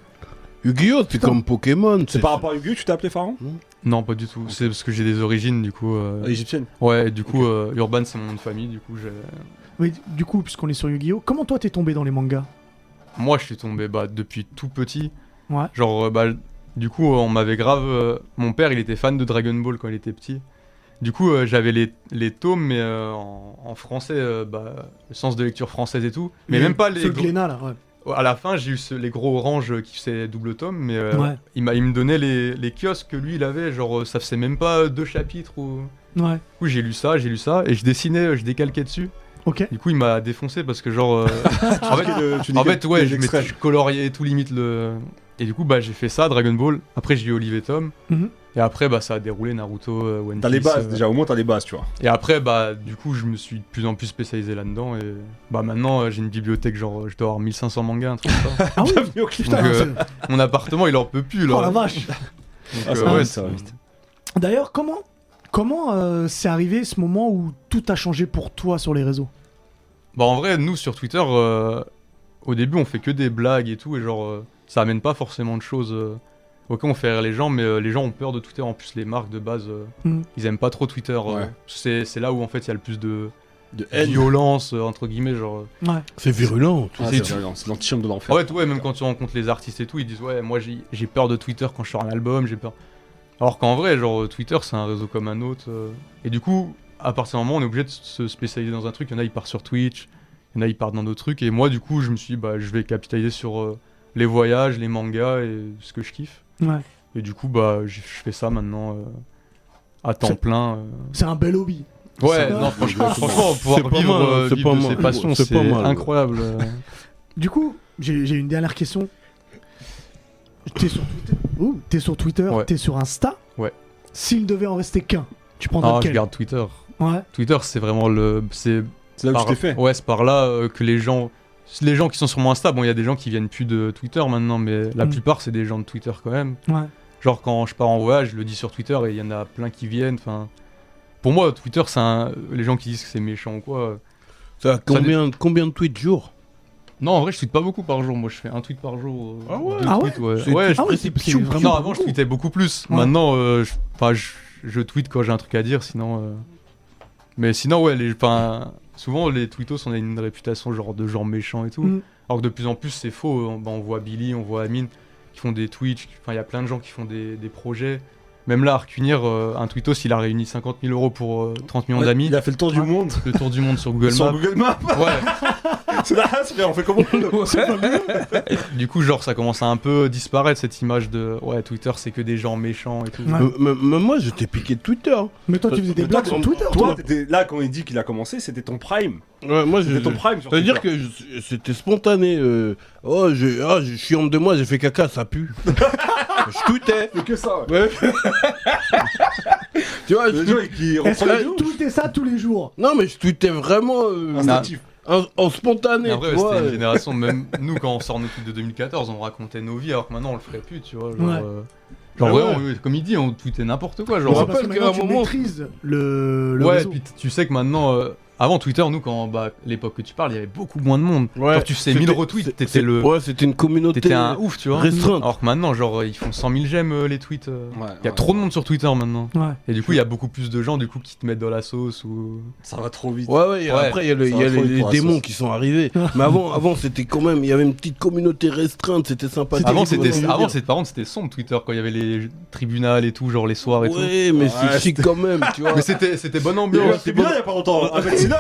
Speaker 3: Yu-Gi-Oh, c'est comme Pokémon.
Speaker 4: C'est par
Speaker 2: rapport à Yu-Gi-Oh, tu t'es appelé Pharaon
Speaker 4: Non, pas du tout. C'est parce que j'ai des origines, du coup. euh,
Speaker 2: Égyptienne
Speaker 4: Ouais, et du coup, euh, Urban, c'est mon nom de famille, du coup, j'ai.
Speaker 1: Mais du coup, puisqu'on est sur Yu-Gi-Oh, comment toi t'es tombé dans les mangas
Speaker 4: Moi, je suis tombé bah, depuis tout petit.
Speaker 1: Ouais.
Speaker 4: Genre, euh, bah, du coup, euh, on m'avait grave. euh, mon père, il était fan de Dragon Ball quand il était petit. Du coup, euh, j'avais les, les tomes, mais euh, en, en français, euh, bah, le sens de lecture française et tout. Mais
Speaker 1: Les-
Speaker 4: même pas les.
Speaker 1: ceux de
Speaker 4: gros-
Speaker 1: Glénat, là, ouais.
Speaker 4: À la fin, j'ai eu ce- les gros oranges euh, qui faisaient double tome, mais euh,
Speaker 1: Ouais.
Speaker 4: il, m'a- il me donnait les, les kiosques que lui, il avait. Genre, euh, ça faisait même pas euh, deux chapitres ou.
Speaker 1: Ouais.
Speaker 4: Du coup, j'ai lu ça, j'ai lu ça, et je dessinais, euh, je décalquais dessus.
Speaker 1: Ok.
Speaker 4: Du coup, il m'a défoncé parce que, genre. euh, en fait,
Speaker 2: le- tu
Speaker 4: en
Speaker 2: décales
Speaker 4: fait, ouais,
Speaker 2: les
Speaker 4: je, mettais-
Speaker 2: extraits.
Speaker 4: je coloriais et tout limite le. Et du coup, bah, j'ai fait ça, Dragon Ball. Après, j'ai eu Olive Tom.
Speaker 1: Mhm.
Speaker 4: Et après, bah, ça a déroulé Naruto, euh, One Piece.
Speaker 2: T'as les bases,
Speaker 4: euh,
Speaker 2: déjà, au moins, t'as les bases, tu vois.
Speaker 4: Et après, bah, du coup, je me suis de plus en plus spécialisé là-dedans. Et bah, maintenant, euh, j'ai une bibliothèque, genre, euh, je dois avoir 1500 mangas, un truc comme ça.
Speaker 1: Ah oui
Speaker 2: Bienvenue au clip.
Speaker 4: Donc,
Speaker 1: Putain,
Speaker 4: euh, mon appartement, il en peut plus, là.
Speaker 1: Oh la vache
Speaker 4: Donc,
Speaker 2: Ah, ça
Speaker 4: euh,
Speaker 2: va
Speaker 4: ouais,
Speaker 2: vite, ça va
Speaker 4: c'est-
Speaker 2: vite.
Speaker 1: D'ailleurs, comment comment euh, c'est arrivé ce moment où tout a changé pour toi sur les réseaux
Speaker 4: Bah en vrai, nous sur Twitter, euh, au début on fait que des blagues et tout, et genre euh, ça amène pas forcément de choses. euh, ok, on fait rire les gens, mais euh, les gens ont peur de Twitter. En plus, les marques de base, euh,
Speaker 1: Mhm.
Speaker 4: ils aiment pas trop Twitter. euh,
Speaker 2: Ouais.
Speaker 4: c'est c'est là où en fait il y a le plus de,
Speaker 2: haine.
Speaker 4: violence, euh, entre guillemets, genre. euh,
Speaker 1: Ouais.
Speaker 3: C'est virulent.
Speaker 4: Ah,
Speaker 2: c'est
Speaker 4: c'est-
Speaker 2: virulent, c'est l'antichambre de l'enfer.
Speaker 4: en fait, ouais, même quand tu rencontres les artistes et tout, ils disent ouais, moi j'ai j'ai peur de Twitter quand je sors un album, j'ai peur. Alors qu'en vrai, genre Twitter, c'est un réseau comme un autre. euh. Et du coup, à partir du moment, où on est obligé de se spécialiser dans un truc. Il y en a, ils partent sur Twitch, il y en a, ils partent dans d'autres trucs. Et moi, du coup, je me suis dit, bah, je vais capitaliser sur euh, les voyages, les mangas et ce que je kiffe.
Speaker 1: Ouais.
Speaker 4: Et du coup, bah, je je fais ça maintenant euh, à temps plein. euh.
Speaker 1: C'est un bel hobby.
Speaker 4: Ouais,
Speaker 1: C'est
Speaker 4: non,
Speaker 1: pas-
Speaker 4: franchement, franchement, pouvoir
Speaker 3: C'est pas
Speaker 4: vivre,
Speaker 3: mal,
Speaker 4: euh,
Speaker 3: c'est
Speaker 4: vivre
Speaker 3: pas
Speaker 4: de
Speaker 3: mal.
Speaker 4: ses passions,
Speaker 3: C'est
Speaker 4: c'est
Speaker 3: pas mal.
Speaker 4: incroyable. euh.
Speaker 1: Du coup, j'ai j'ai une dernière question. T'es sur Twitter, Ouh, t'es sur, Twitter,
Speaker 4: Ouais.
Speaker 1: t'es sur Insta.
Speaker 4: Ouais.
Speaker 1: S'il devait en rester qu'un, tu prendrais
Speaker 4: Ah, je
Speaker 1: lequel
Speaker 4: garde Twitter.
Speaker 1: Ouais.
Speaker 4: Twitter, c'est vraiment le. C'est
Speaker 2: C'est là où
Speaker 4: par-
Speaker 2: tu t'es fait.
Speaker 4: Ouais, c'est par là euh, que les gens. Les gens qui sont sur mon Insta, bon, il y a des gens qui viennent plus de Twitter maintenant, mais la
Speaker 1: Mm.
Speaker 4: plupart, c'est des gens de Twitter quand même.
Speaker 1: Ouais.
Speaker 4: Genre, quand je pars en voyage, je le dis sur Twitter et il y en a plein qui viennent. Enfin, pour moi, Twitter, c'est un... les gens qui disent que c'est méchant ou quoi.
Speaker 3: Ça a combien, combien de tweets jour
Speaker 4: Non, en vrai, je tweete pas beaucoup par jour. Moi, je fais un tweet par jour. euh,
Speaker 3: Ah ouais
Speaker 4: deux
Speaker 3: Ah ouais
Speaker 4: tweets, ouais.
Speaker 3: C'est-
Speaker 4: Ouais,
Speaker 3: ah
Speaker 4: je
Speaker 3: ouais,
Speaker 4: tweete-
Speaker 3: c'est- c'est
Speaker 4: Non,
Speaker 3: vraiment
Speaker 4: avant, je
Speaker 3: beaucoup.
Speaker 4: tweetais beaucoup plus.
Speaker 3: Ouais.
Speaker 4: Maintenant, euh, je, enfin, je, je tweete quand j'ai un truc à dire, sinon. euh, Mais sinon, ouais, les, enfin, souvent, les tweetos, on a une réputation genre de genre méchant et tout.
Speaker 1: Mm.
Speaker 4: Alors que de plus en plus, c'est faux. On, bah, on voit Billy, on voit Amine qui font des Twitch. Enfin, il y a plein de gens qui font des, des projets. Même là, Arcunir, euh, un tweetos, il a réuni 50 000 euros pour euh, 30 millions
Speaker 2: Ouais,
Speaker 4: d'amis.
Speaker 2: il a fait le tour du monde.
Speaker 4: Le tour du monde sur Google
Speaker 2: Sur
Speaker 4: Maps.
Speaker 2: Google Maps
Speaker 4: Ouais.
Speaker 2: c'est là, Ah, c'est bien, on fait comment C'est pas mieux
Speaker 4: Du coup, genre, ça commence à un peu disparaître cette image de ouais, Twitter, c'est que des gens méchants et tout.
Speaker 3: Mais- mais- mais moi, j'étais piqué de Twitter.
Speaker 1: Mais
Speaker 4: toi, tu faisais des blagues sur Twitter,
Speaker 2: Toi,
Speaker 4: toi.
Speaker 2: t'étais- là, quand il dit qu'il a commencé, c'était ton prime.
Speaker 3: Ouais, moi, je.
Speaker 2: C'était ton prime sur
Speaker 3: Ça veut dire
Speaker 2: Twitter.
Speaker 3: que je- c'était spontané. euh, oh, je, ah, je suis honte de moi, j'ai fait caca, ça pue. je tweetais.
Speaker 2: que ça,
Speaker 3: ouais. tu vois, je tweet-
Speaker 1: Est-ce que tu tweetais ça tous les jours
Speaker 3: Non, mais je tweetais vraiment. euh,
Speaker 4: Instinctif.
Speaker 3: En, en spontané.
Speaker 4: Mais Après,
Speaker 3: tu
Speaker 4: ouais,
Speaker 3: vois,
Speaker 4: c'était une
Speaker 3: euh.
Speaker 4: génération, même nous, quand on sort nos tweets de 2014, on racontait nos vies, alors que maintenant, on le ferait plus, tu vois. Genre,
Speaker 1: Ouais.
Speaker 4: euh, genre,
Speaker 1: Ouais,
Speaker 4: vraiment,
Speaker 1: ouais.
Speaker 4: euh, comme il dit, on tweetait n'importe quoi.
Speaker 1: Je
Speaker 4: Genre,
Speaker 1: me rappelle qu'à un moment. maîtrises le, le
Speaker 4: ouais,
Speaker 1: réseau.
Speaker 4: puis t- tu sais que maintenant, euh, avant Twitter, nous, quand bah, l'époque que tu parles, il y avait beaucoup moins de monde.
Speaker 3: Ouais.
Speaker 4: genre, tu sais,
Speaker 3: C'était-
Speaker 4: 1000 retweets,
Speaker 3: c'est-
Speaker 4: t'étais
Speaker 3: c'est-
Speaker 4: le.
Speaker 3: ouais, c'était une communauté
Speaker 4: T'étais un ouf, tu vois.
Speaker 3: restreinte.
Speaker 4: Alors que maintenant, genre, ils font 100 000 j'aime euh, les tweets. euh. Il y a
Speaker 2: ouais.
Speaker 4: trop de monde sur Twitter maintenant.
Speaker 1: Ouais.
Speaker 4: Et du coup, il y a beaucoup plus de gens du coup qui te mettent dans la sauce ou.
Speaker 2: Ça va trop vite.
Speaker 3: Ouais, ouais, et après, il y a, le- il y a les, les démons qui sont arrivés. Mais avant, avant c'était quand même. Il y avait une petite communauté restreinte, c'était sympa.
Speaker 4: Avant, c'était,
Speaker 3: rigolo.
Speaker 4: avant c'est, par contre, c'était sombre Twitter quand il y avait les tribunaux et tout, genre les soirs et tout.
Speaker 3: Ouais, mais c'est chic quand même, tu vois.
Speaker 4: Mais c'était, c'était bonne ambiance.
Speaker 3: Ouais, c'est
Speaker 4: bon-
Speaker 2: Là, il y a pas longtemps, Ah, Ahmed Sina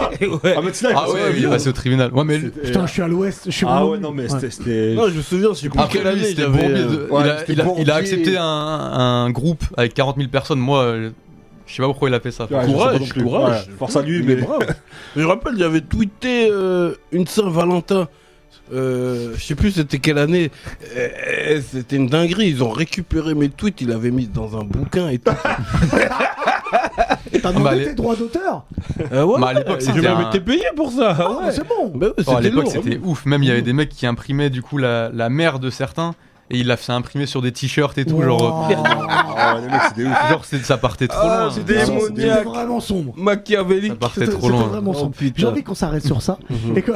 Speaker 3: Ouais.
Speaker 2: Ahmed Sina, il
Speaker 4: Ah
Speaker 2: passait
Speaker 4: ouais,
Speaker 2: au
Speaker 4: oui, il est
Speaker 2: tribunal.
Speaker 4: passé au tribunal. Ouais, mais
Speaker 1: Putain, je suis à l'ouest. Je suis
Speaker 2: Ah
Speaker 1: vraiment
Speaker 2: ouais,
Speaker 1: nul.
Speaker 2: non, mais c'était- c'était.
Speaker 3: Non, je me souviens, c'est
Speaker 4: Après, lui, c'était Bourbier
Speaker 3: euh,
Speaker 4: de- il, a, il a- il a accepté un, un groupe avec 40 000 personnes. Moi, euh, je sais pas pourquoi il a fait ça.
Speaker 2: Ouais, je sais pas non plus.
Speaker 3: courage.
Speaker 2: Ouais, force à lui,
Speaker 3: Il est
Speaker 2: mais-
Speaker 3: brave. Mais je rappelle, il avait tweeté euh, une Saint-Valentin. Euh, je sais plus c'était quelle année. Euh, euh, c'était une dinguerie. Ils ont récupéré mes tweets. Il avait mis dans un bouquin et tout.
Speaker 1: T'as
Speaker 3: Ah, bah,
Speaker 1: demandé
Speaker 3: les-
Speaker 1: tes droits d'auteur
Speaker 3: Euh, ouais,
Speaker 4: Mais à l'époque,
Speaker 3: euh,
Speaker 4: c'était
Speaker 3: j'ai même
Speaker 4: un-
Speaker 3: été payé pour ça.
Speaker 1: Ah ouais, c'est bon.
Speaker 3: Bah ouais,
Speaker 4: Oh, à
Speaker 3: c'était
Speaker 4: l'époque,
Speaker 3: lourd.
Speaker 4: c'était ouf. Même il y avait des mecs qui imprimaient du coup la, la mère de certains et il l'a fait imprimer sur des t-shirts et tout. Genre, euh,
Speaker 2: Ah ouais, les mecs, c'était ouf.
Speaker 4: genre c'est- ça partait trop
Speaker 3: Ah,
Speaker 4: loin.
Speaker 3: c'est
Speaker 1: C'était
Speaker 4: Genre,
Speaker 3: démoniaque.
Speaker 1: vraiment sombre.
Speaker 3: Machiavélique.
Speaker 4: Ça partait
Speaker 1: C'était
Speaker 4: trop
Speaker 1: c'était
Speaker 4: loin. Mhm.
Speaker 1: vraiment
Speaker 4: Oh,
Speaker 1: sombre.
Speaker 4: putain.
Speaker 1: J'ai envie qu'on s'arrête sur ça et que-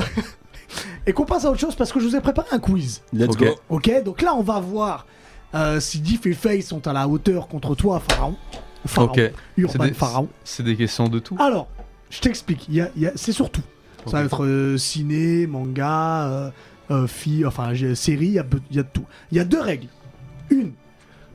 Speaker 1: et qu'on passe à autre chose parce que je vous ai préparé un quiz.
Speaker 2: Let's
Speaker 4: Ok.
Speaker 2: go.
Speaker 1: Ok, donc là on va voir euh, si Diff et Faye sont à la hauteur contre toi, Pharaon. Pharaon.
Speaker 4: Ok. C'est
Speaker 1: Urban
Speaker 4: des-
Speaker 1: Pharaon.
Speaker 4: C'est des questions de tout.
Speaker 1: Alors, je t'explique, il y a- il y a- c'est surtout. Ça va être euh, ciné, manga, euh, euh, fi- enfin j'ai- série, il y a, peu- il y a de tout. Il y a deux règles. Une,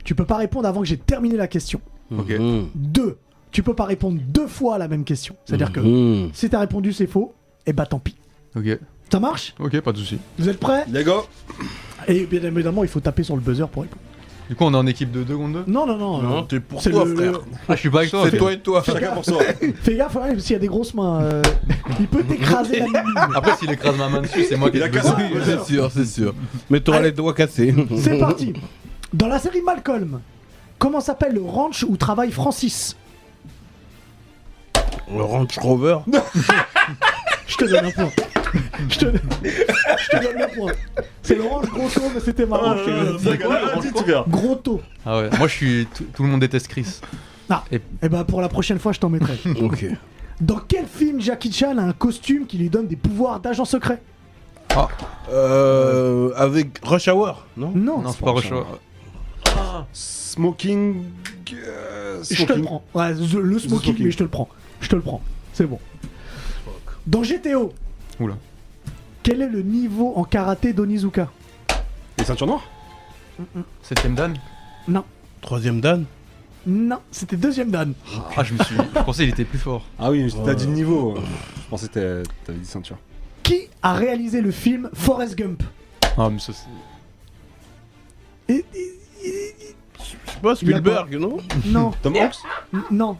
Speaker 1: tu peux pas répondre avant que j'ai terminé la question.
Speaker 4: Ok.
Speaker 3: Mmh.
Speaker 1: Deux, tu peux pas répondre deux fois à la même question. C'est-à-dire
Speaker 3: Mhm.
Speaker 1: que si t'as répondu c'est faux, et bah tant pis.
Speaker 4: Ok.
Speaker 1: Ça marche
Speaker 4: Ok, pas de soucis.
Speaker 1: Vous êtes prêts
Speaker 2: Les gars
Speaker 1: Et bien évidemment, il faut taper sur le buzzer pour répondre.
Speaker 4: Du coup, on est en équipe de 2 contre 2
Speaker 1: Non, non, non.
Speaker 3: Non,
Speaker 1: euh,
Speaker 3: t'es pour
Speaker 1: c'est
Speaker 3: toi,
Speaker 1: le-
Speaker 3: frère.
Speaker 4: Ah, je suis pas avec toi.
Speaker 3: C'est
Speaker 4: ok.
Speaker 3: toi et toi.
Speaker 2: Chacun pour soi.
Speaker 1: Fais gaffe, hein, s'il y a des grosses mains, euh, il peut t'écraser la mine.
Speaker 4: Après, s'il écrase ma main dessus, c'est moi qui
Speaker 2: Il a
Speaker 4: ai
Speaker 2: cassé.
Speaker 4: besoin.
Speaker 3: Oui, c'est sûr, c'est sûr. Mais t'auras les doigts cassés.
Speaker 1: C'est parti. Dans la série Malcolm, comment s'appelle le ranch où travaille Francis
Speaker 3: Le Range Rover.
Speaker 1: Je te donne un point. Je te, je te donne un point. C'est le ranch Grotto, mais c'était
Speaker 2: Ah,
Speaker 3: Ah,
Speaker 1: marrant. je te donne un point. Grotto.
Speaker 4: Ah ouais, moi je suis. Tout, tout le monde déteste Chris.
Speaker 1: Ah,
Speaker 4: Et-
Speaker 1: et ben pour la prochaine fois, je t'en mettrai.
Speaker 3: Ok.
Speaker 1: Dans quel film Jackie Chan a un costume qui lui donne des pouvoirs d'agent secret
Speaker 3: Euh, avec Hmm Rush Hour, non
Speaker 1: Non,
Speaker 4: Non, c'est pas Rush Hour.
Speaker 2: Smoking. euh,
Speaker 1: je te le
Speaker 2: smoking.
Speaker 1: prends. Ouais, the- le smoking,
Speaker 2: smoking.
Speaker 1: mais je te le prends. Je te le prends. C'est bon. Dans GTO,
Speaker 4: Oula.
Speaker 1: quel est le niveau en karaté d'Onizuka
Speaker 2: Les ceintures noires
Speaker 4: Septième Dan
Speaker 1: Non,
Speaker 3: Troisième Dan
Speaker 1: non, c'était deuxième Dan.
Speaker 4: Ah, je me suis. Je pensais qu'il était plus fort.
Speaker 2: Ah oui, t'as dit le niveau. Je pensais que t'as- t'avais dit ceinture.
Speaker 1: Qui a réalisé le film Forrest Gump
Speaker 4: Ah, mais ça c'est.
Speaker 1: Et- et- et-
Speaker 3: Je sais pas, Bah, Spielberg, non
Speaker 1: Non,
Speaker 2: Tom Hanks
Speaker 1: n- non.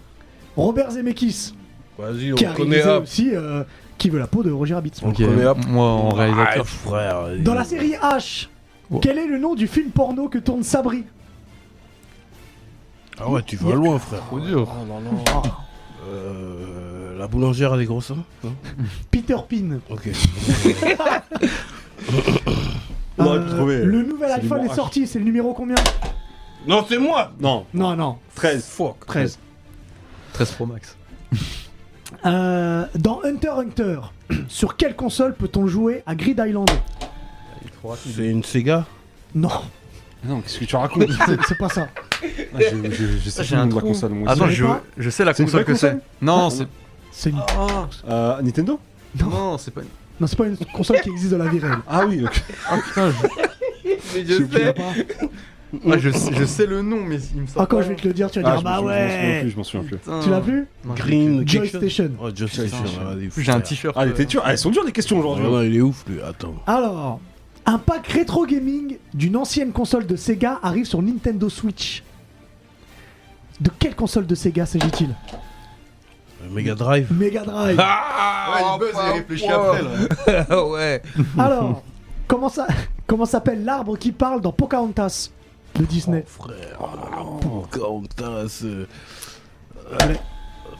Speaker 1: Robert Zemeckis,
Speaker 3: Vas-y,
Speaker 1: qui
Speaker 3: on
Speaker 1: a
Speaker 3: connaît
Speaker 1: réalisé
Speaker 3: un.
Speaker 1: aussi euh, Qui veut la peau de Roger Rabbit.
Speaker 3: On connaît un.
Speaker 4: Moi en réalisateur.
Speaker 3: Ah, frère.
Speaker 1: Dans la série H,
Speaker 4: Ouais.
Speaker 1: quel est le nom du film porno que tourne Sabri
Speaker 3: Ah ouais, tu vas loin, frère.
Speaker 4: Trop dur.
Speaker 3: Oh non, non. Euh, la boulangère, elle est grosse, hein Non
Speaker 1: Peter Pin.
Speaker 3: Ok.
Speaker 2: On aurait pu trouver.
Speaker 1: Euh, Le nouvel
Speaker 2: C'est du
Speaker 1: iPhone est
Speaker 2: bon
Speaker 1: sorti, c'est le numéro combien
Speaker 3: non, c'est moi
Speaker 2: H. Non,
Speaker 1: Non, non,
Speaker 2: 13.
Speaker 3: Fuck.
Speaker 1: 13.
Speaker 4: 13 Pro Max.
Speaker 1: Euh, dans Hunter x Hunter, sur quelle console peut-on jouer à Grid Island
Speaker 5: C'est une Sega
Speaker 1: Non.
Speaker 2: Non, qu'est-ce que tu racontes
Speaker 1: C'est- C'est pas ça.
Speaker 2: Ah, je- je- je sais plus
Speaker 4: J'ai
Speaker 2: le
Speaker 4: un
Speaker 2: nom de la
Speaker 4: trou.
Speaker 2: console, moi aussi.
Speaker 4: Attends, je,
Speaker 2: Vous savez pas
Speaker 4: je sais la
Speaker 2: C'est une
Speaker 4: console
Speaker 2: vraie
Speaker 4: que c'est.
Speaker 2: console
Speaker 4: Non, c'est.
Speaker 1: C'est une.
Speaker 2: Euh, Nintendo
Speaker 1: Non,
Speaker 4: c'est pas. une-
Speaker 1: Non, c'est pas une console qui existe dans la vie réelle.
Speaker 2: Ah oui, ok.
Speaker 4: Ah putain, je. Mais je sais. Ah, je, sais- je sais le nom, mais il me semble.
Speaker 1: Ah, quand je vais te le dire, tu vas
Speaker 4: Ah,
Speaker 1: dire
Speaker 4: je
Speaker 1: bah
Speaker 4: me souviens- je me souviens
Speaker 1: ouais.
Speaker 4: plus, je m'en souviens plus.
Speaker 1: Tu l'as plus
Speaker 4: Moi, je
Speaker 5: Green
Speaker 1: Joy
Speaker 5: quelque chose
Speaker 1: Station.
Speaker 5: Oh, Joy
Speaker 1: Putain,
Speaker 5: Station,
Speaker 1: je-
Speaker 5: ouais, il est
Speaker 4: J'ai un
Speaker 5: fou,
Speaker 4: t-shirt. euh,
Speaker 2: Ah, il était dur. Ah, elles sont dures les questions aujourd'hui.
Speaker 5: Ouais, non, il est ouf lui, attends.
Speaker 1: Alors, un pack rétro gaming d'une ancienne console de Sega arrive sur Nintendo Switch. De quelle console de Sega s'agit-il
Speaker 4: Euh,
Speaker 5: Le Mega Drive.
Speaker 1: Mega Drive.
Speaker 5: Ah,
Speaker 4: ouais, il buzz, il réfléchit après,
Speaker 5: là. ouais.
Speaker 1: Alors, comment ça comment s'appelle l'arbre qui parle dans Pocahontas de Disney
Speaker 5: Pocahontas. euh, euh,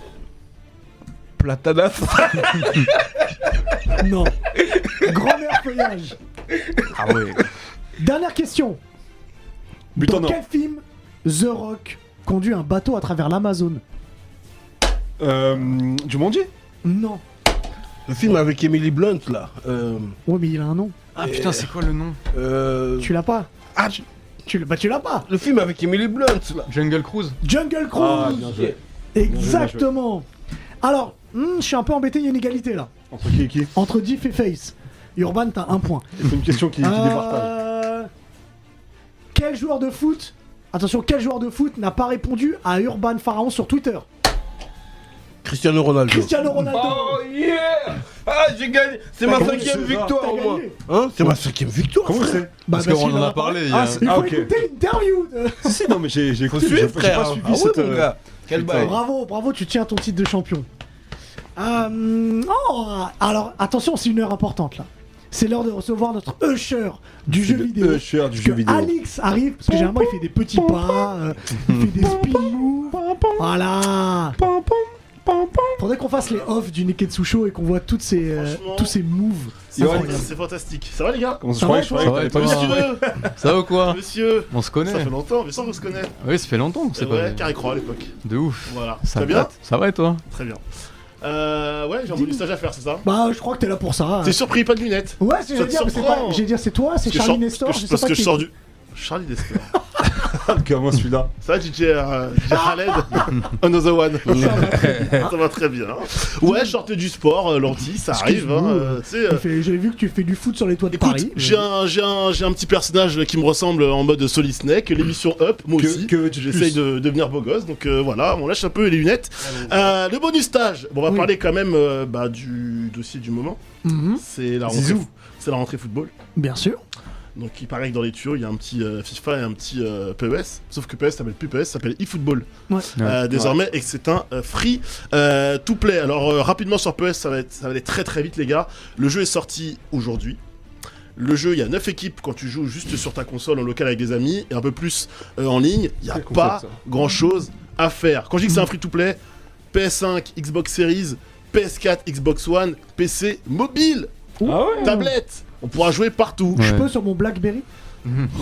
Speaker 5: Platanas.
Speaker 1: Non. Grand-mère feuillage.
Speaker 5: ah ouais.
Speaker 1: Dernière question.
Speaker 2: Buton
Speaker 1: dans
Speaker 2: non.
Speaker 1: quel film The Rock conduit un bateau à travers l'Amazone
Speaker 2: Euh, du Mondier
Speaker 1: Non.
Speaker 5: Le film avec Emily Blunt là. euh,
Speaker 1: Ouais, mais il a un nom.
Speaker 4: Ah putain, c'est quoi le nom
Speaker 5: euh,
Speaker 1: Tu l'as pas
Speaker 5: Ah, tu-
Speaker 1: tu, l'- bah, tu l'as pas
Speaker 5: le film avec Emily Blunt là.
Speaker 4: Jungle Cruise
Speaker 1: Jungle Cruise
Speaker 2: Ah, bien joué.
Speaker 1: Exactement. Alors, hmm, je suis un peu embêté, il y a une égalité là.
Speaker 2: Entre qui et qui
Speaker 1: Entre Diff et Face. Urban, t'as un point.
Speaker 2: C'est une question qui, qui départage.
Speaker 1: Euh, Quel joueur de foot Attention, quel joueur de foot n'a pas répondu à Urban Pharaon sur Twitter
Speaker 5: Cristiano Ronaldo.
Speaker 1: Cristiano Ronaldo
Speaker 5: Oh yeah Ah j'ai gagné C'est ma
Speaker 1: T'as
Speaker 5: cinquième
Speaker 1: gagné.
Speaker 5: victoire
Speaker 1: T'as
Speaker 5: au moins
Speaker 1: gagné.
Speaker 5: Hein C'est ma cinquième victoire
Speaker 2: Comment
Speaker 5: frère.
Speaker 2: c'est
Speaker 1: Bah,
Speaker 4: Parce
Speaker 1: bah,
Speaker 4: qu'on
Speaker 1: si,
Speaker 4: en
Speaker 1: en
Speaker 4: a parlé. il y a-
Speaker 2: Ah, c'est-
Speaker 1: Il faut
Speaker 2: ah, ok.
Speaker 1: écouter l'interview de-
Speaker 2: Si, si, non, mais j'ai j'ai
Speaker 5: Faut
Speaker 2: écouté, j'ai
Speaker 5: suivre
Speaker 2: j'ai
Speaker 5: frère
Speaker 2: pas suivi
Speaker 5: Ah ouais,
Speaker 2: cette.
Speaker 5: mon
Speaker 2: euh,
Speaker 5: gars Quel bail
Speaker 1: Bravo, bravo, tu tiens ton titre de champion. Euh, oh, alors, attention, c'est une heure importante là. C'est l'heure de recevoir notre usher du
Speaker 2: C'est
Speaker 1: jeu
Speaker 2: le
Speaker 1: vidéo.
Speaker 2: usher du
Speaker 1: Parce
Speaker 2: jeu
Speaker 1: que
Speaker 2: vidéo.
Speaker 1: Alix arrive, parce que généralement il fait des petits pas, euh, il fait des spin moves. Voilà. Faudrait qu'on fasse les offs du Neketsu Show et qu'on voit toutes ces, euh,
Speaker 3: Franchement.
Speaker 1: tous ces moves.
Speaker 3: C'est
Speaker 1: Incroyable.
Speaker 3: fantastique, c'est fantastique. Ça va les gars
Speaker 2: Comment ça,
Speaker 1: Ça
Speaker 2: je
Speaker 1: va,
Speaker 2: croyais- je
Speaker 1: toi
Speaker 2: croyais que
Speaker 4: Ça va,
Speaker 2: t'allais
Speaker 4: et toi
Speaker 2: pas-
Speaker 3: Monsieur
Speaker 4: Ça va ou quoi
Speaker 3: Monsieur
Speaker 4: On se connaît.
Speaker 3: Ça fait longtemps, mais sans qu'on se connaisse.
Speaker 4: Oui, ça fait longtemps qu'on
Speaker 3: C'est
Speaker 4: s'est
Speaker 3: vrai,
Speaker 4: pas vu.
Speaker 3: Carré Croix à l'époque.
Speaker 4: De ouf.
Speaker 3: Voilà.
Speaker 4: Ça
Speaker 3: Très bien
Speaker 4: date. Ça va et toi
Speaker 3: Très bien. Euh, ouais, j'ai un bonus stage à faire, c'est ça
Speaker 1: Bah, je crois que t'es là pour ça.
Speaker 3: T'es surpris, pas de lunettes
Speaker 1: Ouais, c'est
Speaker 3: Ça
Speaker 1: j'allais
Speaker 3: te
Speaker 1: dire, mais c'est
Speaker 3: surprend.
Speaker 1: pas- j'allais dire, c'est toi, c'est
Speaker 3: Parce que
Speaker 1: Charlie
Speaker 3: je
Speaker 1: Nestor.
Speaker 3: sors- parce que-
Speaker 1: je sais
Speaker 3: Parce
Speaker 1: pas
Speaker 3: que
Speaker 1: qui-
Speaker 3: je sors du. Charlie Nestor.
Speaker 2: Comment celui-là
Speaker 3: Ça va, DJ, euh, DJ Khaled Another One. ça va très bien. Ouais, je sortais du sport, euh, lentilles, ça arrive.
Speaker 1: Excuse-nous,
Speaker 3: hein,
Speaker 1: euh,
Speaker 3: euh, tu sais, euh,
Speaker 1: il fait- J'avais vu que tu fais du foot sur les toits de
Speaker 3: Écoute,
Speaker 1: Paris.
Speaker 3: j'ai un, j'ai un, j'ai un petit personnage qui me ressemble en mode Solid Snake, l'émission Up, moi
Speaker 2: Que-
Speaker 3: aussi.
Speaker 2: que veux-tu de
Speaker 3: J'essaye
Speaker 2: plus
Speaker 3: de devenir beau gosse, donc euh, voilà, on lâche un peu les lunettes. Euh, le bonus stage, bon, on va
Speaker 1: Oui.
Speaker 3: parler quand même euh, bah, du dossier du moment.
Speaker 1: Mhm,
Speaker 3: C'est la rentrée,
Speaker 1: Zizou.
Speaker 3: c'est la rentrée football.
Speaker 1: Bien sûr.
Speaker 3: Donc il paraît que dans les tuyaux, il y a un petit euh, FIFA et un petit euh, PES. Sauf que PES s'appelle plus PES, ça s'appelle eFootball.
Speaker 1: Ouais.
Speaker 3: Euh, désormais et que c'est un euh, free euh, to play. Alors euh, rapidement sur PES, ça va, être, ça va aller très très vite les gars. Le jeu est sorti aujourd'hui. Le jeu, il y a 9 équipes quand tu joues juste sur ta console en local avec des amis et un peu plus euh, en ligne. Il n'y a
Speaker 2: concept,
Speaker 3: pas
Speaker 2: ça.
Speaker 3: grand chose à faire. Quand je dis que c'est un free to play, PS5, Xbox Series, PS4, Xbox One, PC, mobile,
Speaker 2: Ah ouais
Speaker 3: tablette. On pourra jouer partout.
Speaker 1: Je
Speaker 4: Ouais.
Speaker 1: peux sur mon Blackberry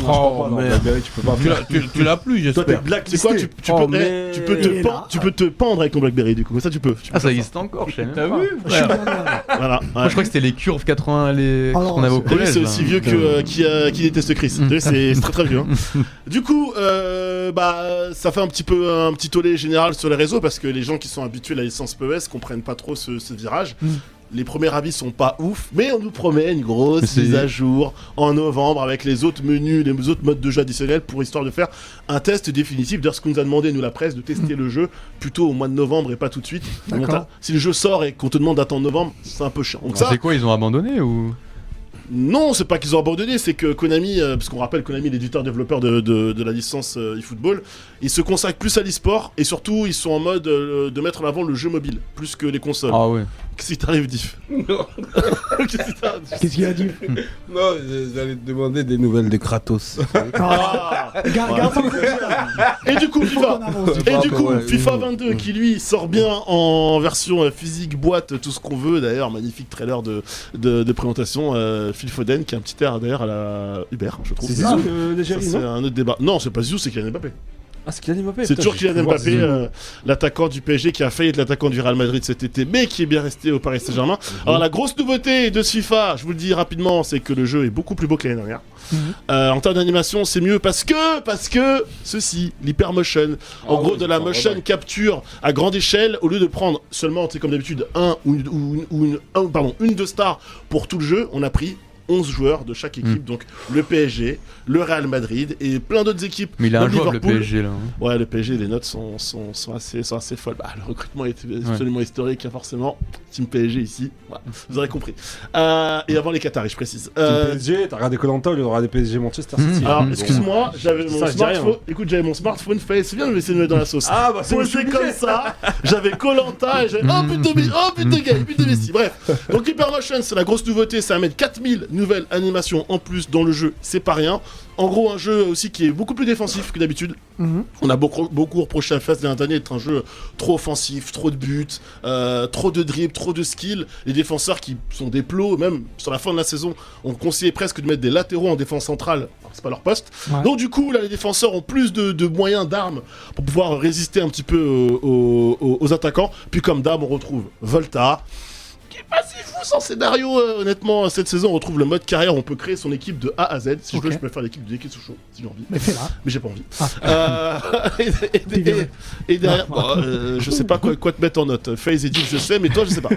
Speaker 5: Oh merde
Speaker 2: Tu peux pas
Speaker 5: Tu l'as- tu- Tu l'as plus
Speaker 2: Toi, t'es
Speaker 5: j'espère
Speaker 3: C'est quoi tu,
Speaker 2: blacklisté.
Speaker 3: tu
Speaker 5: Oh,
Speaker 3: peux, eh,
Speaker 5: mais-
Speaker 3: tu peux
Speaker 1: Il
Speaker 3: te
Speaker 1: est
Speaker 3: pen-
Speaker 1: là.
Speaker 3: tu peux te pendre avec ton Blackberry du coup, comme ça tu peux. tu peux
Speaker 4: Ah, ça
Speaker 3: faire
Speaker 4: existe encore, je sais même
Speaker 5: T'as
Speaker 4: pas.
Speaker 5: vu
Speaker 1: Ah, Je suis pas
Speaker 5: frère
Speaker 1: là.
Speaker 3: Voilà.
Speaker 4: Moi, je crois que c'était les curves 80 les...
Speaker 2: Oh
Speaker 4: qu'on avait au
Speaker 3: T'as vu,
Speaker 4: collège.
Speaker 3: c'est aussi
Speaker 4: là. Mm.
Speaker 3: vieux que euh, qui, euh, qui déteste Chris. T'as vu, C'est c'est très très vieux. hein. Du coup, euh, bah, ça fait un petit peu un petit tollé général sur les réseaux parce que les gens qui sont habitués à la licence PES comprennent pas trop ce, ce virage. Les premiers avis sont pas ouf, mais on nous promet une grosse
Speaker 4: C'est-
Speaker 3: mise à jour en novembre avec les autres menus, les autres modes de jeu additionnels pour histoire de faire un test définitif. D'ailleurs, ce qu'on nous a demandé, nous la presse, de tester le jeu plutôt au mois de novembre et pas tout de suite.
Speaker 1: D'accord.
Speaker 3: Donc, Si le jeu sort et qu'on te demande d'attendre novembre, c'est un peu chiant. Donc,
Speaker 4: Ah,
Speaker 3: ça,
Speaker 4: C'est quoi, ils ont abandonné ou
Speaker 3: non, c'est pas qu'ils ont abandonné, c'est que Konami, euh, parce qu'on rappelle Konami, l'éditeur développeur de, de- de la licence euh, eFootball, ils se consacrent plus à l'e-sport et surtout ils sont en mode euh, de mettre en avant le jeu mobile plus que les consoles.
Speaker 4: Ah ouais.
Speaker 3: Qu'est-ce qui t'arrive, Diff Qu'est-ce qui t'arrive
Speaker 1: Qu'est-ce qu'il a dit
Speaker 5: Non, je- j'allais te demander des nouvelles de Kratos.
Speaker 3: Ah
Speaker 1: Garde, garde ton
Speaker 3: Et du coup,
Speaker 1: faut qu'on
Speaker 3: FIFA,
Speaker 1: avance.
Speaker 3: et du coup,
Speaker 5: Ouais,
Speaker 3: FIFA
Speaker 5: ouais.
Speaker 3: 22 qui lui sort bien en version euh, physique, boîte, tout ce qu'on veut. D'ailleurs, magnifique trailer de, de, de présentation. euh, Phil Foden qui a un petit air d'ailleurs à la Uber, je trouve.
Speaker 2: C'est
Speaker 3: Ça,
Speaker 14: Ah,
Speaker 2: Zizou, le-
Speaker 3: c'est
Speaker 14: euh,
Speaker 2: l'Algérie, non
Speaker 3: un autre débat. Non, c'est pas Zizou, c'est Kylian Mbappé.
Speaker 2: Ah, c'est Kylian Mbappé.
Speaker 14: C'est
Speaker 2: putain,
Speaker 14: toujours
Speaker 2: j'ai
Speaker 14: Kylian
Speaker 2: cru voir
Speaker 14: Mbappé,
Speaker 2: Zidane.
Speaker 14: euh, l'attaquant du PSG qui a failli être l'attaquant du Real Madrid cet été, mais qui est bien resté au Paris Saint-Germain.
Speaker 2: Mhm.
Speaker 14: Alors la grosse nouveauté de ce FIFA, je vous le dis rapidement, c'est que le jeu est beaucoup plus beau que l'année dernière. Euh, en termes d'animation, c'est mieux parce que, parce que, ceci, l'hypermotion. euh, En gros, de la
Speaker 2: Ah,
Speaker 14: motion capture à grande échelle, au lieu de prendre seulement, tu sais, comme d'habitude, un ou une, ou une- ou une- un, pardon, une de stars pour tout le jeu, on a pris 11 joueurs de chaque
Speaker 2: Mhm.
Speaker 14: équipe, donc le PSG, le Real Madrid et plein d'autres équipes.
Speaker 4: Mais il est
Speaker 14: Même
Speaker 4: injouable, le
Speaker 14: Liverpool.
Speaker 4: PSG, là, hein.
Speaker 14: Ouais, le PSG, les notes sont, sont, sont assez, sont assez folles. Bah, le recrutement est absolument historique, hein, forcément. Team PSG ici, Voilà, vous aurez compris. Euh, et avant les Qataris, je précise. Euh,
Speaker 2: Team PSG, t'as regardé Colanta, il aura des PSG Manchester
Speaker 14: Mmh.
Speaker 2: City.
Speaker 14: Alors, excuse-moi, j'avais
Speaker 2: Ça,
Speaker 14: mon
Speaker 2: je hein. dis rien.
Speaker 14: smartphone. Écoute, j'avais mon smartphone face. C'est bien de me laisser me mettre dans la sauce.
Speaker 2: Ah, bah, c'est
Speaker 14: Posé
Speaker 2: je suis
Speaker 14: comme
Speaker 2: obligé.
Speaker 14: ça. J'avais Colanta et j'avais. Oh but de Messi, oh but de Gaël, but de Messi. Bref. Donc, Hypermotion, c'est la grosse nouveauté. Ça amène 4000 nouvelles animations en plus dans le jeu. C'est pas rien. En gros, un jeu aussi qui est beaucoup plus défensif que d'habitude. On a beaucoup, beaucoup reproché à FAS l'an dernier d'être un jeu trop offensif, trop de buts, euh, trop de dribbles, trop de skills. Les défenseurs qui sont des plots, même sur la fin de la saison, on conseillait presque de mettre des latéraux en défense centrale. Alors, C'est pas leur poste.
Speaker 1: Ouais.
Speaker 14: Donc du coup, là, les défenseurs ont plus de, de moyens d'armes pour pouvoir résister un petit peu euh, aux, aux- aux attaquants. Puis comme d'hab, on retrouve Volta, qui est pas si fou sans scénario, euh, honnêtement. Cette saison, on retrouve le mode carrière. On peut créer son équipe de A à Z. Si je veux, je peux faire l'équipe de Deketsucho, si j'ai envie.
Speaker 1: Mais fais-la. Ah.
Speaker 14: Mais j'ai pas envie. Euh, et, et- et- et derrière, bon, euh, je sais pas quoi, quoi te mettre en note. FaZe et Div, je sais, mais toi, je sais pas.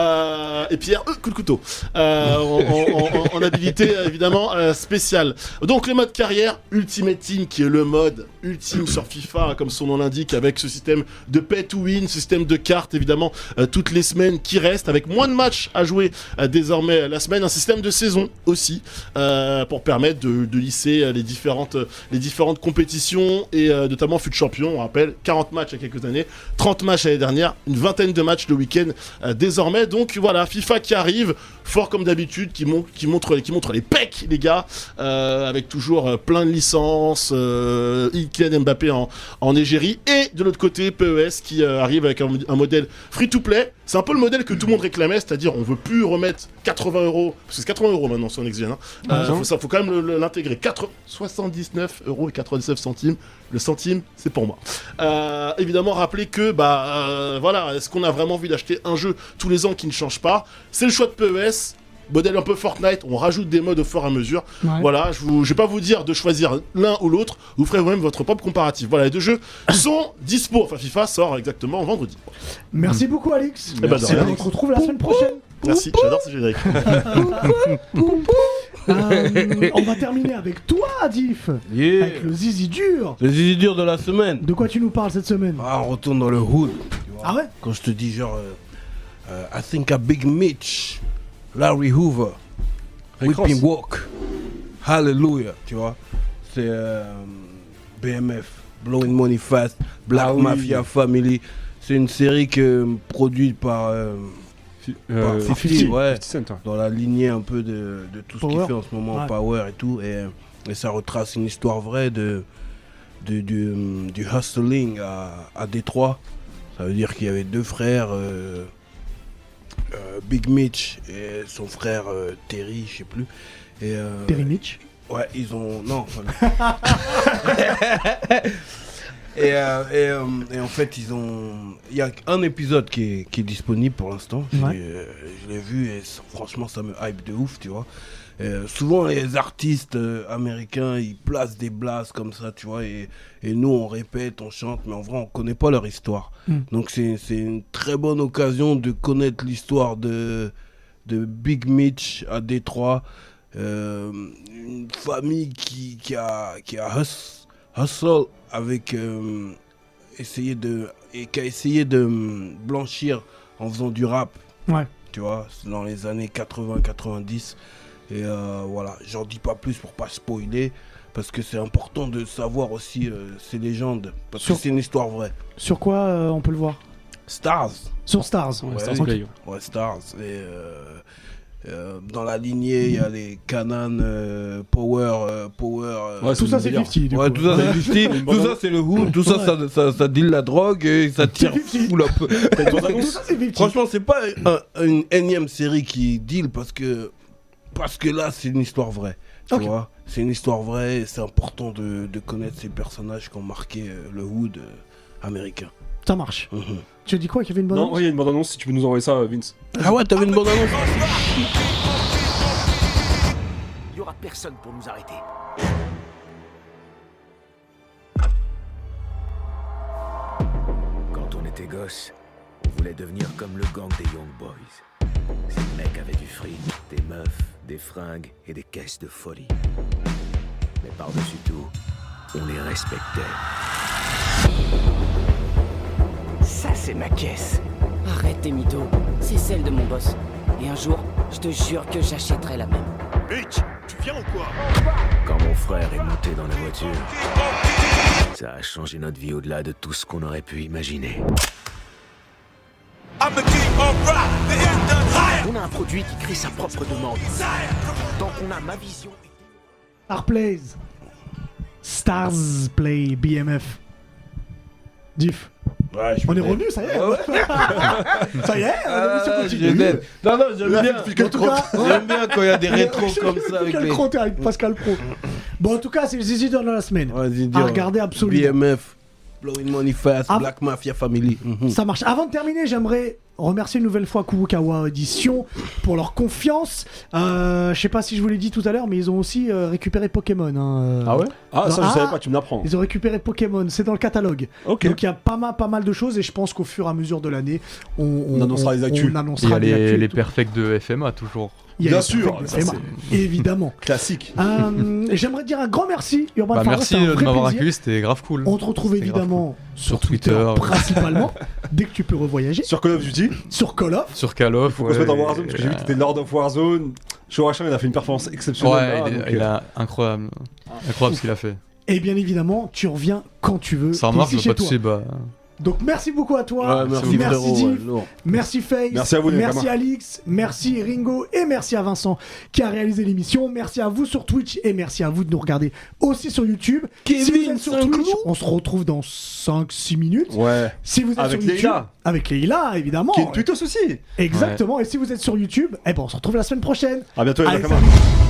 Speaker 14: Euh, et Pierre, euh, coup de couteau. Euh, en, en- en- en habilité, euh, évidemment, euh, spéciale. Donc, le mode carrière, Ultimate Team, qui est le mode ultime sur FIFA, hein, comme son nom l'indique, avec ce système de pay to win, ce système de cartes, évidemment, euh, toutes les semaines qui restent, avec moins de matchs à jouer euh, désormais euh, la semaine, un système de saison aussi, euh, pour permettre de, de lisser euh, les différentes, les différentes compétitions et euh, notamment fut champion, on rappelle, 40 matchs il y a quelques années, 30 matchs l'année dernière, une vingtaine de matchs le week-end euh, désormais. Donc voilà, FIFA qui arrive, fort comme d'habitude, qui, mon- qui, montre, qui montre les pecs, les gars, euh, avec toujours euh, plein de licences, euh, Kylian Mbappé en, en Égérie, et de l'autre côté, PES qui euh, arrive avec un, un modèle free-to-play. C'est un peu le modèle que tout le monde réclamait, c'est-à-dire on veut plus remettre 80 euros, parce que c'est 80 euros maintenant sur Next Gen, hein.
Speaker 3: Bah,
Speaker 14: Euh,
Speaker 2: Ah,
Speaker 14: faut ça, faut quand même le- le- l'intégrer. 4 79 euros et 99 centimes. Le centime, c'est pour moi. Euh, évidemment, rappelez que, bah, euh, voilà, est-ce qu'on a vraiment envie d'acheter un jeu tous les ans qui ne change pas C'est le choix de PES. Modèle un peu Fortnite, on rajoute des modes au fur et à mesure.
Speaker 1: Ouais.
Speaker 14: Voilà, je, vous, je vais pas vous dire de choisir l'un ou l'autre, vous ferez vous-même votre propre comparatif. Voilà, les deux jeux sont dispo. Enfin, FIFA sort exactement vendredi.
Speaker 1: Merci beaucoup, Alex.
Speaker 14: Eh ben, de
Speaker 1: Merci,
Speaker 14: rien.
Speaker 1: on se retrouve la semaine prochaine.
Speaker 14: Merci, j'adore ce générique.
Speaker 1: Euh, on va terminer avec toi, Adif.
Speaker 3: Yeah.
Speaker 1: Avec le zizi dur.
Speaker 3: Les idées dures de la semaine.
Speaker 1: De quoi tu nous parles cette semaine
Speaker 3: Ah, on retourne dans le hood. tu vois.
Speaker 1: Ah ouais
Speaker 3: Quand je te dis genre, euh, euh, I think a big Mitch, Larry Hoover, Whipping Walk, Hallelujah, tu vois. C'est euh, BMF, Blowing Money Fast, Black
Speaker 2: Ah oui.
Speaker 3: Mafia Family. C'est une série que, euh, produite par. euh, par
Speaker 2: euh,
Speaker 3: Fifi,
Speaker 2: 50,
Speaker 3: ouais,
Speaker 2: 50 Cent, ouais.
Speaker 3: dans la lignée un peu de, de tout ce
Speaker 2: Power.
Speaker 3: qu'il fait en ce moment,
Speaker 2: Ouais.
Speaker 3: Power et tout, et, et ça retrace une histoire vraie de, de- du, du hustling à, à Détroit. Ça veut dire qu'il y avait deux frères, euh, euh, Big Mitch et son frère euh, Terry, je sais plus. Et, euh,
Speaker 1: Terry Mitch
Speaker 3: Ouais, ils ont. Non. enfin, et, euh, et, euh, et en fait, ils ont. Il y a un épisode qui est, qui est disponible pour l'instant. Je
Speaker 1: Ouais.
Speaker 3: l'ai- euh, je l'ai vu et ça- franchement, ça me hype de ouf, tu vois. Euh, souvent, les artistes euh, américains, ils placent des blases comme ça, tu vois. Et, et nous, on répète, on chante, mais en vrai, on connaît pas leur histoire.
Speaker 1: Mm.
Speaker 3: Donc, c'est c'est une très bonne occasion de connaître l'histoire de, de Big Mitch à Détroit. Euh, une famille qui, qui a, qui a hus- hustle avec euh, essayer de et qui a essayé de hum, blanchir en faisant du rap
Speaker 1: Ouais.
Speaker 3: tu vois dans les années 80 90 et euh, voilà j'en dis pas plus pour pas spoiler parce que c'est important de savoir aussi euh, ces légendes parce
Speaker 1: Sur-
Speaker 3: que c'est une histoire vraie
Speaker 1: Sur quoi euh, on peut le voir
Speaker 3: Stars.
Speaker 1: Sur Stars.
Speaker 3: Ouais,
Speaker 1: Ok.
Speaker 3: oui. Ouais, Stars. Et, euh, euh, dans la lignée, il y a les Canan euh, Power. euh, Power euh,
Speaker 1: Ouais, c'est Tout ça, le c'est délire. 50, du
Speaker 3: Ouais,
Speaker 1: coup.
Speaker 3: tout ça, c'est 50. tout ça, c'est le hood. Tout ça, ça, ça, ça deal la drogue et ça tire fou la peu. Franchement, c'est pas un- une énième série qui deal parce que, parce que là, c'est une histoire vraie. Tu vois C'est une histoire vraie et c'est important de, de connaître ces personnages qui ont marqué euh, le Hood euh, américain.
Speaker 1: Ça marche.
Speaker 3: Mhm.
Speaker 1: Tu as dit quoi qu'il y avait une bonne
Speaker 2: Non, ouais, il y a une bande-annonce si tu peux nous envoyer ça, euh, Vince.
Speaker 3: Ah ouais, t'avais une bande-annonce
Speaker 15: Il y aura personne pour nous arrêter. Quand on était gosse, on voulait devenir comme le gang des Young Boys. Ces mecs avaient du fric, des meufs, des fringues et des caisses de folie. Mais par-dessus tout, on les respectait.
Speaker 16: Ça, c'est ma caisse. Arrête tes mythos. C'est celle de mon boss. Et un jour, je te jure que j'achèterai la même.
Speaker 15: Bitch, tu viens ou quoi Quand mon frère est monté dans la voiture, ça a changé notre vie au-delà de tout ce qu'on aurait pu imaginer.
Speaker 16: On a un produit qui crée sa propre demande. Tant qu'on a ma vision.
Speaker 1: Star Plays. Stars Play BMF. Diff. on est revenu, ça y est. ça y est, euh, l'émission
Speaker 3: Ah,
Speaker 1: continue.
Speaker 3: je l'aime. Non, non, j'aime
Speaker 1: La
Speaker 3: bien.
Speaker 1: fête du
Speaker 3: Quand- J'aime bien quand il y a des rétros comme ça avec
Speaker 1: Quel
Speaker 3: les-
Speaker 1: crotte avec Pascal Pro. Bon, en tout cas, c'est les Zizi de la semaine. à regarder absolument.
Speaker 3: BMF, Blowing Money Fast,
Speaker 1: Ah.
Speaker 3: Black Mafia Family. Mhm.
Speaker 1: Ça marche. Avant de terminer, j'aimerais remercier une nouvelle fois Kubukawa Edition pour leur confiance. Euh, je sais pas si je vous l'ai dit tout à l'heure, mais ils ont aussi euh, récupéré Pokémon. hein, euh.
Speaker 2: Ah ouais Ah, ça, je savais pas, tu me l'apprends.
Speaker 1: Ils ont récupéré Pokémon, c'est dans le catalogue. Donc il y a pas mal, pas mal de choses et je pense qu'au fur et à mesure de l'année, on,
Speaker 2: On annoncera les actus.
Speaker 1: on
Speaker 4: Il y
Speaker 1: annoncera
Speaker 4: a
Speaker 1: les
Speaker 4: les,
Speaker 1: actus.
Speaker 4: les perfects de FMA toujours.
Speaker 1: Il y a Bien les sûr, perfects de ça, FMA, c'est- évidemment.
Speaker 2: Classique.
Speaker 1: Euh, J'aimerais dire un grand merci, Urban
Speaker 4: Bah,
Speaker 1: Farah,
Speaker 4: merci
Speaker 1: c'est un
Speaker 4: euh, de
Speaker 1: vrai
Speaker 4: m'avoir
Speaker 1: plaisir.
Speaker 4: accueilli, c'était grave cool.
Speaker 1: On te retrouve
Speaker 4: C'était grave
Speaker 1: évidemment
Speaker 4: cool. sur Twitter,
Speaker 1: principalement dès que tu peux revoyager.
Speaker 2: Sur Call of Duty
Speaker 1: Sur Call of.
Speaker 4: sur Call of.
Speaker 2: Faut qu'on se mette en
Speaker 4: ouais,
Speaker 2: Warzone parce que j'ai vu que
Speaker 4: euh,
Speaker 2: t'étais Lord of Warzone. Shoracha, il a fait une performance exceptionnelle. là,
Speaker 4: Ouais, il, est-
Speaker 2: donc,
Speaker 4: il
Speaker 2: euh,
Speaker 4: a incroyable. Incroyable ce qu'il a fait.
Speaker 1: Et bien évidemment, tu reviens quand tu veux.
Speaker 4: Ça remarque,
Speaker 1: t'es
Speaker 4: je
Speaker 1: ici
Speaker 4: veux pas
Speaker 1: chez
Speaker 4: toucher.
Speaker 1: Euh, toi.
Speaker 4: Bah,
Speaker 1: Donc merci beaucoup à toi.
Speaker 4: Ouais, merci, frérot,
Speaker 1: Div.
Speaker 4: ouais, lourd.
Speaker 1: merci Face.
Speaker 4: Merci à vous, les
Speaker 1: Merci
Speaker 4: gamins.
Speaker 1: Alix. Merci Ringo. Et merci à Vincent qui a réalisé l'émission. Merci à vous sur Twitch. Et merci à vous de nous regarder aussi sur YouTube. si vous êtes sur Twitch, on se retrouve dans 5-6 minutes.
Speaker 2: Ouais.
Speaker 1: Si vous êtes
Speaker 2: Avec
Speaker 1: sur YouTube,
Speaker 2: Leïla.
Speaker 1: avec Leïla, évidemment. Qui est
Speaker 2: plutôt souci.
Speaker 1: Exactement. Et si vous êtes sur YouTube, eh ben, on se retrouve la semaine prochaine.
Speaker 2: À bientôt, les
Speaker 1: Allez,
Speaker 2: Nakama.
Speaker 1: salut.